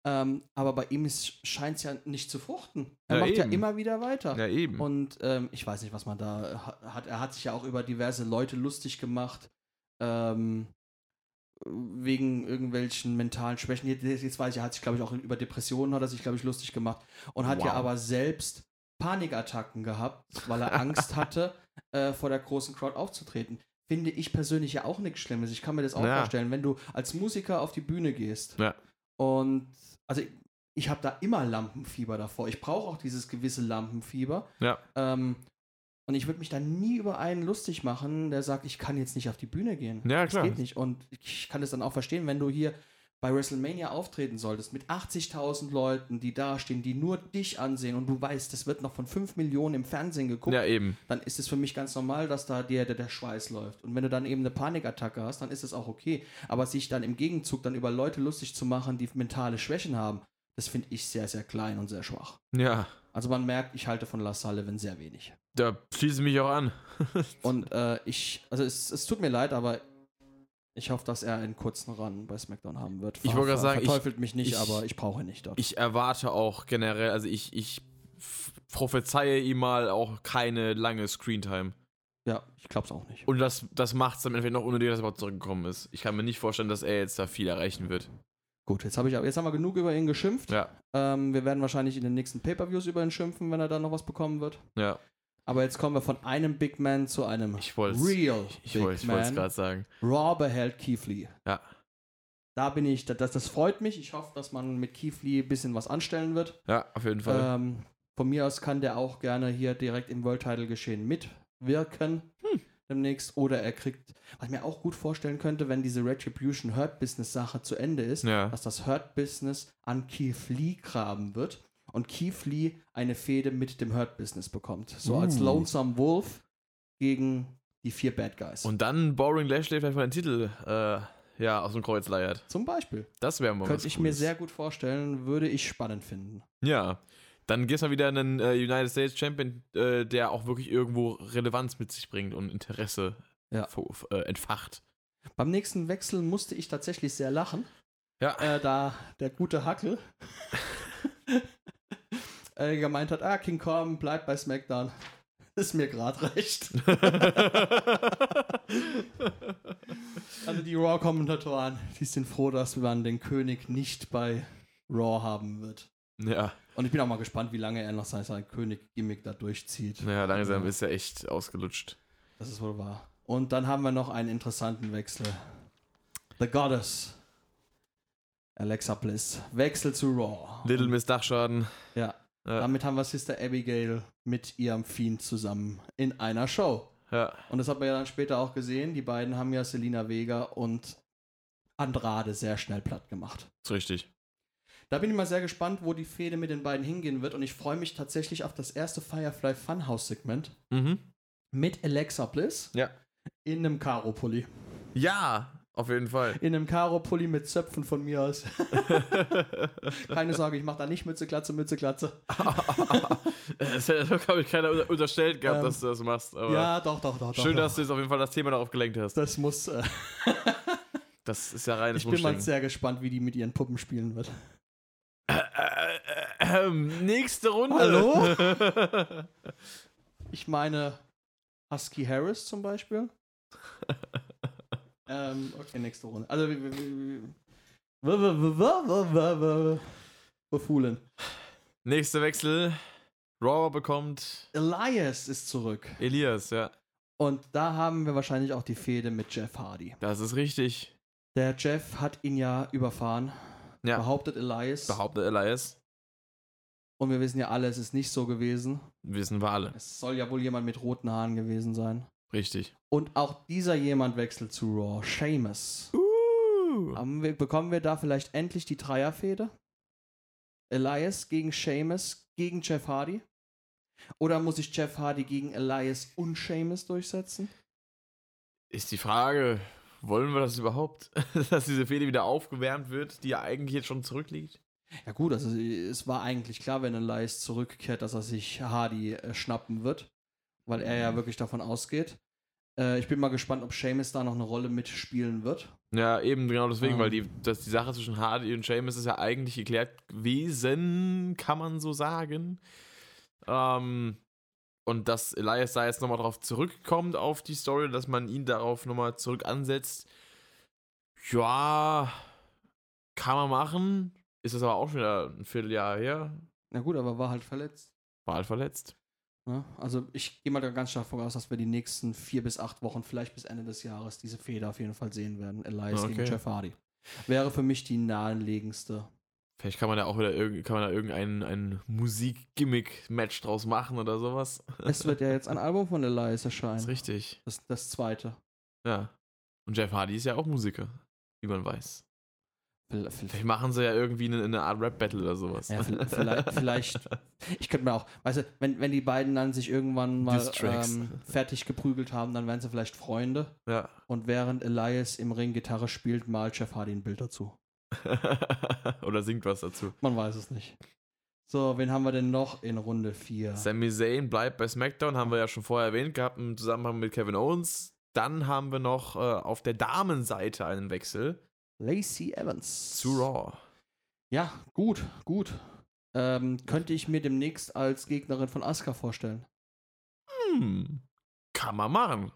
Speaker 2: Ähm, aber bei ihm scheint es ja nicht zu fruchten. Er
Speaker 1: Ja,
Speaker 2: macht
Speaker 1: eben.
Speaker 2: ja immer wieder weiter.
Speaker 1: Ja, eben.
Speaker 2: Ah. Und ähm, ich weiß nicht, was man da äh, ha- hat. Er hat sich ja auch über diverse Leute lustig gemacht. Ähm, wegen irgendwelchen mentalen Schwächen. Jetzt, jetzt weiß ich, er hat sich, glaube ich, auch über Depressionen hat er sich, glaube ich, lustig gemacht. Und hat ja
Speaker 1: Wow.
Speaker 2: aber selbst Panikattacken gehabt, weil er Angst hatte, äh, vor der großen Crowd aufzutreten. Finde ich persönlich ja auch nichts Schlimmes. Ich kann mir das auch
Speaker 1: Ja.
Speaker 2: vorstellen, wenn du als Musiker auf die Bühne gehst
Speaker 1: Ja.
Speaker 2: und also ich, ich habe da immer Lampenfieber davor. Ich brauche auch dieses gewisse Lampenfieber.
Speaker 1: Ja.
Speaker 2: Ähm, und ich würde mich da nie über einen lustig machen, der sagt, ich kann jetzt nicht auf die Bühne gehen.
Speaker 1: ja,
Speaker 2: Das
Speaker 1: klar.
Speaker 2: geht nicht. Und ich kann das dann auch verstehen, wenn du hier bei WrestleMania auftreten solltest mit 80.000 Leuten, die dastehen, die nur dich ansehen und du weißt, das wird noch von 5 Millionen im Fernsehen geguckt,
Speaker 1: Ja, eben.
Speaker 2: dann ist es für mich ganz normal, dass da dir der, der Schweiß läuft. Und wenn du dann eben eine Panikattacke hast, dann ist es auch okay. Aber sich dann im Gegenzug dann über Leute lustig zu machen, die mentale Schwächen haben, das finde ich sehr, sehr klein und sehr schwach.
Speaker 1: Ja.
Speaker 2: Also man merkt, ich halte von Lars Sullivan sehr wenig.
Speaker 1: Da schließe ich mich auch an.
Speaker 2: Und äh, ich, also es, es tut mir leid, aber ich hoffe, dass er einen kurzen Run bei SmackDown haben wird.
Speaker 1: Ich wollte gerade
Speaker 2: Ver-
Speaker 1: sagen, ich-
Speaker 2: verteufelt mich nicht,
Speaker 1: ich-
Speaker 2: aber ich brauche ihn nicht dort.
Speaker 1: Ich erwarte auch generell, also ich, ich f- prophezeie ihm mal auch keine lange Screentime.
Speaker 2: ja, ich glaube es auch nicht.
Speaker 1: Und das, das macht es dann entweder noch unnötig, dass er überhaupt zurückgekommen ist. Ich kann mir nicht vorstellen, dass er jetzt da viel erreichen wird.
Speaker 2: Gut, jetzt, hab ich, aber- jetzt haben wir genug über ihn geschimpft.
Speaker 1: Ja,
Speaker 2: Ähm, wir werden wahrscheinlich in den nächsten Pay-Per-Views über ihn schimpfen, wenn er da noch was bekommen wird.
Speaker 1: ja.
Speaker 2: Aber jetzt kommen wir von einem Big Man zu einem
Speaker 1: Ich wollte es
Speaker 2: Real
Speaker 1: ich
Speaker 2: Big
Speaker 1: wollte- ich wollte es
Speaker 2: Man.
Speaker 1: gerade sagen.
Speaker 2: Raw behält Keith Lee.
Speaker 1: Ja.
Speaker 2: Da bin ich, das, das, das freut mich. Ich hoffe, dass man mit Keith Lee ein bisschen was anstellen wird.
Speaker 1: Ja, auf jeden Fall.
Speaker 2: Ähm, von mir aus kann der auch gerne hier direkt im World Title Geschehen mitwirken
Speaker 1: Hm.
Speaker 2: demnächst. Oder er kriegt, was ich mir auch gut vorstellen könnte, wenn diese Retribution Äh, Hurt Business Sache zu Ende ist,
Speaker 1: ja.
Speaker 2: dass das Hurt Business an Keith Lee graben wird und Keith Lee eine Fehde mit dem Hurt Business bekommt. So als
Speaker 1: Uh.
Speaker 2: Lonesome Wolf gegen die vier Bad Guys.
Speaker 1: Und dann Boring Lashley vielleicht mal den Titel äh, ja, aus dem Kreuz leiert.
Speaker 2: Zum Beispiel.
Speaker 1: Das wäre mal was
Speaker 2: Könnte ich mir
Speaker 1: Cooles.
Speaker 2: sehr gut vorstellen, würde ich spannend finden.
Speaker 1: Ja. Dann gibt es mal wieder einen äh, United States Champion, äh, der auch wirklich irgendwo Relevanz mit sich bringt und Interesse
Speaker 2: Ja.
Speaker 1: vo- f- äh, entfacht.
Speaker 2: Beim nächsten Wechsel musste ich tatsächlich sehr lachen,
Speaker 1: Ja.
Speaker 2: äh, da der gute Hackel äh, gemeint hat, ah, King Kong bleibt bei SmackDown. Ist mir gerade recht. Also die Raw-Kommentatoren, die sind froh, dass man den König nicht bei Raw haben wird.
Speaker 1: ja.
Speaker 2: Und ich bin auch mal gespannt, wie lange er noch sein, sein König-Gimmick da durchzieht.
Speaker 1: Naja, langsam ist er echt ausgelutscht.
Speaker 2: Das ist wohl wahr. Und dann haben wir noch einen interessanten Wechsel. The Goddess. Alexa Bliss. Wechsel zu Raw.
Speaker 1: Little Miss Dachschaden.
Speaker 2: Ja.
Speaker 1: Ja.
Speaker 2: Damit haben wir Sister Abigail mit ihrem Fiend zusammen in einer Show.
Speaker 1: Ja.
Speaker 2: Und das hat man ja dann später auch gesehen. Die beiden haben ja Selina Vega und Andrade sehr schnell platt gemacht.
Speaker 1: Ist richtig.
Speaker 2: Da bin ich mal sehr gespannt, wo die Fehde mit den beiden hingehen wird. Und ich freue mich tatsächlich auf das erste Firefly Funhouse-Segment
Speaker 1: Mhm.
Speaker 2: mit Alexa Bliss
Speaker 1: Ja.
Speaker 2: in einem Karo-Pulli.
Speaker 1: Ja, auf jeden Fall.
Speaker 2: In einem Karo-Pulli mit Zöpfen von mir aus. Keine Sorge, ich mache da nicht Mütze, Glatze, Mütze, Glatze.
Speaker 1: das hätte, glaube ich, keiner unter- unterstellt gehabt,
Speaker 2: Ähm,
Speaker 1: dass du das machst. Aber
Speaker 2: ja, doch, doch, doch.
Speaker 1: schön,
Speaker 2: doch,
Speaker 1: dass du jetzt auf jeden Fall das Thema darauf gelenkt hast.
Speaker 2: Das muss. Äh,
Speaker 1: Das ist ja reines
Speaker 2: ich bin mal
Speaker 1: Wunschdenken.
Speaker 2: sehr gespannt, wie die mit ihren Puppen spielen wird.
Speaker 1: Äh, äh, ähm, nächste Runde.
Speaker 2: Hallo? Ich meine, Husky Harris zum Beispiel. ähm, okay, nächste Runde. Also, wir- wir- wir- wir- wir- wir- wir- wir- wir- wir- wir foolen.
Speaker 1: Nächster Wechsel. Raw bekommt
Speaker 2: Elias ist zurück.
Speaker 1: Elias, ja.
Speaker 2: Und da haben wir wahrscheinlich auch die Fehde mit Jeff Hardy.
Speaker 1: Das ist richtig.
Speaker 2: Der Jeff hat ihn ja überfahren.
Speaker 1: Ja.
Speaker 2: Behauptet Elias.
Speaker 1: Behauptet Elias.
Speaker 2: Und wir wissen ja alle, es ist nicht so gewesen.
Speaker 1: Wissen wir alle.
Speaker 2: Es soll ja wohl jemand mit roten Haaren gewesen sein.
Speaker 1: Richtig.
Speaker 2: Und auch dieser jemand wechselt zu Raw. Seamus.
Speaker 1: Uh.
Speaker 2: Haben wir, bekommen wir da vielleicht endlich die Dreierfehde? Elias gegen Seamus gegen Jeff Hardy? Oder muss ich Jeff Hardy gegen Elias und Seamus durchsetzen?
Speaker 1: Ist die Frage, wollen wir das überhaupt? Dass diese Fehde wieder aufgewärmt wird, die ja eigentlich jetzt schon zurückliegt?
Speaker 2: Ja gut, also es war eigentlich klar, wenn Elias zurückkehrt, dass er sich Hardy äh, schnappen wird, weil er ja wirklich davon ausgeht. Äh, ich bin mal gespannt, ob Seamus da noch eine Rolle mitspielen wird.
Speaker 1: Ja, eben genau deswegen,
Speaker 2: Ähm.
Speaker 1: weil die, dass die Sache zwischen Hardy und Seamus ist ja eigentlich geklärt gewesen, kann man so sagen. Ähm, und dass Elias da jetzt nochmal drauf zurückkommt auf die Story, dass man ihn darauf nochmal zurück ansetzt. Ja, kann man machen. Ist das aber auch schon wieder ein Vierteljahr her.
Speaker 2: Na gut, aber war halt verletzt.
Speaker 1: War halt verletzt.
Speaker 2: Ne? Also ich gehe mal da ganz stark davon aus, dass wir die nächsten vier bis acht Wochen, vielleicht bis Ende des Jahres, diese Feder auf jeden Fall sehen werden. Elias
Speaker 1: Ah,
Speaker 2: gegen
Speaker 1: okay.
Speaker 2: Jeff Hardy. Wäre für mich die naheliegendste.
Speaker 1: Vielleicht kann man da auch wieder irgend, kann man da irgendein ein Musik-Gimmick-Match draus machen oder sowas.
Speaker 2: Es wird ja jetzt ein Album von Elias
Speaker 1: ist
Speaker 2: erscheinen.
Speaker 1: richtig.
Speaker 2: Das, das zweite.
Speaker 1: Ja. Und Jeff Hardy ist ja auch Musiker, wie man weiß.
Speaker 2: Vel- vel-
Speaker 1: Vielleicht machen sie ja irgendwie eine, eine Art Rap-Battle oder sowas. ne?
Speaker 2: Ja, vel- vielleicht, vielleicht, ich könnte mir auch, weißt du, wenn, wenn die beiden dann sich irgendwann mal
Speaker 1: Diss-Tracks.
Speaker 2: ähm, fertig geprügelt haben, dann wären sie vielleicht Freunde.
Speaker 1: ja.
Speaker 2: Und während Elias im Ring Gitarre spielt, malt Jeff Hardy ein Bild dazu.
Speaker 1: oder singt was dazu.
Speaker 2: Man weiß es nicht. So, wen haben wir denn noch in Runde 4?
Speaker 1: Sami Zayn bleibt bei SmackDown, haben wir ja schon vorher erwähnt gehabt, im Zusammenhang mit Kevin Owens. Dann haben wir noch äh, auf der Damenseite einen Wechsel
Speaker 2: Lacey Evans.
Speaker 1: zu Raw.
Speaker 2: Ja, gut, gut. Ähm, könnte ich mir demnächst als Gegnerin von Asuka vorstellen.
Speaker 1: Hm. Kann man machen.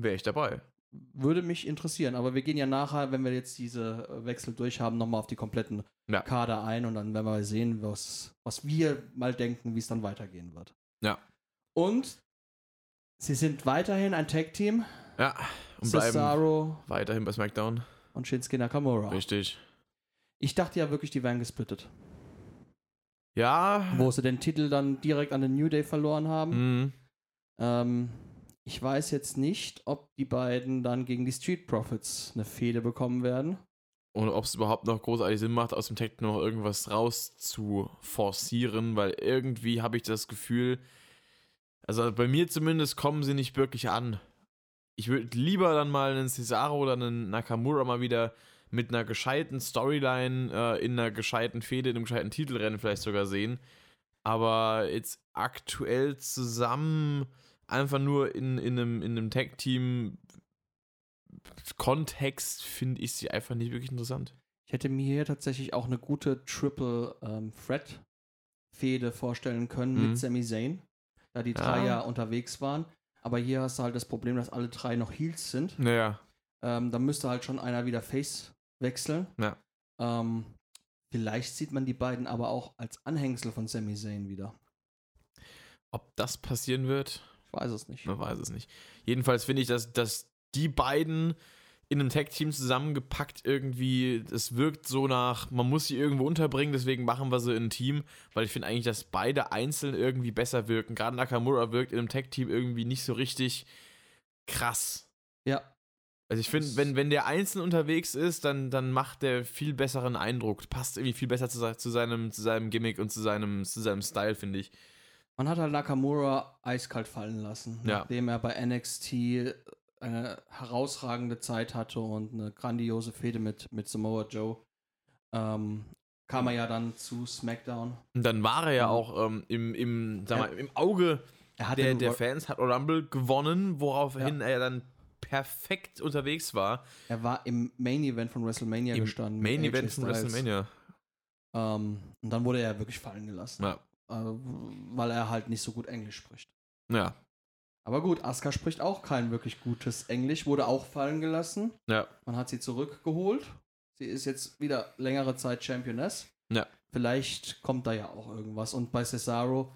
Speaker 1: Wäre ich dabei.
Speaker 2: Würde mich interessieren, aber wir gehen ja nachher, wenn wir jetzt diese äh, Wechsel durchhaben, nochmal auf die kompletten
Speaker 1: Ja.
Speaker 2: Kader ein und dann werden wir sehen, was, was wir mal denken, wie es dann weitergehen wird.
Speaker 1: Ja.
Speaker 2: Und sie sind weiterhin ein Tag-Team.
Speaker 1: Ja. Und bleiben
Speaker 2: Cesaro
Speaker 1: weiterhin bei SmackDown.
Speaker 2: und Shinsuke Nakamura.
Speaker 1: Richtig.
Speaker 2: Ich dachte ja wirklich, die wären gesplittet.
Speaker 1: Ja.
Speaker 2: Wo sie den Titel dann direkt an den New Day verloren haben.
Speaker 1: Hm.
Speaker 2: Ähm, ich weiß jetzt nicht, ob die beiden dann gegen die Street Profits eine Fehde bekommen werden.
Speaker 1: Und ob es überhaupt noch großartig Sinn macht, aus dem Text noch irgendwas raus zu forcieren, weil irgendwie habe ich das Gefühl, also bei mir zumindest kommen sie nicht wirklich an. Ich würde lieber dann mal einen Cesaro oder einen Nakamura mal wieder mit einer gescheiten Storyline äh, in einer gescheiten Fehde, in einem gescheiten Titelrennen vielleicht sogar sehen. Aber jetzt aktuell zusammen einfach nur in, in einem, in einem Tag-Team Kontext finde ich sie einfach nicht wirklich interessant.
Speaker 2: Ich hätte mir hier tatsächlich auch eine gute Triple ähm, Threat Fehde vorstellen können
Speaker 1: Mhm.
Speaker 2: mit Sami Zayn, da die drei
Speaker 1: Ja.
Speaker 2: ja unterwegs waren. Aber hier hast du halt das Problem, dass alle drei noch Heels sind.
Speaker 1: Naja,
Speaker 2: Ähm, da müsste halt schon einer wieder Face wechseln.
Speaker 1: Ja.
Speaker 2: Ähm, vielleicht sieht man die beiden aber auch als Anhängsel von Sami Zayn wieder.
Speaker 1: ob das passieren wird,
Speaker 2: Ich weiß es nicht.
Speaker 1: man weiß es nicht. Jedenfalls finde ich, dass, dass die beiden in einem Tag-Team zusammengepackt irgendwie, es wirkt so nach, man muss sie irgendwo unterbringen, deswegen machen wir sie in ein Team, weil ich finde eigentlich, dass beide einzeln irgendwie besser wirken. Gerade Nakamura wirkt in einem Tag-Team irgendwie nicht so richtig krass.
Speaker 2: Ja,
Speaker 1: Also ich finde,
Speaker 2: Das-
Speaker 1: wenn, wenn der einzeln unterwegs ist, dann, dann macht der viel besseren Eindruck. Passt irgendwie viel besser zu, se- zu, seinem, zu seinem Gimmick und zu seinem, zu seinem Style, finde ich.
Speaker 2: Man hat halt Nakamura eiskalt fallen lassen,
Speaker 1: Ja.
Speaker 2: nachdem er bei NXT äh, eine herausragende Zeit hatte und eine grandiose Fehde mit, mit Samoa Joe. Ähm, kam er ja dann zu SmackDown.
Speaker 1: Und dann war er ja
Speaker 2: Mhm.
Speaker 1: auch ähm, im, im, sag
Speaker 2: Ja.
Speaker 1: mal, im Auge
Speaker 2: Er hatte
Speaker 1: der,
Speaker 2: einen
Speaker 1: der
Speaker 2: Ro-
Speaker 1: Fans, hat Rumble gewonnen, woraufhin er dann perfekt unterwegs war.
Speaker 2: er war im Main Event von WrestleMania
Speaker 1: Im
Speaker 2: gestanden. mit
Speaker 1: Main
Speaker 2: AJ
Speaker 1: Event von
Speaker 2: Styles.
Speaker 1: WrestleMania.
Speaker 2: Ähm, und dann wurde er wirklich fallen gelassen,
Speaker 1: Ja.
Speaker 2: äh, weil er halt nicht so gut Englisch spricht.
Speaker 1: ja.
Speaker 2: Aber gut, Asuka spricht auch kein wirklich gutes Englisch, wurde auch fallen gelassen.
Speaker 1: Ja.
Speaker 2: Man hat sie zurückgeholt. Sie ist jetzt wieder längere Zeit Championess.
Speaker 1: Ja.
Speaker 2: Vielleicht kommt da ja auch irgendwas. Und bei Cesaro,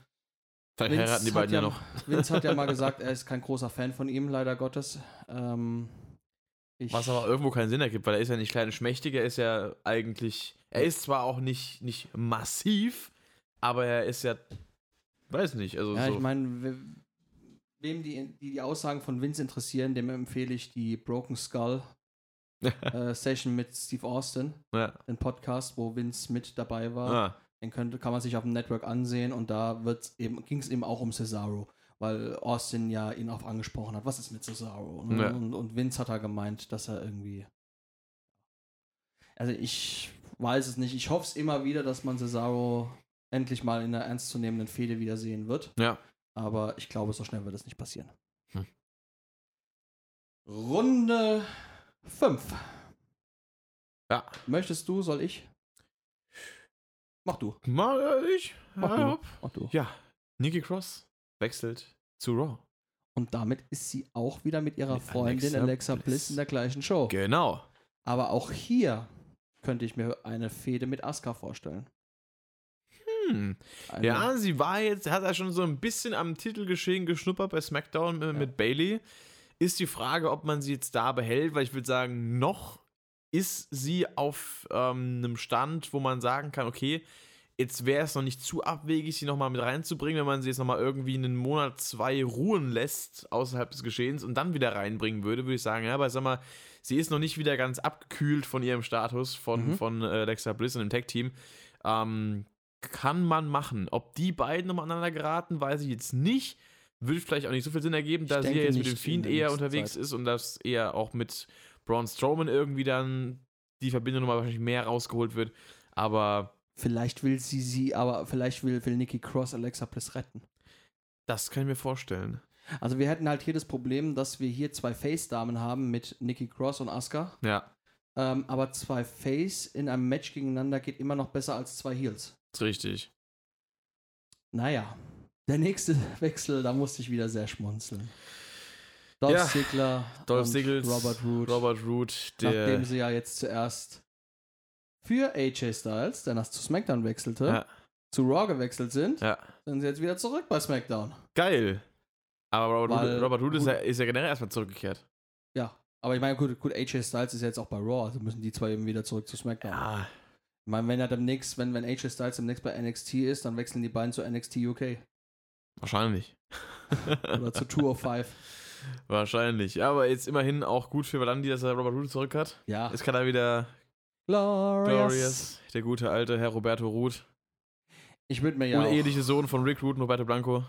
Speaker 1: Vielleicht
Speaker 2: Vince
Speaker 1: Äh, heiraten die
Speaker 2: hat
Speaker 1: beiden ja
Speaker 2: ja-
Speaker 1: noch.
Speaker 2: Vince hat ja mal gesagt, er ist kein großer Fan von ihm, leider Gottes. Ähm, ich,
Speaker 1: Was aber irgendwo keinen Sinn ergibt, weil er ist ja nicht klein und schmächtig, er ist ja eigentlich, er ist zwar auch nicht, nicht massiv, aber er ist ja, weiß nicht, also
Speaker 2: Ja,
Speaker 1: so.
Speaker 2: ich meine, we- wem die, die, die Aussagen von Vince interessieren, dem empfehle ich die Broken Skull äh, Session mit Steve Austin,
Speaker 1: ja.
Speaker 2: den Podcast, wo Vince mit dabei war.
Speaker 1: Ah,
Speaker 2: Den könnte, kann man sich auf dem Network ansehen und da wird's eben, ging es eben auch um Cesaro, weil Austin ja ihn auch angesprochen hat, was ist mit Cesaro? Und,
Speaker 1: Ja.
Speaker 2: und, und Vince hat da gemeint, dass er irgendwie. Also ich weiß es nicht. Ich hoffe es immer wieder, dass man Cesaro endlich mal in einer ernstzunehmenden Fehde wiedersehen wird.
Speaker 1: Ja.
Speaker 2: Aber ich glaube, so schnell wird es nicht passieren.
Speaker 1: Hm.
Speaker 2: Runde 5.
Speaker 1: Ja.
Speaker 2: Möchtest du, soll ich? Mach du.
Speaker 1: mal ehrlich,
Speaker 2: Mach
Speaker 1: ja,
Speaker 2: du.
Speaker 1: hopp.
Speaker 2: Mach du.
Speaker 1: ja, Nikki Cross wechselt zu Raw.
Speaker 2: Und damit ist sie auch wieder mit ihrer
Speaker 1: Mit
Speaker 2: Freundin
Speaker 1: Alexa
Speaker 2: Alexa,
Speaker 1: Bliss.
Speaker 2: Bliss. in der gleichen Show.
Speaker 1: Genau.
Speaker 2: Aber auch hier könnte ich mir eine Fehde mit Asuka vorstellen.
Speaker 1: Hm.
Speaker 2: Eine,
Speaker 1: Ja, sie war jetzt, hat ja schon so ein bisschen am Titelgeschehen geschnuppert bei SmackDown mit, mit Bailey. Ist die Frage, ob man sie jetzt da behält, weil ich würde sagen, noch ist sie auf ähm, einem Stand, wo man sagen kann, okay, jetzt wäre es noch nicht zu abwegig, sie nochmal mit reinzubringen, wenn man sie jetzt nochmal irgendwie einen Monat, zwei ruhen lässt außerhalb des Geschehens und dann wieder reinbringen würde, würde ich sagen, ja, aber sag mal, sie ist noch nicht wieder ganz abgekühlt von ihrem Status von,
Speaker 2: Mhm.
Speaker 1: von äh, Alexa Bliss und dem Tech-Team. Ähm, kann man machen. Ob die beiden nochmal aneinander geraten, weiß ich jetzt nicht. Würde vielleicht auch nicht so viel Sinn ergeben, da sie
Speaker 2: denke
Speaker 1: ja jetzt mit
Speaker 2: nicht
Speaker 1: dem Fiend
Speaker 2: in der
Speaker 1: eher
Speaker 2: nächsten
Speaker 1: unterwegs
Speaker 2: Zeit.
Speaker 1: ist und dass eher auch mit Braun Strowman irgendwie dann die Verbindung nochmal wahrscheinlich mehr rausgeholt wird. Aber
Speaker 2: vielleicht will sie sie, aber vielleicht will, will Nikki Cross Alexa Bliss retten.
Speaker 1: das kann ich mir vorstellen.
Speaker 2: Also wir hätten halt hier das Problem, dass wir hier zwei Face-Damen haben mit Nikki Cross und Asuka.
Speaker 1: Ja,
Speaker 2: Ähm, aber zwei Face in einem Match gegeneinander geht immer noch besser als zwei Heels.
Speaker 1: ist richtig.
Speaker 2: Naja, der nächste Wechsel, da musste ich wieder sehr schmunzeln. Dolph
Speaker 1: Ja,
Speaker 2: Ziggler
Speaker 1: Dolph
Speaker 2: und
Speaker 1: Ziggles,
Speaker 2: Robert Root.
Speaker 1: Robert Root, der.
Speaker 2: nachdem sie ja jetzt zuerst für AJ Styles, der nach zu SmackDown wechselte,
Speaker 1: Ja.
Speaker 2: zu Raw gewechselt sind,
Speaker 1: Ja,
Speaker 2: sind sie jetzt wieder zurück bei SmackDown.
Speaker 1: geil. Aber Robert,
Speaker 2: Weil-
Speaker 1: Root, Robert Root ist ja, ist ja generell erstmal zurückgekehrt.
Speaker 2: Ja, aber ich meine, gut, gut, AJ Styles ist jetzt auch bei Raw, also müssen die zwei eben wieder zurück zu SmackDown.
Speaker 1: Ja,
Speaker 2: Ich meine, wenn er demnächst, wenn, wenn AJ Styles demnächst bei NXT ist, dann wechseln die beiden zu NXT UK
Speaker 1: wahrscheinlich.
Speaker 2: oder zu 205.
Speaker 1: Wahrscheinlich. Aber jetzt immerhin auch gut für Valandi, dass er Robert Root zurück hat.
Speaker 2: Ja,
Speaker 1: Jetzt kann er wieder
Speaker 2: Oh, Glorious.
Speaker 1: Glorious, der gute alte Herr Roberto Ruth,
Speaker 2: Ich würde mir ja. Auch,
Speaker 1: uneheliche Sohn von Rick Ruth und Roberto Blanco.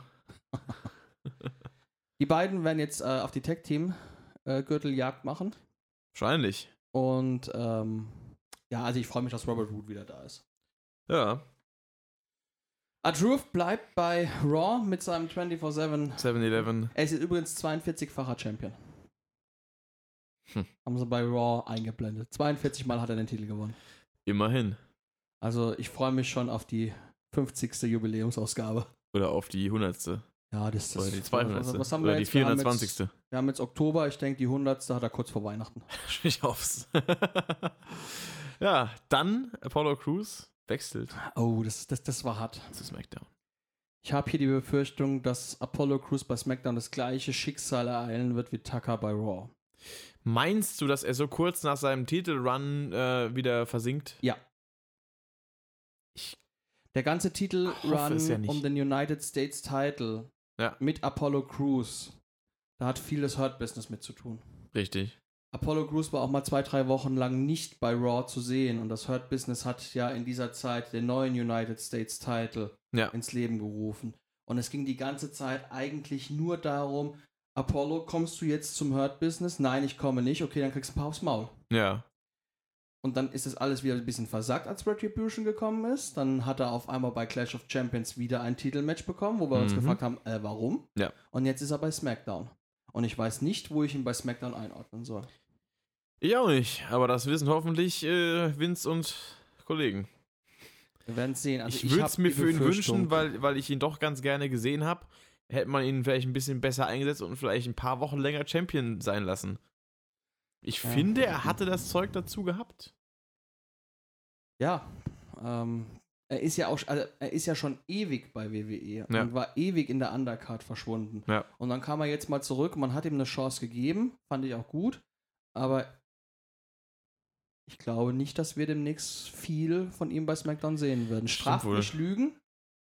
Speaker 2: die beiden werden jetzt äh, auf die Tag-Team-Gürteljagd machen.
Speaker 1: Wahrscheinlich.
Speaker 2: Und ähm, ja, also ich freue mich, dass Robert Root wieder da ist.
Speaker 1: Ja,
Speaker 2: Adruf bleibt bei Raw mit seinem 24-7.
Speaker 1: 7-Eleven.
Speaker 2: Er ist übrigens 42-facher Champion.
Speaker 1: Hm.
Speaker 2: Haben sie bei Raw eingeblendet. 42 Mal hat er den Titel gewonnen.
Speaker 1: Immerhin.
Speaker 2: Also ich freue mich schon auf die 50. Jubiläumsausgabe.
Speaker 1: Oder auf die 100.
Speaker 2: Ja, das
Speaker 1: Oder
Speaker 2: ist
Speaker 1: die 200.
Speaker 2: Was haben wir
Speaker 1: Oder die
Speaker 2: jetzt? Wir haben jetzt-
Speaker 1: 420.
Speaker 2: Wir haben jetzt Oktober, ich denke, die 100. hat er kurz vor Weihnachten.
Speaker 1: Ich hoff's. ja, dann Apollo Crews wechselt
Speaker 2: Oh, das, das, das war hart.
Speaker 1: zu SmackDown.
Speaker 2: Ich habe hier die Befürchtung, dass Apollo Crews bei SmackDown das gleiche Schicksal ereilen wird wie Tucker bei Raw.
Speaker 1: Meinst du, dass er so kurz nach seinem Titelrun äh, wieder versinkt?
Speaker 2: Der ganze Titel
Speaker 1: Ich hoffe es
Speaker 2: Run
Speaker 1: ja nicht.
Speaker 2: um den United States Title
Speaker 1: Ja.
Speaker 2: mit Apollo Crews, da hat viel das Hurt Business mit zu tun.
Speaker 1: Richtig.
Speaker 2: Apollo Crews war auch mal zwei, drei Wochen lang nicht bei Raw zu sehen und das Hurt Business hat ja in dieser Zeit den neuen United States Title
Speaker 1: Ja.
Speaker 2: ins Leben gerufen. Und es ging die ganze Zeit eigentlich nur darum, Apollo, kommst du jetzt zum Hurt Business? Nein, ich komme nicht. Okay, dann kriegst du ein paar aufs Maul.
Speaker 1: Ja.
Speaker 2: Und dann ist das alles wieder ein bisschen versagt, als Retribution gekommen ist. Dann hat er auf einmal bei Clash of Champions wieder ein Titelmatch bekommen, wo wir uns
Speaker 1: Mhm.
Speaker 2: gefragt haben, äh, warum?
Speaker 1: Ja.
Speaker 2: Und jetzt ist er bei SmackDown. Und ich weiß nicht, wo ich ihn bei SmackDown einordnen soll.
Speaker 1: Ich auch nicht, aber das wissen hoffentlich äh, Vince und Kollegen.
Speaker 2: Wir werden es sehen. Also
Speaker 1: ich würde es
Speaker 2: hab
Speaker 1: mir
Speaker 2: die
Speaker 1: für ihn
Speaker 2: Befürchtung-
Speaker 1: wünschen, weil, weil ich ihn doch ganz gerne gesehen habe. Hätte man ihn vielleicht ein bisschen besser eingesetzt und vielleicht ein paar Wochen länger Champion sein lassen. Ich
Speaker 2: Ja.
Speaker 1: finde, er hatte das Zeug dazu gehabt.
Speaker 2: Ja. Ähm, er, ist ja auch, also er ist ja schon ewig bei WWE
Speaker 1: Ja.
Speaker 2: und war ewig in der Undercard verschwunden.
Speaker 1: Ja.
Speaker 2: Und dann kam er jetzt mal zurück. Man hat ihm eine Chance gegeben. Fand ich auch gut. Aber ich glaube nicht, dass wir demnächst viel von ihm bei SmackDown sehen werden. Straft
Speaker 1: wohl.
Speaker 2: mich Lügen.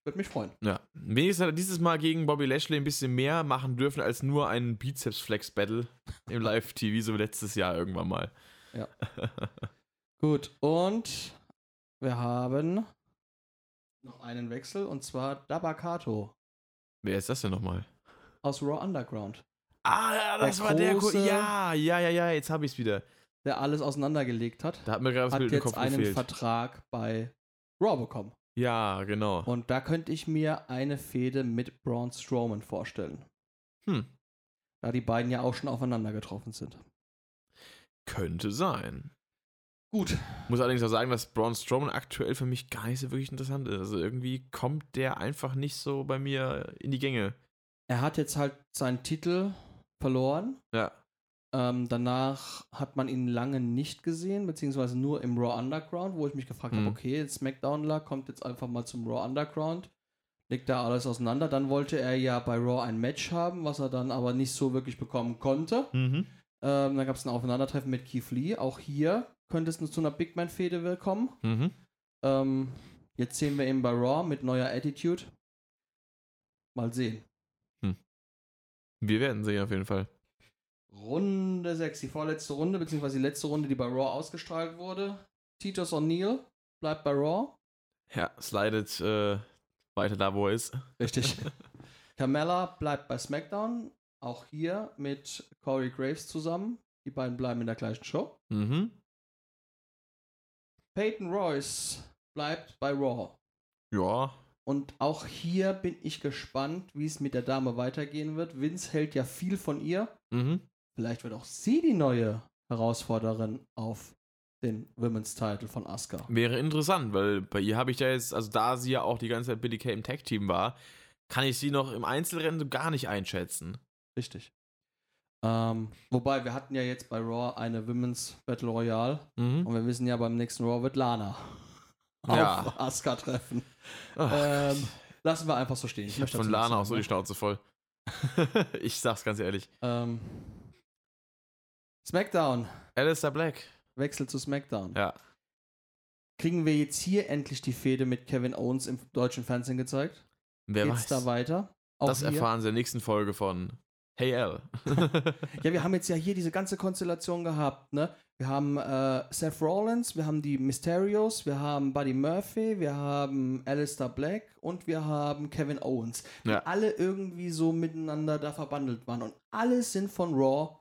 Speaker 2: Würde mich freuen.
Speaker 1: Ja. Wenigstens hat er dieses Mal gegen Bobby Lashley ein bisschen mehr machen dürfen als nur einen Bizeps-Flex-Battle im Live-TV, so wie letztes Jahr irgendwann mal.
Speaker 2: Gut. Und wir haben noch einen Wechsel. Und zwar Dabakato
Speaker 1: Wer ist das denn nochmal?
Speaker 2: aus Raw Underground.
Speaker 1: Ah, ja, das war der. Ko-
Speaker 2: große-
Speaker 1: Ja, ja, ja, ja, jetzt habe ich es wieder.
Speaker 2: Der alles auseinandergelegt hat.
Speaker 1: Da hat mir gerade das
Speaker 2: hat
Speaker 1: Bild im
Speaker 2: jetzt
Speaker 1: Kopf
Speaker 2: einen
Speaker 1: gefehlt.
Speaker 2: Vertrag bei Raw bekommen.
Speaker 1: Ja, genau.
Speaker 2: Und da könnte ich mir eine Fehde mit Braun Strowman vorstellen.
Speaker 1: Hm.
Speaker 2: Da die beiden ja auch schon aufeinander getroffen sind.
Speaker 1: Könnte sein.
Speaker 2: Gut.
Speaker 1: Muss allerdings auch sagen, dass Braun Strowman aktuell für mich gar nicht so wirklich interessant ist. Also irgendwie kommt der einfach nicht so bei mir in die Gänge.
Speaker 2: Er hat jetzt halt seinen Titel verloren.
Speaker 1: Ja.
Speaker 2: Ähm, danach hat man ihn lange nicht gesehen, beziehungsweise nur im Raw Underground, wo ich mich gefragt
Speaker 1: Mhm.
Speaker 2: habe, okay, jetzt SmackDown lag, kommt jetzt einfach mal zum Raw Underground, legt da alles auseinander. Dann wollte er ja bei Raw ein Match haben, was er dann aber nicht so wirklich bekommen konnte.
Speaker 1: Mhm.
Speaker 2: Ähm, dann gab es ein Aufeinandertreffen mit Keith Lee. Auch hier könnte es nur zu einer Big Man-Fehde kommen.
Speaker 1: Mhm.
Speaker 2: Ähm, jetzt sehen wir ihn bei Raw mit neuer Attitude. Mal sehen.
Speaker 1: Wir werden sehen auf jeden Fall.
Speaker 2: Runde 6, die vorletzte Runde, beziehungsweise die letzte Runde, die bei Raw ausgestrahlt wurde. Titus O'Neill bleibt bei Raw.
Speaker 1: Ja, slidet äh, weiter da, wo er ist.
Speaker 2: Richtig. Carmella bleibt bei SmackDown. Auch hier mit Corey Graves zusammen. Die beiden bleiben in der gleichen Show.
Speaker 1: Mhm.
Speaker 2: Peyton Royce bleibt bei Raw.
Speaker 1: Ja.
Speaker 2: Und auch hier bin ich gespannt, wie es mit der Dame weitergehen wird. Vince hält ja viel von ihr.
Speaker 1: Mhm.
Speaker 2: Vielleicht wird auch sie die neue Herausforderin auf den Women's Title von Asuka.
Speaker 1: Wäre interessant, weil bei ihr habe ich da jetzt, also da sie ja auch die ganze Zeit Billy Kay im Tag-Team war, kann ich sie noch im Einzelrennen so gar nicht einschätzen.
Speaker 2: Richtig. Ähm, wobei, wir hatten ja jetzt bei Raw eine Women's Battle Royale
Speaker 1: Mhm.
Speaker 2: und wir wissen ja, beim nächsten Raw wird Lana auf
Speaker 1: Ja.
Speaker 2: Asuka treffen.
Speaker 1: Ach,
Speaker 2: Ähm, lassen wir einfach so stehen.
Speaker 1: ich habe
Speaker 2: möchte
Speaker 1: von
Speaker 2: dazu nichts
Speaker 1: Lana
Speaker 2: sagen,
Speaker 1: auch so
Speaker 2: ne?
Speaker 1: die Schnauze voll. ich sag's ganz ehrlich.
Speaker 2: ähm, SmackDown.
Speaker 1: Alistair Black.
Speaker 2: Wechsel zu SmackDown.
Speaker 1: Ja.
Speaker 2: Kriegen wir jetzt hier endlich die Fehde mit Kevin Owens im deutschen Fernsehen gezeigt?
Speaker 1: Wer
Speaker 2: Geht's
Speaker 1: weiß.
Speaker 2: da weiter? Auch
Speaker 1: das
Speaker 2: hier?
Speaker 1: erfahren Sie in der nächsten Folge von Hey Al.
Speaker 2: Ja, wir haben jetzt ja hier diese ganze Konstellation gehabt, ne? Wir haben äh, Seth Rollins, wir haben die Mysterios, wir haben Buddy Murphy, wir haben Alistair Black und wir haben Kevin Owens. Die
Speaker 1: Ja.
Speaker 2: alle irgendwie so miteinander da verbandelt waren. Und alle sind von Raw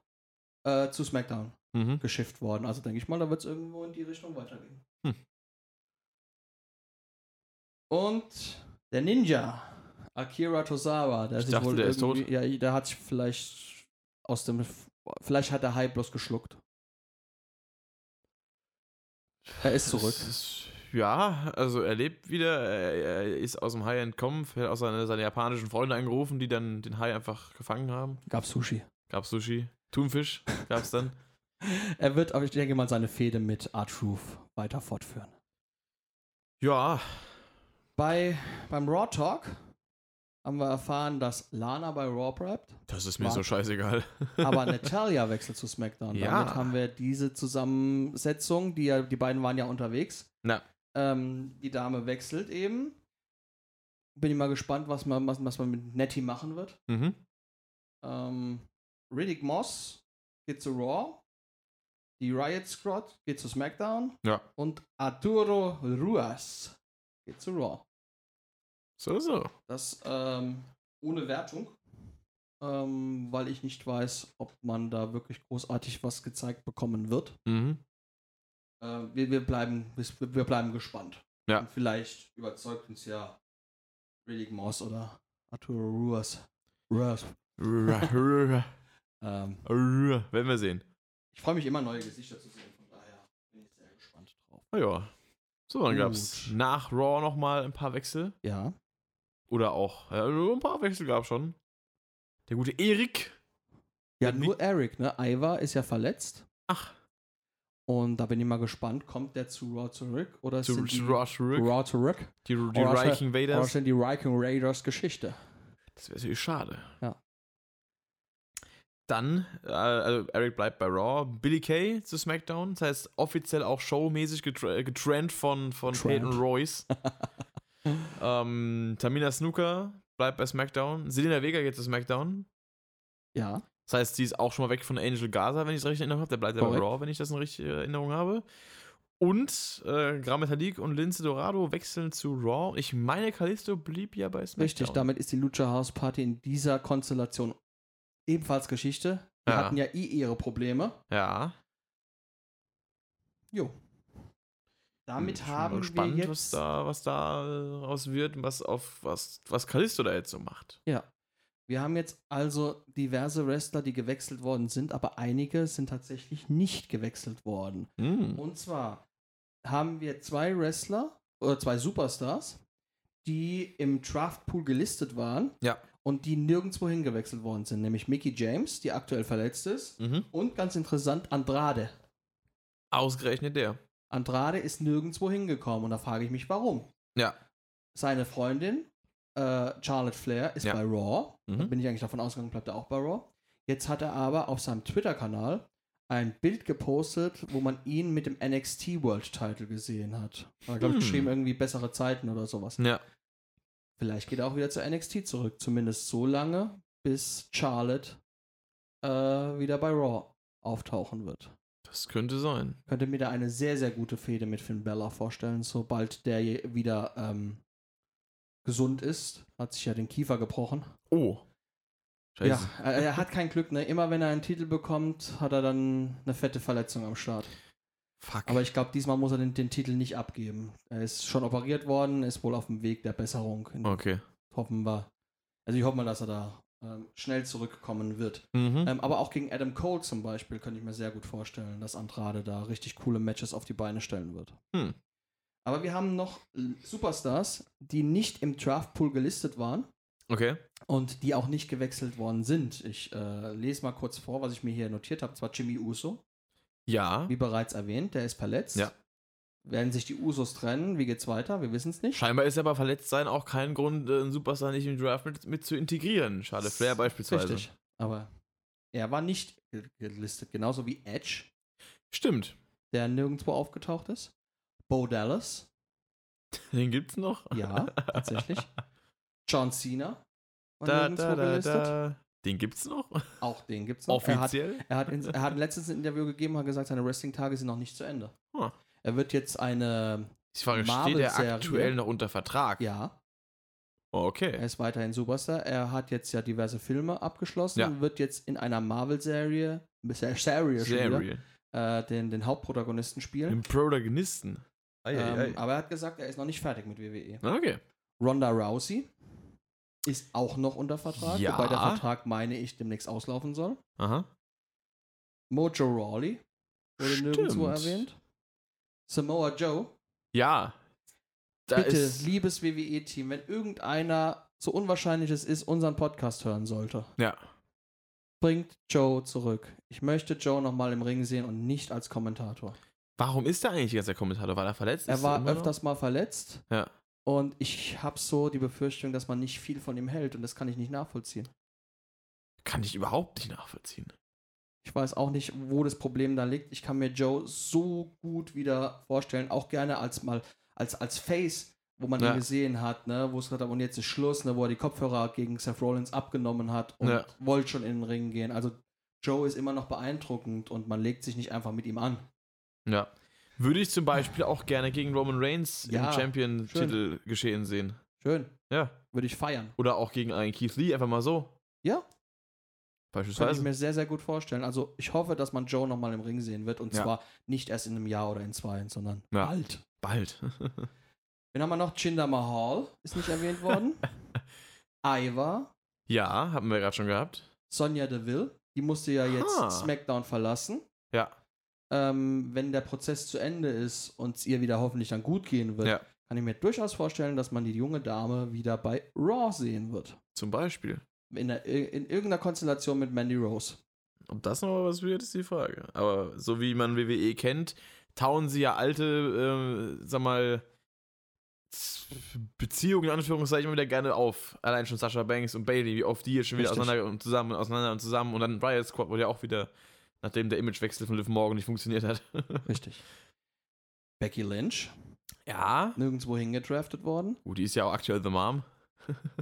Speaker 2: äh, zu SmackDown
Speaker 1: mhm.
Speaker 2: geschifft worden. Also denke ich mal, da wird es irgendwo in die Richtung weitergehen.
Speaker 1: Hm.
Speaker 2: Und der Ninja, Akira Tozawa, der
Speaker 1: Ich
Speaker 2: ist
Speaker 1: dachte,
Speaker 2: wohl
Speaker 1: der ist
Speaker 2: irgendwie, ja, der hat sich vielleicht aus dem, vielleicht hat der Hype bloß geschluckt. Er ist zurück.
Speaker 1: Es ist- Ja, also er lebt wieder, er, er ist aus dem Hai entkommen, hat auch seine, seine japanischen Freunde angerufen, die dann den Hai einfach gefangen haben.
Speaker 2: Gab Sushi.
Speaker 1: Gab's Sushi, Thunfisch gab's dann.
Speaker 2: Er wird, aber ich denke mal, seine Fehde mit R-Truth weiter fortführen.
Speaker 1: ja,
Speaker 2: Bei, beim Raw Talk haben wir erfahren, dass Lana bei Raw bleibt.
Speaker 1: das ist mir
Speaker 2: War-
Speaker 1: so scheißegal.
Speaker 2: Aber Natalia wechselt zu SmackDown.
Speaker 1: Ja.
Speaker 2: Damit haben wir diese Zusammensetzung, die ja, die beiden waren ja unterwegs.
Speaker 1: Na.
Speaker 2: Ähm, die Dame wechselt eben. Bin ich mal gespannt, was man, was, was man mit Nettie machen wird.
Speaker 1: mhm.
Speaker 2: Ähm, Riddick Moss geht zu Raw. Die Riot Squad geht zu SmackDown.
Speaker 1: Ja.
Speaker 2: Und Arturo Ruas geht zu Raw.
Speaker 1: So, so.
Speaker 2: Das ähm, ohne Wertung, ähm, weil ich nicht weiß, ob man da wirklich großartig was gezeigt bekommen wird.
Speaker 1: Mhm.
Speaker 2: Äh, wir, wir, bleiben, wir, wir bleiben gespannt.
Speaker 1: Ja.
Speaker 2: Und vielleicht überzeugt uns ja Riddick Moss oder Arturo Ruas. Ruas.
Speaker 1: Wenn
Speaker 2: Ähm,
Speaker 1: wir sehen.
Speaker 2: ich freue mich immer, neue Gesichter zu sehen. Von daher bin ich sehr gespannt drauf.
Speaker 1: Na Ah ja. So, dann gab's
Speaker 2: Gut.
Speaker 1: nach Raw nochmal ein paar Wechsel.
Speaker 2: Ja.
Speaker 1: Oder auch, ja, ein paar Wechsel gab's schon. Der gute Erik.
Speaker 2: Ja,
Speaker 1: Wird
Speaker 2: nur Eric, ne? Ivar ist ja verletzt.
Speaker 1: Ach,
Speaker 2: Und da bin ich mal gespannt, kommt der zu Raw zurück oder
Speaker 1: zu,
Speaker 2: sind die
Speaker 1: zu Raw zurück.
Speaker 2: Raw zurück?
Speaker 1: Die, die
Speaker 2: Raw-
Speaker 1: Viking
Speaker 2: Oder
Speaker 1: Vaders.
Speaker 2: schon die Viking Raiders Geschichte.
Speaker 1: Das wäre natürlich schade.
Speaker 2: Ja.
Speaker 1: Dann, äh, also Eric bleibt bei Raw. Billy Kay zu SmackDown. Das heißt, offiziell auch showmäßig getra getrennt von, von
Speaker 2: Getrennt.
Speaker 1: Peyton Royce. ähm, Tamina Snooker bleibt bei SmackDown. Selena Vega geht zu SmackDown.
Speaker 2: Ja.
Speaker 1: Das heißt, sie ist auch schon mal weg von Angel Gaza, wenn ich es richtig in Erinnerung habe. Der bleibt ja bei
Speaker 2: Korrekt.
Speaker 1: Raw, wenn ich das in richtige Erinnerung habe. Und äh, Gran Metalik und Lince Dorado wechseln zu Raw. Ich meine, Kalisto blieb ja bei SmackDown.
Speaker 2: Richtig, damit ist die Lucha House Party in dieser Konstellation ebenfalls Geschichte. Die
Speaker 1: Ja.
Speaker 2: hatten ja eh ihre Probleme.
Speaker 1: Ja.
Speaker 2: Jo.
Speaker 1: Hm, Ich
Speaker 2: Damit
Speaker 1: bin mal
Speaker 2: haben
Speaker 1: gespannt,
Speaker 2: wir
Speaker 1: was
Speaker 2: jetzt.
Speaker 1: da, was da äh, raus wird und was auf was, was Kalisto da jetzt so macht.
Speaker 2: Ja. Wir haben jetzt also diverse Wrestler, die gewechselt worden sind, aber einige sind tatsächlich nicht gewechselt worden.
Speaker 1: Mhm.
Speaker 2: Und zwar haben wir zwei Wrestler oder zwei Superstars, die im Draftpool gelistet waren
Speaker 1: Ja.
Speaker 2: und die nirgendwo hingewechselt worden sind, nämlich Mickey James, die aktuell verletzt ist,
Speaker 1: Mhm.
Speaker 2: und ganz interessant Andrade.
Speaker 1: Ausgerechnet der.
Speaker 2: Andrade ist nirgendwo hingekommen und da frage ich mich, warum.
Speaker 1: Ja.
Speaker 2: Seine Freundin äh, Charlotte Flair ist
Speaker 1: Ja.
Speaker 2: bei Raw. Da
Speaker 1: Mhm.
Speaker 2: bin ich eigentlich davon ausgegangen, bleibt er auch bei Raw. Jetzt hat er aber auf seinem Twitter-Kanal ein Bild gepostet, wo man ihn mit dem NXT World Title gesehen hat. Er hat, glaube ich,
Speaker 1: Hm.
Speaker 2: geschrieben, irgendwie bessere Zeiten oder sowas.
Speaker 1: Ja.
Speaker 2: Vielleicht geht er auch wieder zu NXT zurück. Zumindest so lange, bis Charlotte äh, wieder bei Raw auftauchen wird
Speaker 1: Das könnte sein.
Speaker 2: könnte mir da eine sehr, sehr gute Fehde mit Finn Bella vorstellen, sobald der je- wieder ähm, gesund ist. Hat sich ja den Kiefer gebrochen.
Speaker 1: Oh. Scheiße.
Speaker 2: Ja, er, er hat kein Glück, ne? Immer wenn er einen Titel bekommt, hat er dann eine fette Verletzung am Start.
Speaker 1: Fuck.
Speaker 2: Aber ich glaube, diesmal muss er den, den Titel nicht abgeben. Er ist schon operiert worden, ist wohl auf dem Weg der Besserung.
Speaker 1: okay.
Speaker 2: Hoffen wir. Also ich hoffe mal, dass er da ähm, schnell zurückkommen wird.
Speaker 1: Mhm.
Speaker 2: Ähm, aber auch gegen Adam Cole zum Beispiel könnte ich mir sehr gut vorstellen, dass Andrade da richtig coole Matches auf die Beine stellen wird.
Speaker 1: Hm.
Speaker 2: Aber wir haben noch äh, Superstars, die nicht im Draftpool gelistet waren
Speaker 1: Okay.
Speaker 2: und die auch nicht gewechselt worden sind. Ich äh, lese mal kurz vor, was ich mir hier notiert habe. Zwar Jimmy Uso,
Speaker 1: Ja.
Speaker 2: wie bereits erwähnt, der ist verletzt.
Speaker 1: Ja.
Speaker 2: Werden sich die Usos trennen? Wie geht's weiter? Wir wissen es nicht.
Speaker 1: Scheinbar ist aber verletzt sein auch kein Grund, äh, einen Superstar nicht im Draft mit, mit zu integrieren. Schade, Flair beispielsweise.
Speaker 2: Richtig. Aber er war nicht ge- gelistet, genauso wie Edge,
Speaker 1: Stimmt.
Speaker 2: der nirgendwo aufgetaucht ist. Bo Dallas,
Speaker 1: Den gibt's noch.
Speaker 2: ja, tatsächlich. John Cena war
Speaker 1: Da, da, da, da. Den gibt's noch?
Speaker 2: Auch den gibt's noch. Er hat,
Speaker 1: Offiziell?
Speaker 2: er, hat ins, er hat letztens ein Interview gegeben, hat gesagt, seine Wrestling-Tage sind noch nicht zu Ende.
Speaker 1: Ah.
Speaker 2: Er wird jetzt eine,
Speaker 1: Ich frage, steht er
Speaker 2: Marvel-Serie.
Speaker 1: aktuell noch unter Vertrag? Oh,
Speaker 2: ja, er
Speaker 1: Okay.
Speaker 2: ist weiterhin Superstar. Er hat jetzt ja diverse Filme abgeschlossen,
Speaker 1: Ja.
Speaker 2: wird jetzt in einer Marvel-Serie, Serie, Serie, schon wieder,
Speaker 1: Serie.
Speaker 2: äh, den, den Hauptprotagonisten spielen.
Speaker 1: Den Protagonisten. Ei, ei,
Speaker 2: Ähm,
Speaker 1: ei.
Speaker 2: aber er hat gesagt, er ist noch nicht fertig mit E. WWE.
Speaker 1: Okay.
Speaker 2: Ronda Rousey ist auch noch unter Vertrag,
Speaker 1: Ja.
Speaker 2: wobei der Vertrag, meine ich, demnächst auslaufen soll.
Speaker 1: Aha.
Speaker 2: Mojo Rawley wurde
Speaker 1: Stimmt.
Speaker 2: nirgendwo erwähnt. Samoa Joe,
Speaker 1: Ja. Da
Speaker 2: bitte,
Speaker 1: ist,
Speaker 2: liebes WWE-Team, wenn irgendeiner, so unwahrscheinlich es ist, unseren Podcast hören sollte,
Speaker 1: ja.
Speaker 2: bringt Joe zurück. Ich möchte Joe nochmal im Ring sehen und nicht als Kommentator.
Speaker 1: Warum ist der eigentlich die ganze Zeit Kommentator? War er verletzt?
Speaker 2: Er
Speaker 1: Ist
Speaker 2: war
Speaker 1: immer noch-
Speaker 2: öfters mal verletzt
Speaker 1: Ja.
Speaker 2: und ich habe so die Befürchtung, dass man nicht viel von ihm hält und das kann ich nicht nachvollziehen.
Speaker 1: Kann ich überhaupt nicht nachvollziehen.
Speaker 2: Ich weiß auch nicht, wo das Problem da liegt. Ich kann mir Joe so gut wieder vorstellen, auch gerne als mal als, als Face, wo man
Speaker 1: Ja.
Speaker 2: ihn gesehen hat, ne, wo es gesagt hat, und jetzt ist Schluss, ne, wo er die Kopfhörer gegen Seth Rollins abgenommen hat und
Speaker 1: Ja.
Speaker 2: wollte schon in den Ring gehen. Also Joe ist immer noch beeindruckend und man legt sich nicht einfach mit ihm an.
Speaker 1: Ja. Würde ich zum Beispiel auch gerne gegen Roman Reigns
Speaker 2: Ja,
Speaker 1: im Champion-Titel geschehen sehen.
Speaker 2: Schön,
Speaker 1: Ja.
Speaker 2: würde ich feiern.
Speaker 1: Oder auch gegen einen Keith Lee, einfach mal so.
Speaker 2: Ja. Kann ich
Speaker 1: Beispielsweise.
Speaker 2: mir sehr, sehr gut vorstellen. Also ich hoffe, dass man Joe nochmal im Ring sehen wird und
Speaker 1: Ja.
Speaker 2: zwar nicht erst in einem Jahr oder in zwei, sondern
Speaker 1: Ja.
Speaker 2: bald.
Speaker 1: Bald.
Speaker 2: Wen haben wir noch? Jinder Mahal ist nicht erwähnt worden. Ivar.
Speaker 1: ja, haben wir gerade schon gehabt.
Speaker 2: Sonja Deville, die musste ja jetzt
Speaker 1: Ha.
Speaker 2: SmackDown verlassen.
Speaker 1: Ah. Ja.
Speaker 2: Ähm, wenn der Prozess zu Ende ist und es ihr wieder hoffentlich dann gut gehen wird,
Speaker 1: Ja.
Speaker 2: kann ich mir durchaus vorstellen, dass man die junge Dame wieder bei Raw sehen wird.
Speaker 1: Zum Beispiel.
Speaker 2: In, der, in irgendeiner Konstellation mit Mandy Rose.
Speaker 1: Ob das noch was wird, ist die Frage. Aber so wie man WWE kennt, tauen sie ja alte, äh, sag mal, Z- Beziehungen in Anführungszeichen immer wieder gerne auf. Allein schon Sasha Banks und Bailey, wie oft die jetzt schon wieder
Speaker 2: Richtig.
Speaker 1: auseinander und zusammen und auseinander und zusammen. Und dann Riot Squad wurde ja auch wieder, nachdem der Imagewechsel von Liv Morgan nicht funktioniert hat.
Speaker 2: Richtig. Becky Lynch,
Speaker 1: ja.
Speaker 2: nirgendwo hingedraftet worden.
Speaker 1: Gut, die ist ja auch aktuell The Mom.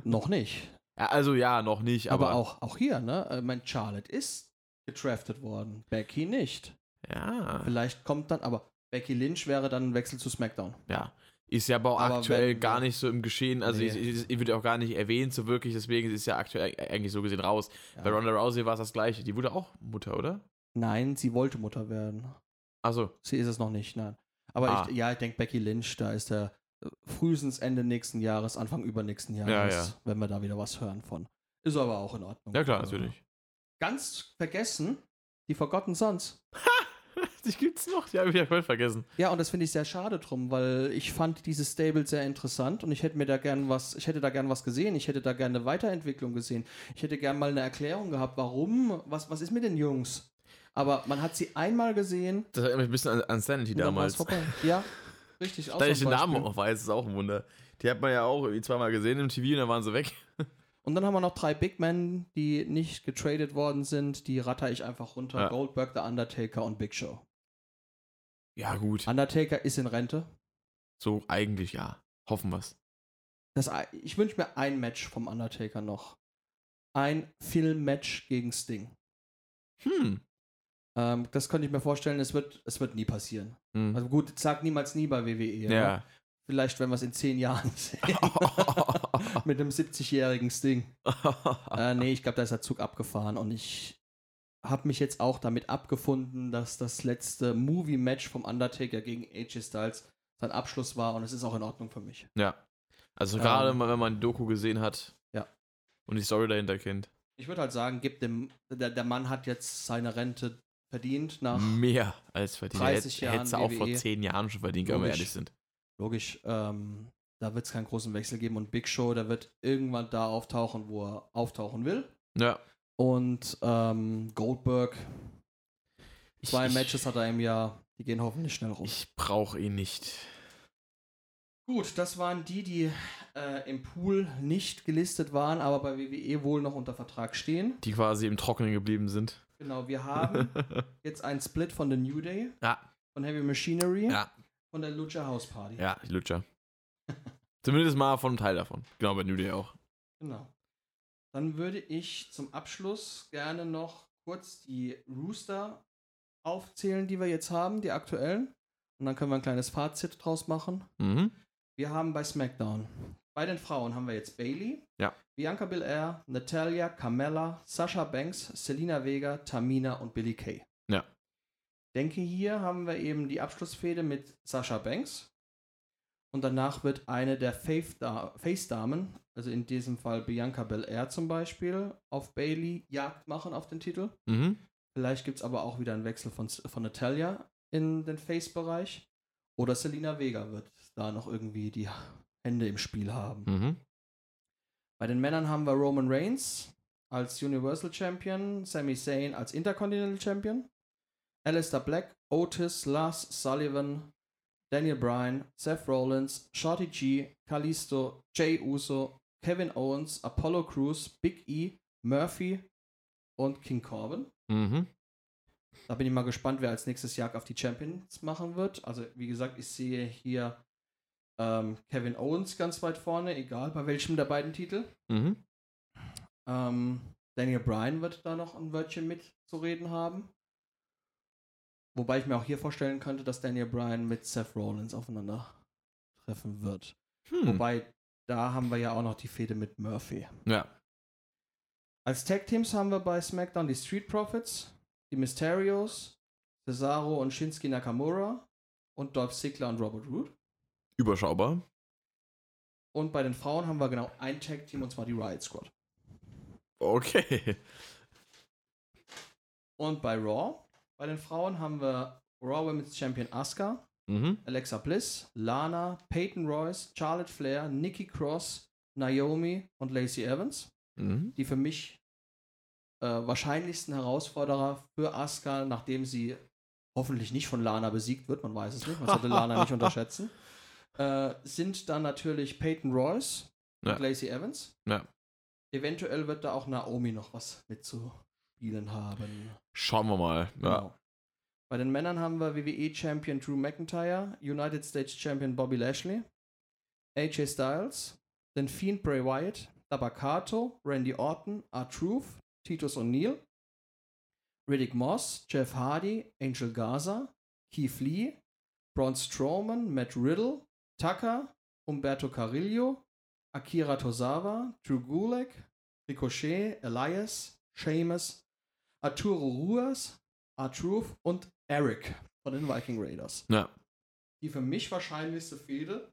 Speaker 2: Noch nicht.
Speaker 1: Ja, also ja, noch nicht, aber,
Speaker 2: Aber, auch, auch hier, ne? Äh, Mein Charlotte ist gedraftet worden. Becky nicht.
Speaker 1: Ja.
Speaker 2: Vielleicht kommt dann, aber Becky Lynch wäre dann ein Wechsel zu SmackDown.
Speaker 1: Ja. Ist ja aber auch
Speaker 2: Aber
Speaker 1: aktuell
Speaker 2: wenn-
Speaker 1: gar nicht so im Geschehen, also
Speaker 2: Nee.
Speaker 1: es- es es wird auch gar nicht erwähnt, so wirklich, deswegen ist es ja aktuell eigentlich so gesehen raus.
Speaker 2: Ja.
Speaker 1: Bei Ronda Rousey war es das gleiche. Die wurde auch Mutter, oder?
Speaker 2: Nein, sie wollte Mutter werden.
Speaker 1: Also,
Speaker 2: Sie ist es noch nicht, nein. Aber
Speaker 1: Ah.
Speaker 2: ich, ja, ich denke, Becky Lynch, da ist der äh, frühestens Ende nächsten Jahres, Anfang übernächsten Jahres,
Speaker 1: Ja, ja.
Speaker 2: wenn wir da wieder was hören von. Ist aber auch in Ordnung. Also,
Speaker 1: ja klar, natürlich.
Speaker 2: Ganz vergessen, die Forgotten Sons.
Speaker 1: Die gibt's noch, die habe ich ja voll vergessen.
Speaker 2: Ja, und das finde ich sehr schade drum, weil ich fand dieses Stable sehr interessant und ich hätte mir da gern was, ich hätte da gern was gesehen, ich hätte da gerne eine Weiterentwicklung gesehen. Ich hätte gern mal eine Erklärung gehabt, warum, was, was ist mit den Jungs? Aber man hat sie einmal gesehen
Speaker 1: Das erinnert mich ein bisschen an, an Sanity
Speaker 2: und dann war
Speaker 1: damals.
Speaker 2: es vorbei. Ja, richtig. auch
Speaker 1: Da ich
Speaker 2: so
Speaker 1: den
Speaker 2: ein
Speaker 1: Namen
Speaker 2: Beispiel.
Speaker 1: auch weiß, ist auch ein Wunder. Die hat man ja auch irgendwie zweimal gesehen im TV und dann waren sie weg.
Speaker 2: Und dann haben wir noch drei Big Men, die nicht getradet worden sind. Die ratter ich einfach runter.
Speaker 1: Ja.
Speaker 2: Goldberg, The Undertaker und Big Show.
Speaker 1: Ja, gut.
Speaker 2: Undertaker ist in Rente.
Speaker 1: So eigentlich ja. Hoffen wir's.
Speaker 2: Das, ei- ich wünsche mir ein Match vom Undertaker noch. Ein Film-Match gegen Sting.
Speaker 1: Hm.
Speaker 2: Ähm, das könnte ich mir vorstellen, es wird, es wird nie passieren.
Speaker 1: Hm.
Speaker 2: Also gut, sag niemals nie bei WWE. ne?
Speaker 1: ja.
Speaker 2: Vielleicht, wenn wir es in zehn Jahren sehen. Mit einem 70-jährigen Sting. Äh, nee, ich glaube, da ist der Zug abgefahren und ich habe mich jetzt auch damit abgefunden, dass das letzte Movie-Match vom Undertaker gegen AJ Styles sein Abschluss war und es ist auch in Ordnung für mich.
Speaker 1: ja. Also gerade
Speaker 2: Ähm.
Speaker 1: mal, wenn man die Doku gesehen hat
Speaker 2: Ja.
Speaker 1: und die Story dahinter kennt.
Speaker 2: Ich würde halt sagen, gibt dem, der, der Mann hat jetzt seine Rente verdient nach,
Speaker 1: Mehr als verdient.
Speaker 2: 30
Speaker 1: Hätte sie
Speaker 2: Jahren
Speaker 1: auch vor
Speaker 2: WWE.
Speaker 1: 10 Jahren schon verdient, wenn wir
Speaker 2: Logisch.
Speaker 1: ehrlich sind.
Speaker 2: logisch, ähm, da wird es keinen großen Wechsel geben und Big Show, der wird irgendwann da auftauchen, wo er auftauchen will.
Speaker 1: Ja.
Speaker 2: Und ähm, Goldberg,
Speaker 1: Ich-
Speaker 2: zwei
Speaker 1: ich-
Speaker 2: Matches hat er im Jahr, die gehen hoffentlich schnell rum.
Speaker 1: Ich brauche ihn nicht.
Speaker 2: Gut, das waren die, die äh, im Pool nicht gelistet waren, aber bei WWE wohl noch unter Vertrag stehen.
Speaker 1: Die quasi im Trockenen geblieben sind.
Speaker 2: Genau, wir haben jetzt einen Split von The New Day,
Speaker 1: Ja.
Speaker 2: von Heavy Machinery,
Speaker 1: Ja.
Speaker 2: von der Lucha House Party.
Speaker 1: ja, die Lutscher. Zumindest mal von einem Teil davon. Genau, bei New Day auch.
Speaker 2: Genau. Dann würde ich zum Abschluss gerne noch kurz die Rooster aufzählen, die wir jetzt haben, die aktuellen. Und dann können wir ein kleines Fazit draus machen.
Speaker 1: Mhm.
Speaker 2: Wir haben bei SmackDown. Bei den Frauen haben wir jetzt Bailey,
Speaker 1: Ja.
Speaker 2: Bianca Belair, Natalia, Carmella, Sasha Banks, Selina Vega, Tamina und Billy Kay.
Speaker 1: Ja.
Speaker 2: Denke, hier haben wir eben die Abschlussfehde mit Sasha Banks. Und danach wird eine der Faith-Da- Face-Damen, also in diesem Fall Bianca Belair zum Beispiel, auf Bailey Jagd machen auf den Titel.
Speaker 1: Mhm.
Speaker 2: Vielleicht gibt es aber auch wieder einen Wechsel von, von Natalia in den Face-Bereich. Oder Selina Vega wird da noch irgendwie die Hände im Spiel haben.
Speaker 1: Mhm.
Speaker 2: Bei den Männern haben wir Roman Reigns als Universal Champion, Sami Zayn als Intercontinental Champion, Alistair Black, Otis, Lars Sullivan, Daniel Bryan, Seth Rollins, Shorty G, Kalisto, Jay Uso, Kevin Owens, Apollo Crews, Big E, Murphy und King Corbin.
Speaker 1: Mhm.
Speaker 2: Da bin ich mal gespannt, wer als nächstes Jagd auf die Champions machen wird. Also, wie gesagt, ich sehe hier ähm, Kevin Owens ganz weit vorne, egal bei welchem der beiden Titel.
Speaker 1: Mhm.
Speaker 2: Ähm, Daniel Bryan wird da noch ein Wörtchen mitzureden haben. Wobei ich mir auch hier vorstellen könnte, dass Daniel Bryan mit Seth Rollins aufeinandertreffen wird.
Speaker 1: Hm.
Speaker 2: Wobei, da haben wir ja auch noch die Fehde mit Murphy.
Speaker 1: Ja.
Speaker 2: Als Tag-Teams haben wir bei SmackDown die Street Profits, die Mysterios, Cesaro und Shinsuke Nakamura und Dolph Ziggler und Robert Roode.
Speaker 1: Überschaubar.
Speaker 2: Und bei den Frauen haben wir genau ein Tag-Team und zwar die Riot Squad.
Speaker 1: Okay.
Speaker 2: Und bei Raw, bei den Frauen haben wir Raw Women's Champion Asuka,
Speaker 1: Mhm.
Speaker 2: Alexa Bliss, Lana, Peyton Royce, Charlotte Flair, Nikki Cross, Naomi und Lacey Evans,
Speaker 1: Mhm.
Speaker 2: die für mich äh, wahrscheinlichsten Herausforderer für Asuka, nachdem sie hoffentlich nicht von Lana besiegt wird, man weiß es nicht, man sollte Lana nicht unterschätzen, äh, sind dann natürlich Peyton Royce
Speaker 1: Ja.
Speaker 2: und Lacey Evans.
Speaker 1: Ja.
Speaker 2: Eventuell wird da auch Naomi noch was mitzuspielen haben.
Speaker 1: Schauen wir mal. Ja.
Speaker 2: Genau. Bei den Männern haben wir WWE-Champion Drew McIntyre, United States Champion Bobby Lashley, AJ Styles, den Fiend Bray Wyatt, Dabakato, Randy Orton, R-Truth, Titus O'Neill, Riddick Moss, Jeff Hardy, Angel Gaza, Keith Lee, Braun Strowman, Matt Riddle, Tucker, Umberto Carrillo, Akira Tozawa, Drew Gulak, Ricochet, Elias, Sheamus, Arturo Ruas, R-Truth und Eric von den Viking Raiders.
Speaker 1: Ja.
Speaker 2: Die für mich wahrscheinlichste Fehde,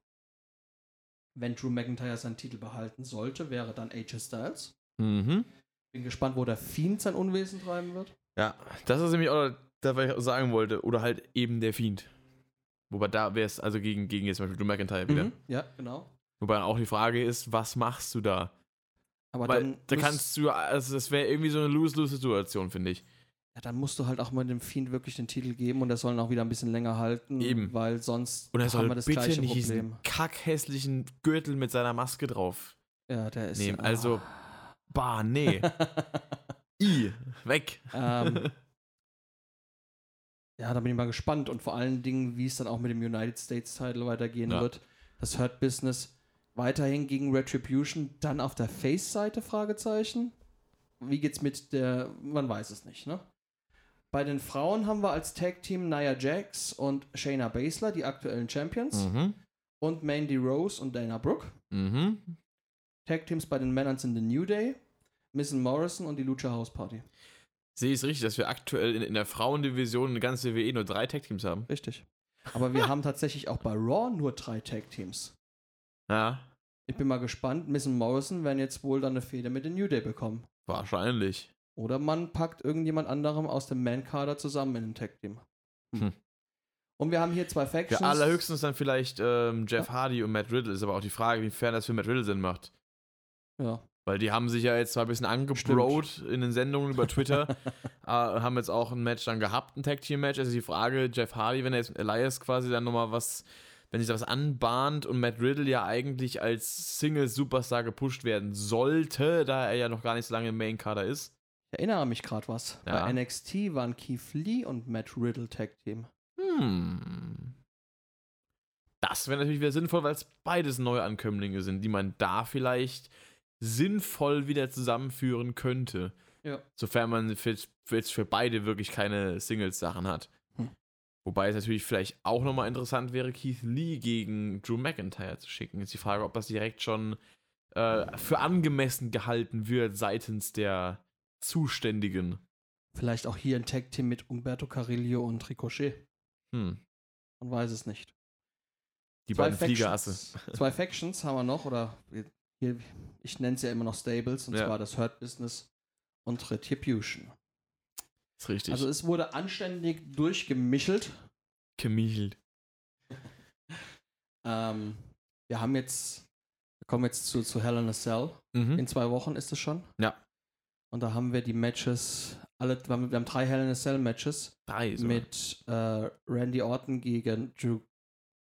Speaker 2: wenn Drew McIntyre seinen Titel behalten sollte, wäre dann AJ Styles.
Speaker 1: Mhm.
Speaker 2: Bin gespannt, wo der Fiend sein Unwesen treiben wird.
Speaker 1: Ja, das ist nämlich auch, das, was ich auch sagen wollte. Oder halt eben der Fiend. Wobei da wäre es, also gegen, gegen jetzt zum Beispiel Drew McIntyre wieder.
Speaker 2: Mhm, Ja, genau.
Speaker 1: Wobei auch die Frage ist, was machst du da?
Speaker 2: Aber
Speaker 1: Weil da
Speaker 2: muss-
Speaker 1: kannst du, also das wäre irgendwie so eine Lose-Lose-Situation, finde ich.
Speaker 2: ja, dann musst du halt auch mal dem Fiend wirklich den Titel geben und er soll ihn auch wieder ein bisschen länger halten,
Speaker 1: Eben.
Speaker 2: weil sonst
Speaker 1: Und er soll
Speaker 2: wir das
Speaker 1: bitte
Speaker 2: gleiche
Speaker 1: nicht
Speaker 2: Problem.
Speaker 1: diesen kackhässlichen Gürtel mit seiner Maske drauf
Speaker 2: Ja, der ist
Speaker 1: nehmen. Also, bah, nee. I, weg.
Speaker 2: ähm, ja, da bin ich mal gespannt und vor allen Dingen, wie es dann auch mit dem United States Title weitergehen
Speaker 1: Ja.
Speaker 2: wird. Das Hurt Business weiterhin gegen Retribution, dann auf der Face-Seite Fragezeichen. Wie geht's mit der? Man weiß es nicht, ne? Bei den Frauen haben wir als Tag Team Nia Jax und Shayna Baszler, die aktuellen Champions,
Speaker 1: Mhm.
Speaker 2: und Mandy Rose und Dana Brooke.
Speaker 1: Mhm.
Speaker 2: Tag Teams bei den Männern sind The New Day, Miss Morrison und die Lucha House Party.
Speaker 1: Sehe ich es richtig, dass wir aktuell in, in der Frauendivision in ganz WWE E nur drei Tag-Teams haben?
Speaker 2: Richtig. Aber wir haben tatsächlich auch bei Raw nur drei Tag-Teams.
Speaker 1: Ja,
Speaker 2: Ich bin mal gespannt. Miss und Morrison werden jetzt wohl dann eine Fehde mit den New Day bekommen.
Speaker 1: wahrscheinlich.
Speaker 2: Oder man packt irgendjemand anderem aus dem Man-Kader zusammen in ein Tag-Team.
Speaker 1: Hm.
Speaker 2: Und wir haben hier zwei Factions.
Speaker 1: Ja, allerhöchstens dann vielleicht ähm, Jeff Hardy und Matt Riddle. Ist aber auch die Frage, inwiefern das für Matt Riddle Sinn macht.
Speaker 2: Ja.
Speaker 1: Weil die haben sich ja jetzt zwar ein bisschen angebrot in den Sendungen über Twitter, äh, haben jetzt auch ein Match dann gehabt, ein Tag Team Match. Also die Frage, Jeff Hardy, wenn er jetzt mit Elias quasi dann nochmal was, wenn sich da was anbahnt und Matt Riddle ja eigentlich als Single Superstar gepusht werden sollte, da er ja noch gar nicht so lange im Main Kader ist.
Speaker 2: Ich erinnere mich gerade was.
Speaker 1: Ja.
Speaker 2: Bei NXT waren Keith Lee und Matt Riddle Tag-Team.
Speaker 1: Hm. Das wäre natürlich wieder sinnvoll, weil es beides Neuankömmlinge sind, die man da vielleicht sinnvoll wieder zusammenführen könnte.
Speaker 2: Ja.
Speaker 1: Sofern man für, für jetzt für beide wirklich keine Singles-Sachen hat.
Speaker 2: Hm.
Speaker 1: Wobei es natürlich vielleicht auch nochmal interessant wäre, Keith Lee gegen Drew McIntyre zu schicken. Jetzt die Frage, ob das direkt schon äh, für angemessen gehalten wird seitens der Zuständigen.
Speaker 2: Vielleicht auch hier ein Tag-Team mit Umberto Carrillo und Ricochet.
Speaker 1: Hm.
Speaker 2: Man weiß es nicht.
Speaker 1: Die beiden also, Fliegerasse.
Speaker 2: Zwei Factions haben wir noch, oder hier, ich nenne es ja immer noch Stables, und
Speaker 1: Ja.
Speaker 2: zwar das Hurt Business und Retribution.
Speaker 1: Ist richtig.
Speaker 2: Also
Speaker 1: Also,
Speaker 2: es wurde anständig durchgemischelt.
Speaker 1: Gemichelt.
Speaker 2: Ähm, wir haben jetzt, wir kommen jetzt zu, zu Hell in a Cell.
Speaker 1: Mhm.
Speaker 2: In zwei Wochen ist es schon.
Speaker 1: Ja.
Speaker 2: Und da haben wir die Matches, alle, wir haben wir haben drei Hell in a Cell Matches
Speaker 1: Drei sogar.
Speaker 2: mit äh, Randy Orton gegen Drew.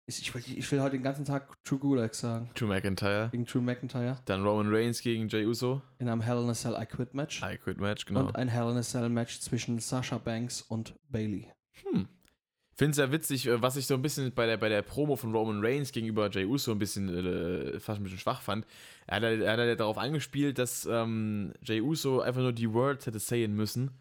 Speaker 2: Ich, ich, will, ich will heute den ganzen Tag Drew Gulak sagen.
Speaker 1: Drew McIntyre.
Speaker 2: Gegen Drew McIntyre
Speaker 1: Dann Roman Reigns gegen Jey Uso.
Speaker 2: in einem Hell in a Cell I Quit Match.
Speaker 1: I Quit Match, genau.
Speaker 2: Und ein Hell in a Cell Match zwischen Sasha Banks und Bailey.
Speaker 1: Hm. Finde es ja witzig, äh, was ich so ein bisschen bei der, bei der Promo von Roman Reigns gegenüber Jey Uso ein bisschen äh, fast ein bisschen schwach fand. Er hat, ja- er hat ja darauf angespielt, dass ähm, Jey Uso einfach nur die Words hätte sayen müssen.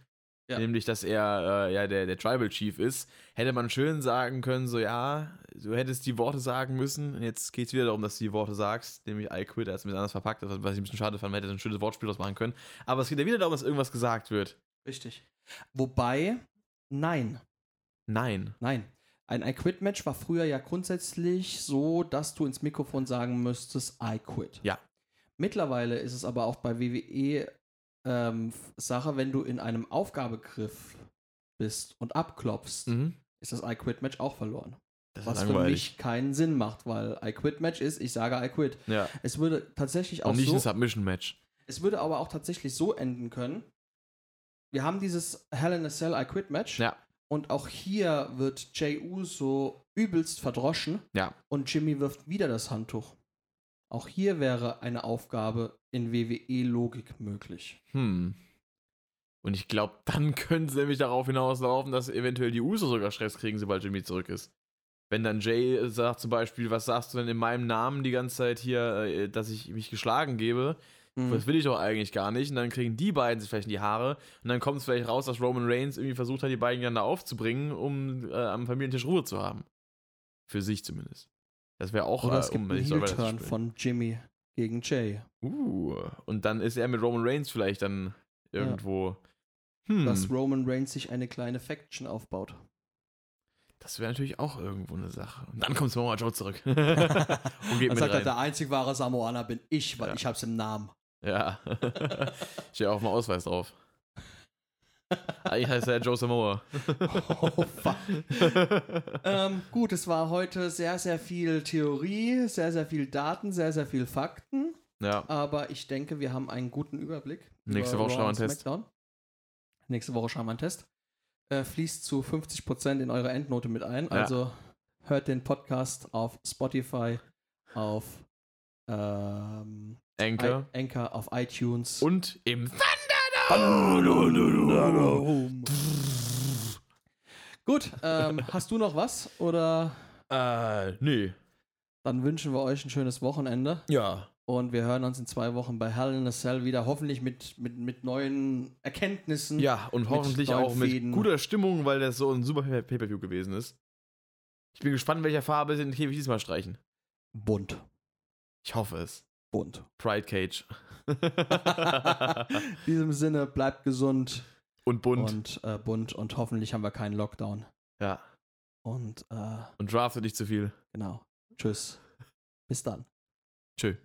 Speaker 2: Ja.
Speaker 1: Nämlich, dass er äh, ja der, der Tribal Chief ist. Hätte man schön sagen können, so ja, du hättest die Worte sagen müssen. Und jetzt geht es wieder darum, dass du die Worte sagst, nämlich I quit, er hat es ein bisschen anders verpackt, was was ich ein bisschen schade fand, man hätte so ein schönes Wortspiel draus machen können. Aber es geht ja wieder darum, dass irgendwas gesagt wird.
Speaker 2: Richtig. Wobei, nein,
Speaker 1: Nein.
Speaker 2: nein. Ein I Quit Match war früher ja grundsätzlich so, dass du ins Mikrofon sagen müsstest, I quit.
Speaker 1: Ja.
Speaker 2: Mittlerweile ist es aber auch bei WWE ähm, F- Sache, wenn du in einem Aufgabegriff bist und abklopfst,
Speaker 1: Mhm.
Speaker 2: ist das I Quit Match auch verloren.
Speaker 1: Das
Speaker 2: Was für mich keinen Sinn macht, weil I Quit Match ist, ich sage I Quit.
Speaker 1: Ja.
Speaker 2: Es würde tatsächlich auch
Speaker 1: Und nicht
Speaker 2: so
Speaker 1: ein Submission-Match.
Speaker 2: Es würde aber auch tatsächlich so enden können. Wir haben dieses Hell in a Cell I Quit Match.
Speaker 1: Ja.
Speaker 2: Und auch hier wird Jey Uso übelst verdroschen.
Speaker 1: Ja.
Speaker 2: Und Jimmy wirft wieder das Handtuch. Auch hier wäre eine Aufgabe in WWE-Logik möglich.
Speaker 1: Hm. Und ich glaube, dann können sie nämlich darauf hinauslaufen, dass eventuell die Uso sogar Stress kriegen, sobald Jimmy zurück ist. Wenn dann Jay sagt zum Beispiel, was sagst du denn in meinem Namen die ganze Zeit hier, äh, dass ich mich geschlagen gebe?
Speaker 2: Mhm.
Speaker 1: Das will ich doch eigentlich gar nicht. Und dann kriegen die beiden sich vielleicht in die Haare. Und dann kommt es vielleicht raus, dass Roman Reigns irgendwie versucht hat, die beiden gerne aufzubringen, um äh, am Familientisch Ruhe zu haben. Für sich zumindest. Das wäre auch
Speaker 2: Oder
Speaker 1: äh,
Speaker 2: es gibt einen
Speaker 1: nicht so, weil das
Speaker 2: Heel-Turn
Speaker 1: spielt.
Speaker 2: von Jimmy gegen Jay.
Speaker 1: Uh, und dann ist er mit Roman Reigns vielleicht dann irgendwo. Hm,
Speaker 2: Dass
Speaker 1: das,
Speaker 2: Roman Reigns sich eine kleine Faction aufbaut.
Speaker 1: wäre natürlich auch irgendwo eine Sache. Und dann kommt Samoa Joe zurück. und geht
Speaker 2: Dann
Speaker 1: mit
Speaker 2: sagt er, der
Speaker 1: rein.
Speaker 2: einzig wahre Samoaner bin ich, weil
Speaker 1: Ja.
Speaker 2: ich hab's im Namen.
Speaker 1: Ja. Steht auch mal Ausweis drauf. Eigentlich heißt er Joe Samoa.
Speaker 2: Oh, fuck. Ähm, gut, es war heute sehr, sehr viel Theorie, sehr, sehr viel Daten, sehr, sehr viel Fakten.
Speaker 1: ja.
Speaker 2: Aber ich denke, wir haben einen guten Überblick.
Speaker 1: Nächste Woche
Speaker 2: Raw
Speaker 1: schauen wir
Speaker 2: und
Speaker 1: einen Test.
Speaker 2: SmackDown. Nächste Woche schauen wir einen Test. Äh, fließt zu 50% in eure Endnote mit ein. Also hört den Podcast auf Spotify, auf ähm,
Speaker 1: Anchor.
Speaker 2: I Anchor, auf iTunes.
Speaker 1: Und im
Speaker 2: Gut, ähm, hast du noch was? Oder
Speaker 1: Äh, nee.
Speaker 2: dann wünschen wir euch ein schönes Wochenende.
Speaker 1: Ja.
Speaker 2: Und wir hören uns in zwei Wochen bei Hell in a Cell wieder, hoffentlich mit, mit, mit neuen Erkenntnissen.
Speaker 1: Ja, und hoffentlich
Speaker 2: neuen
Speaker 1: auch mit
Speaker 2: Fäden.
Speaker 1: guter Stimmung, weil das so ein super Pay-Per-View gewesen ist. Ich bin gespannt, welcher Farbe sie den Käfig diesmal streichen.
Speaker 2: Bunt.
Speaker 1: Ich hoffe es.
Speaker 2: Bunt.
Speaker 1: Pride Cage.
Speaker 2: In diesem Sinne, bleibt gesund
Speaker 1: und bunt.
Speaker 2: und äh, bunt und hoffentlich haben wir keinen Lockdown.
Speaker 1: Ja.
Speaker 2: Und äh,
Speaker 1: Und draftet nicht zu viel.
Speaker 2: genau. Tschüss. Bis dann.
Speaker 1: Tschö.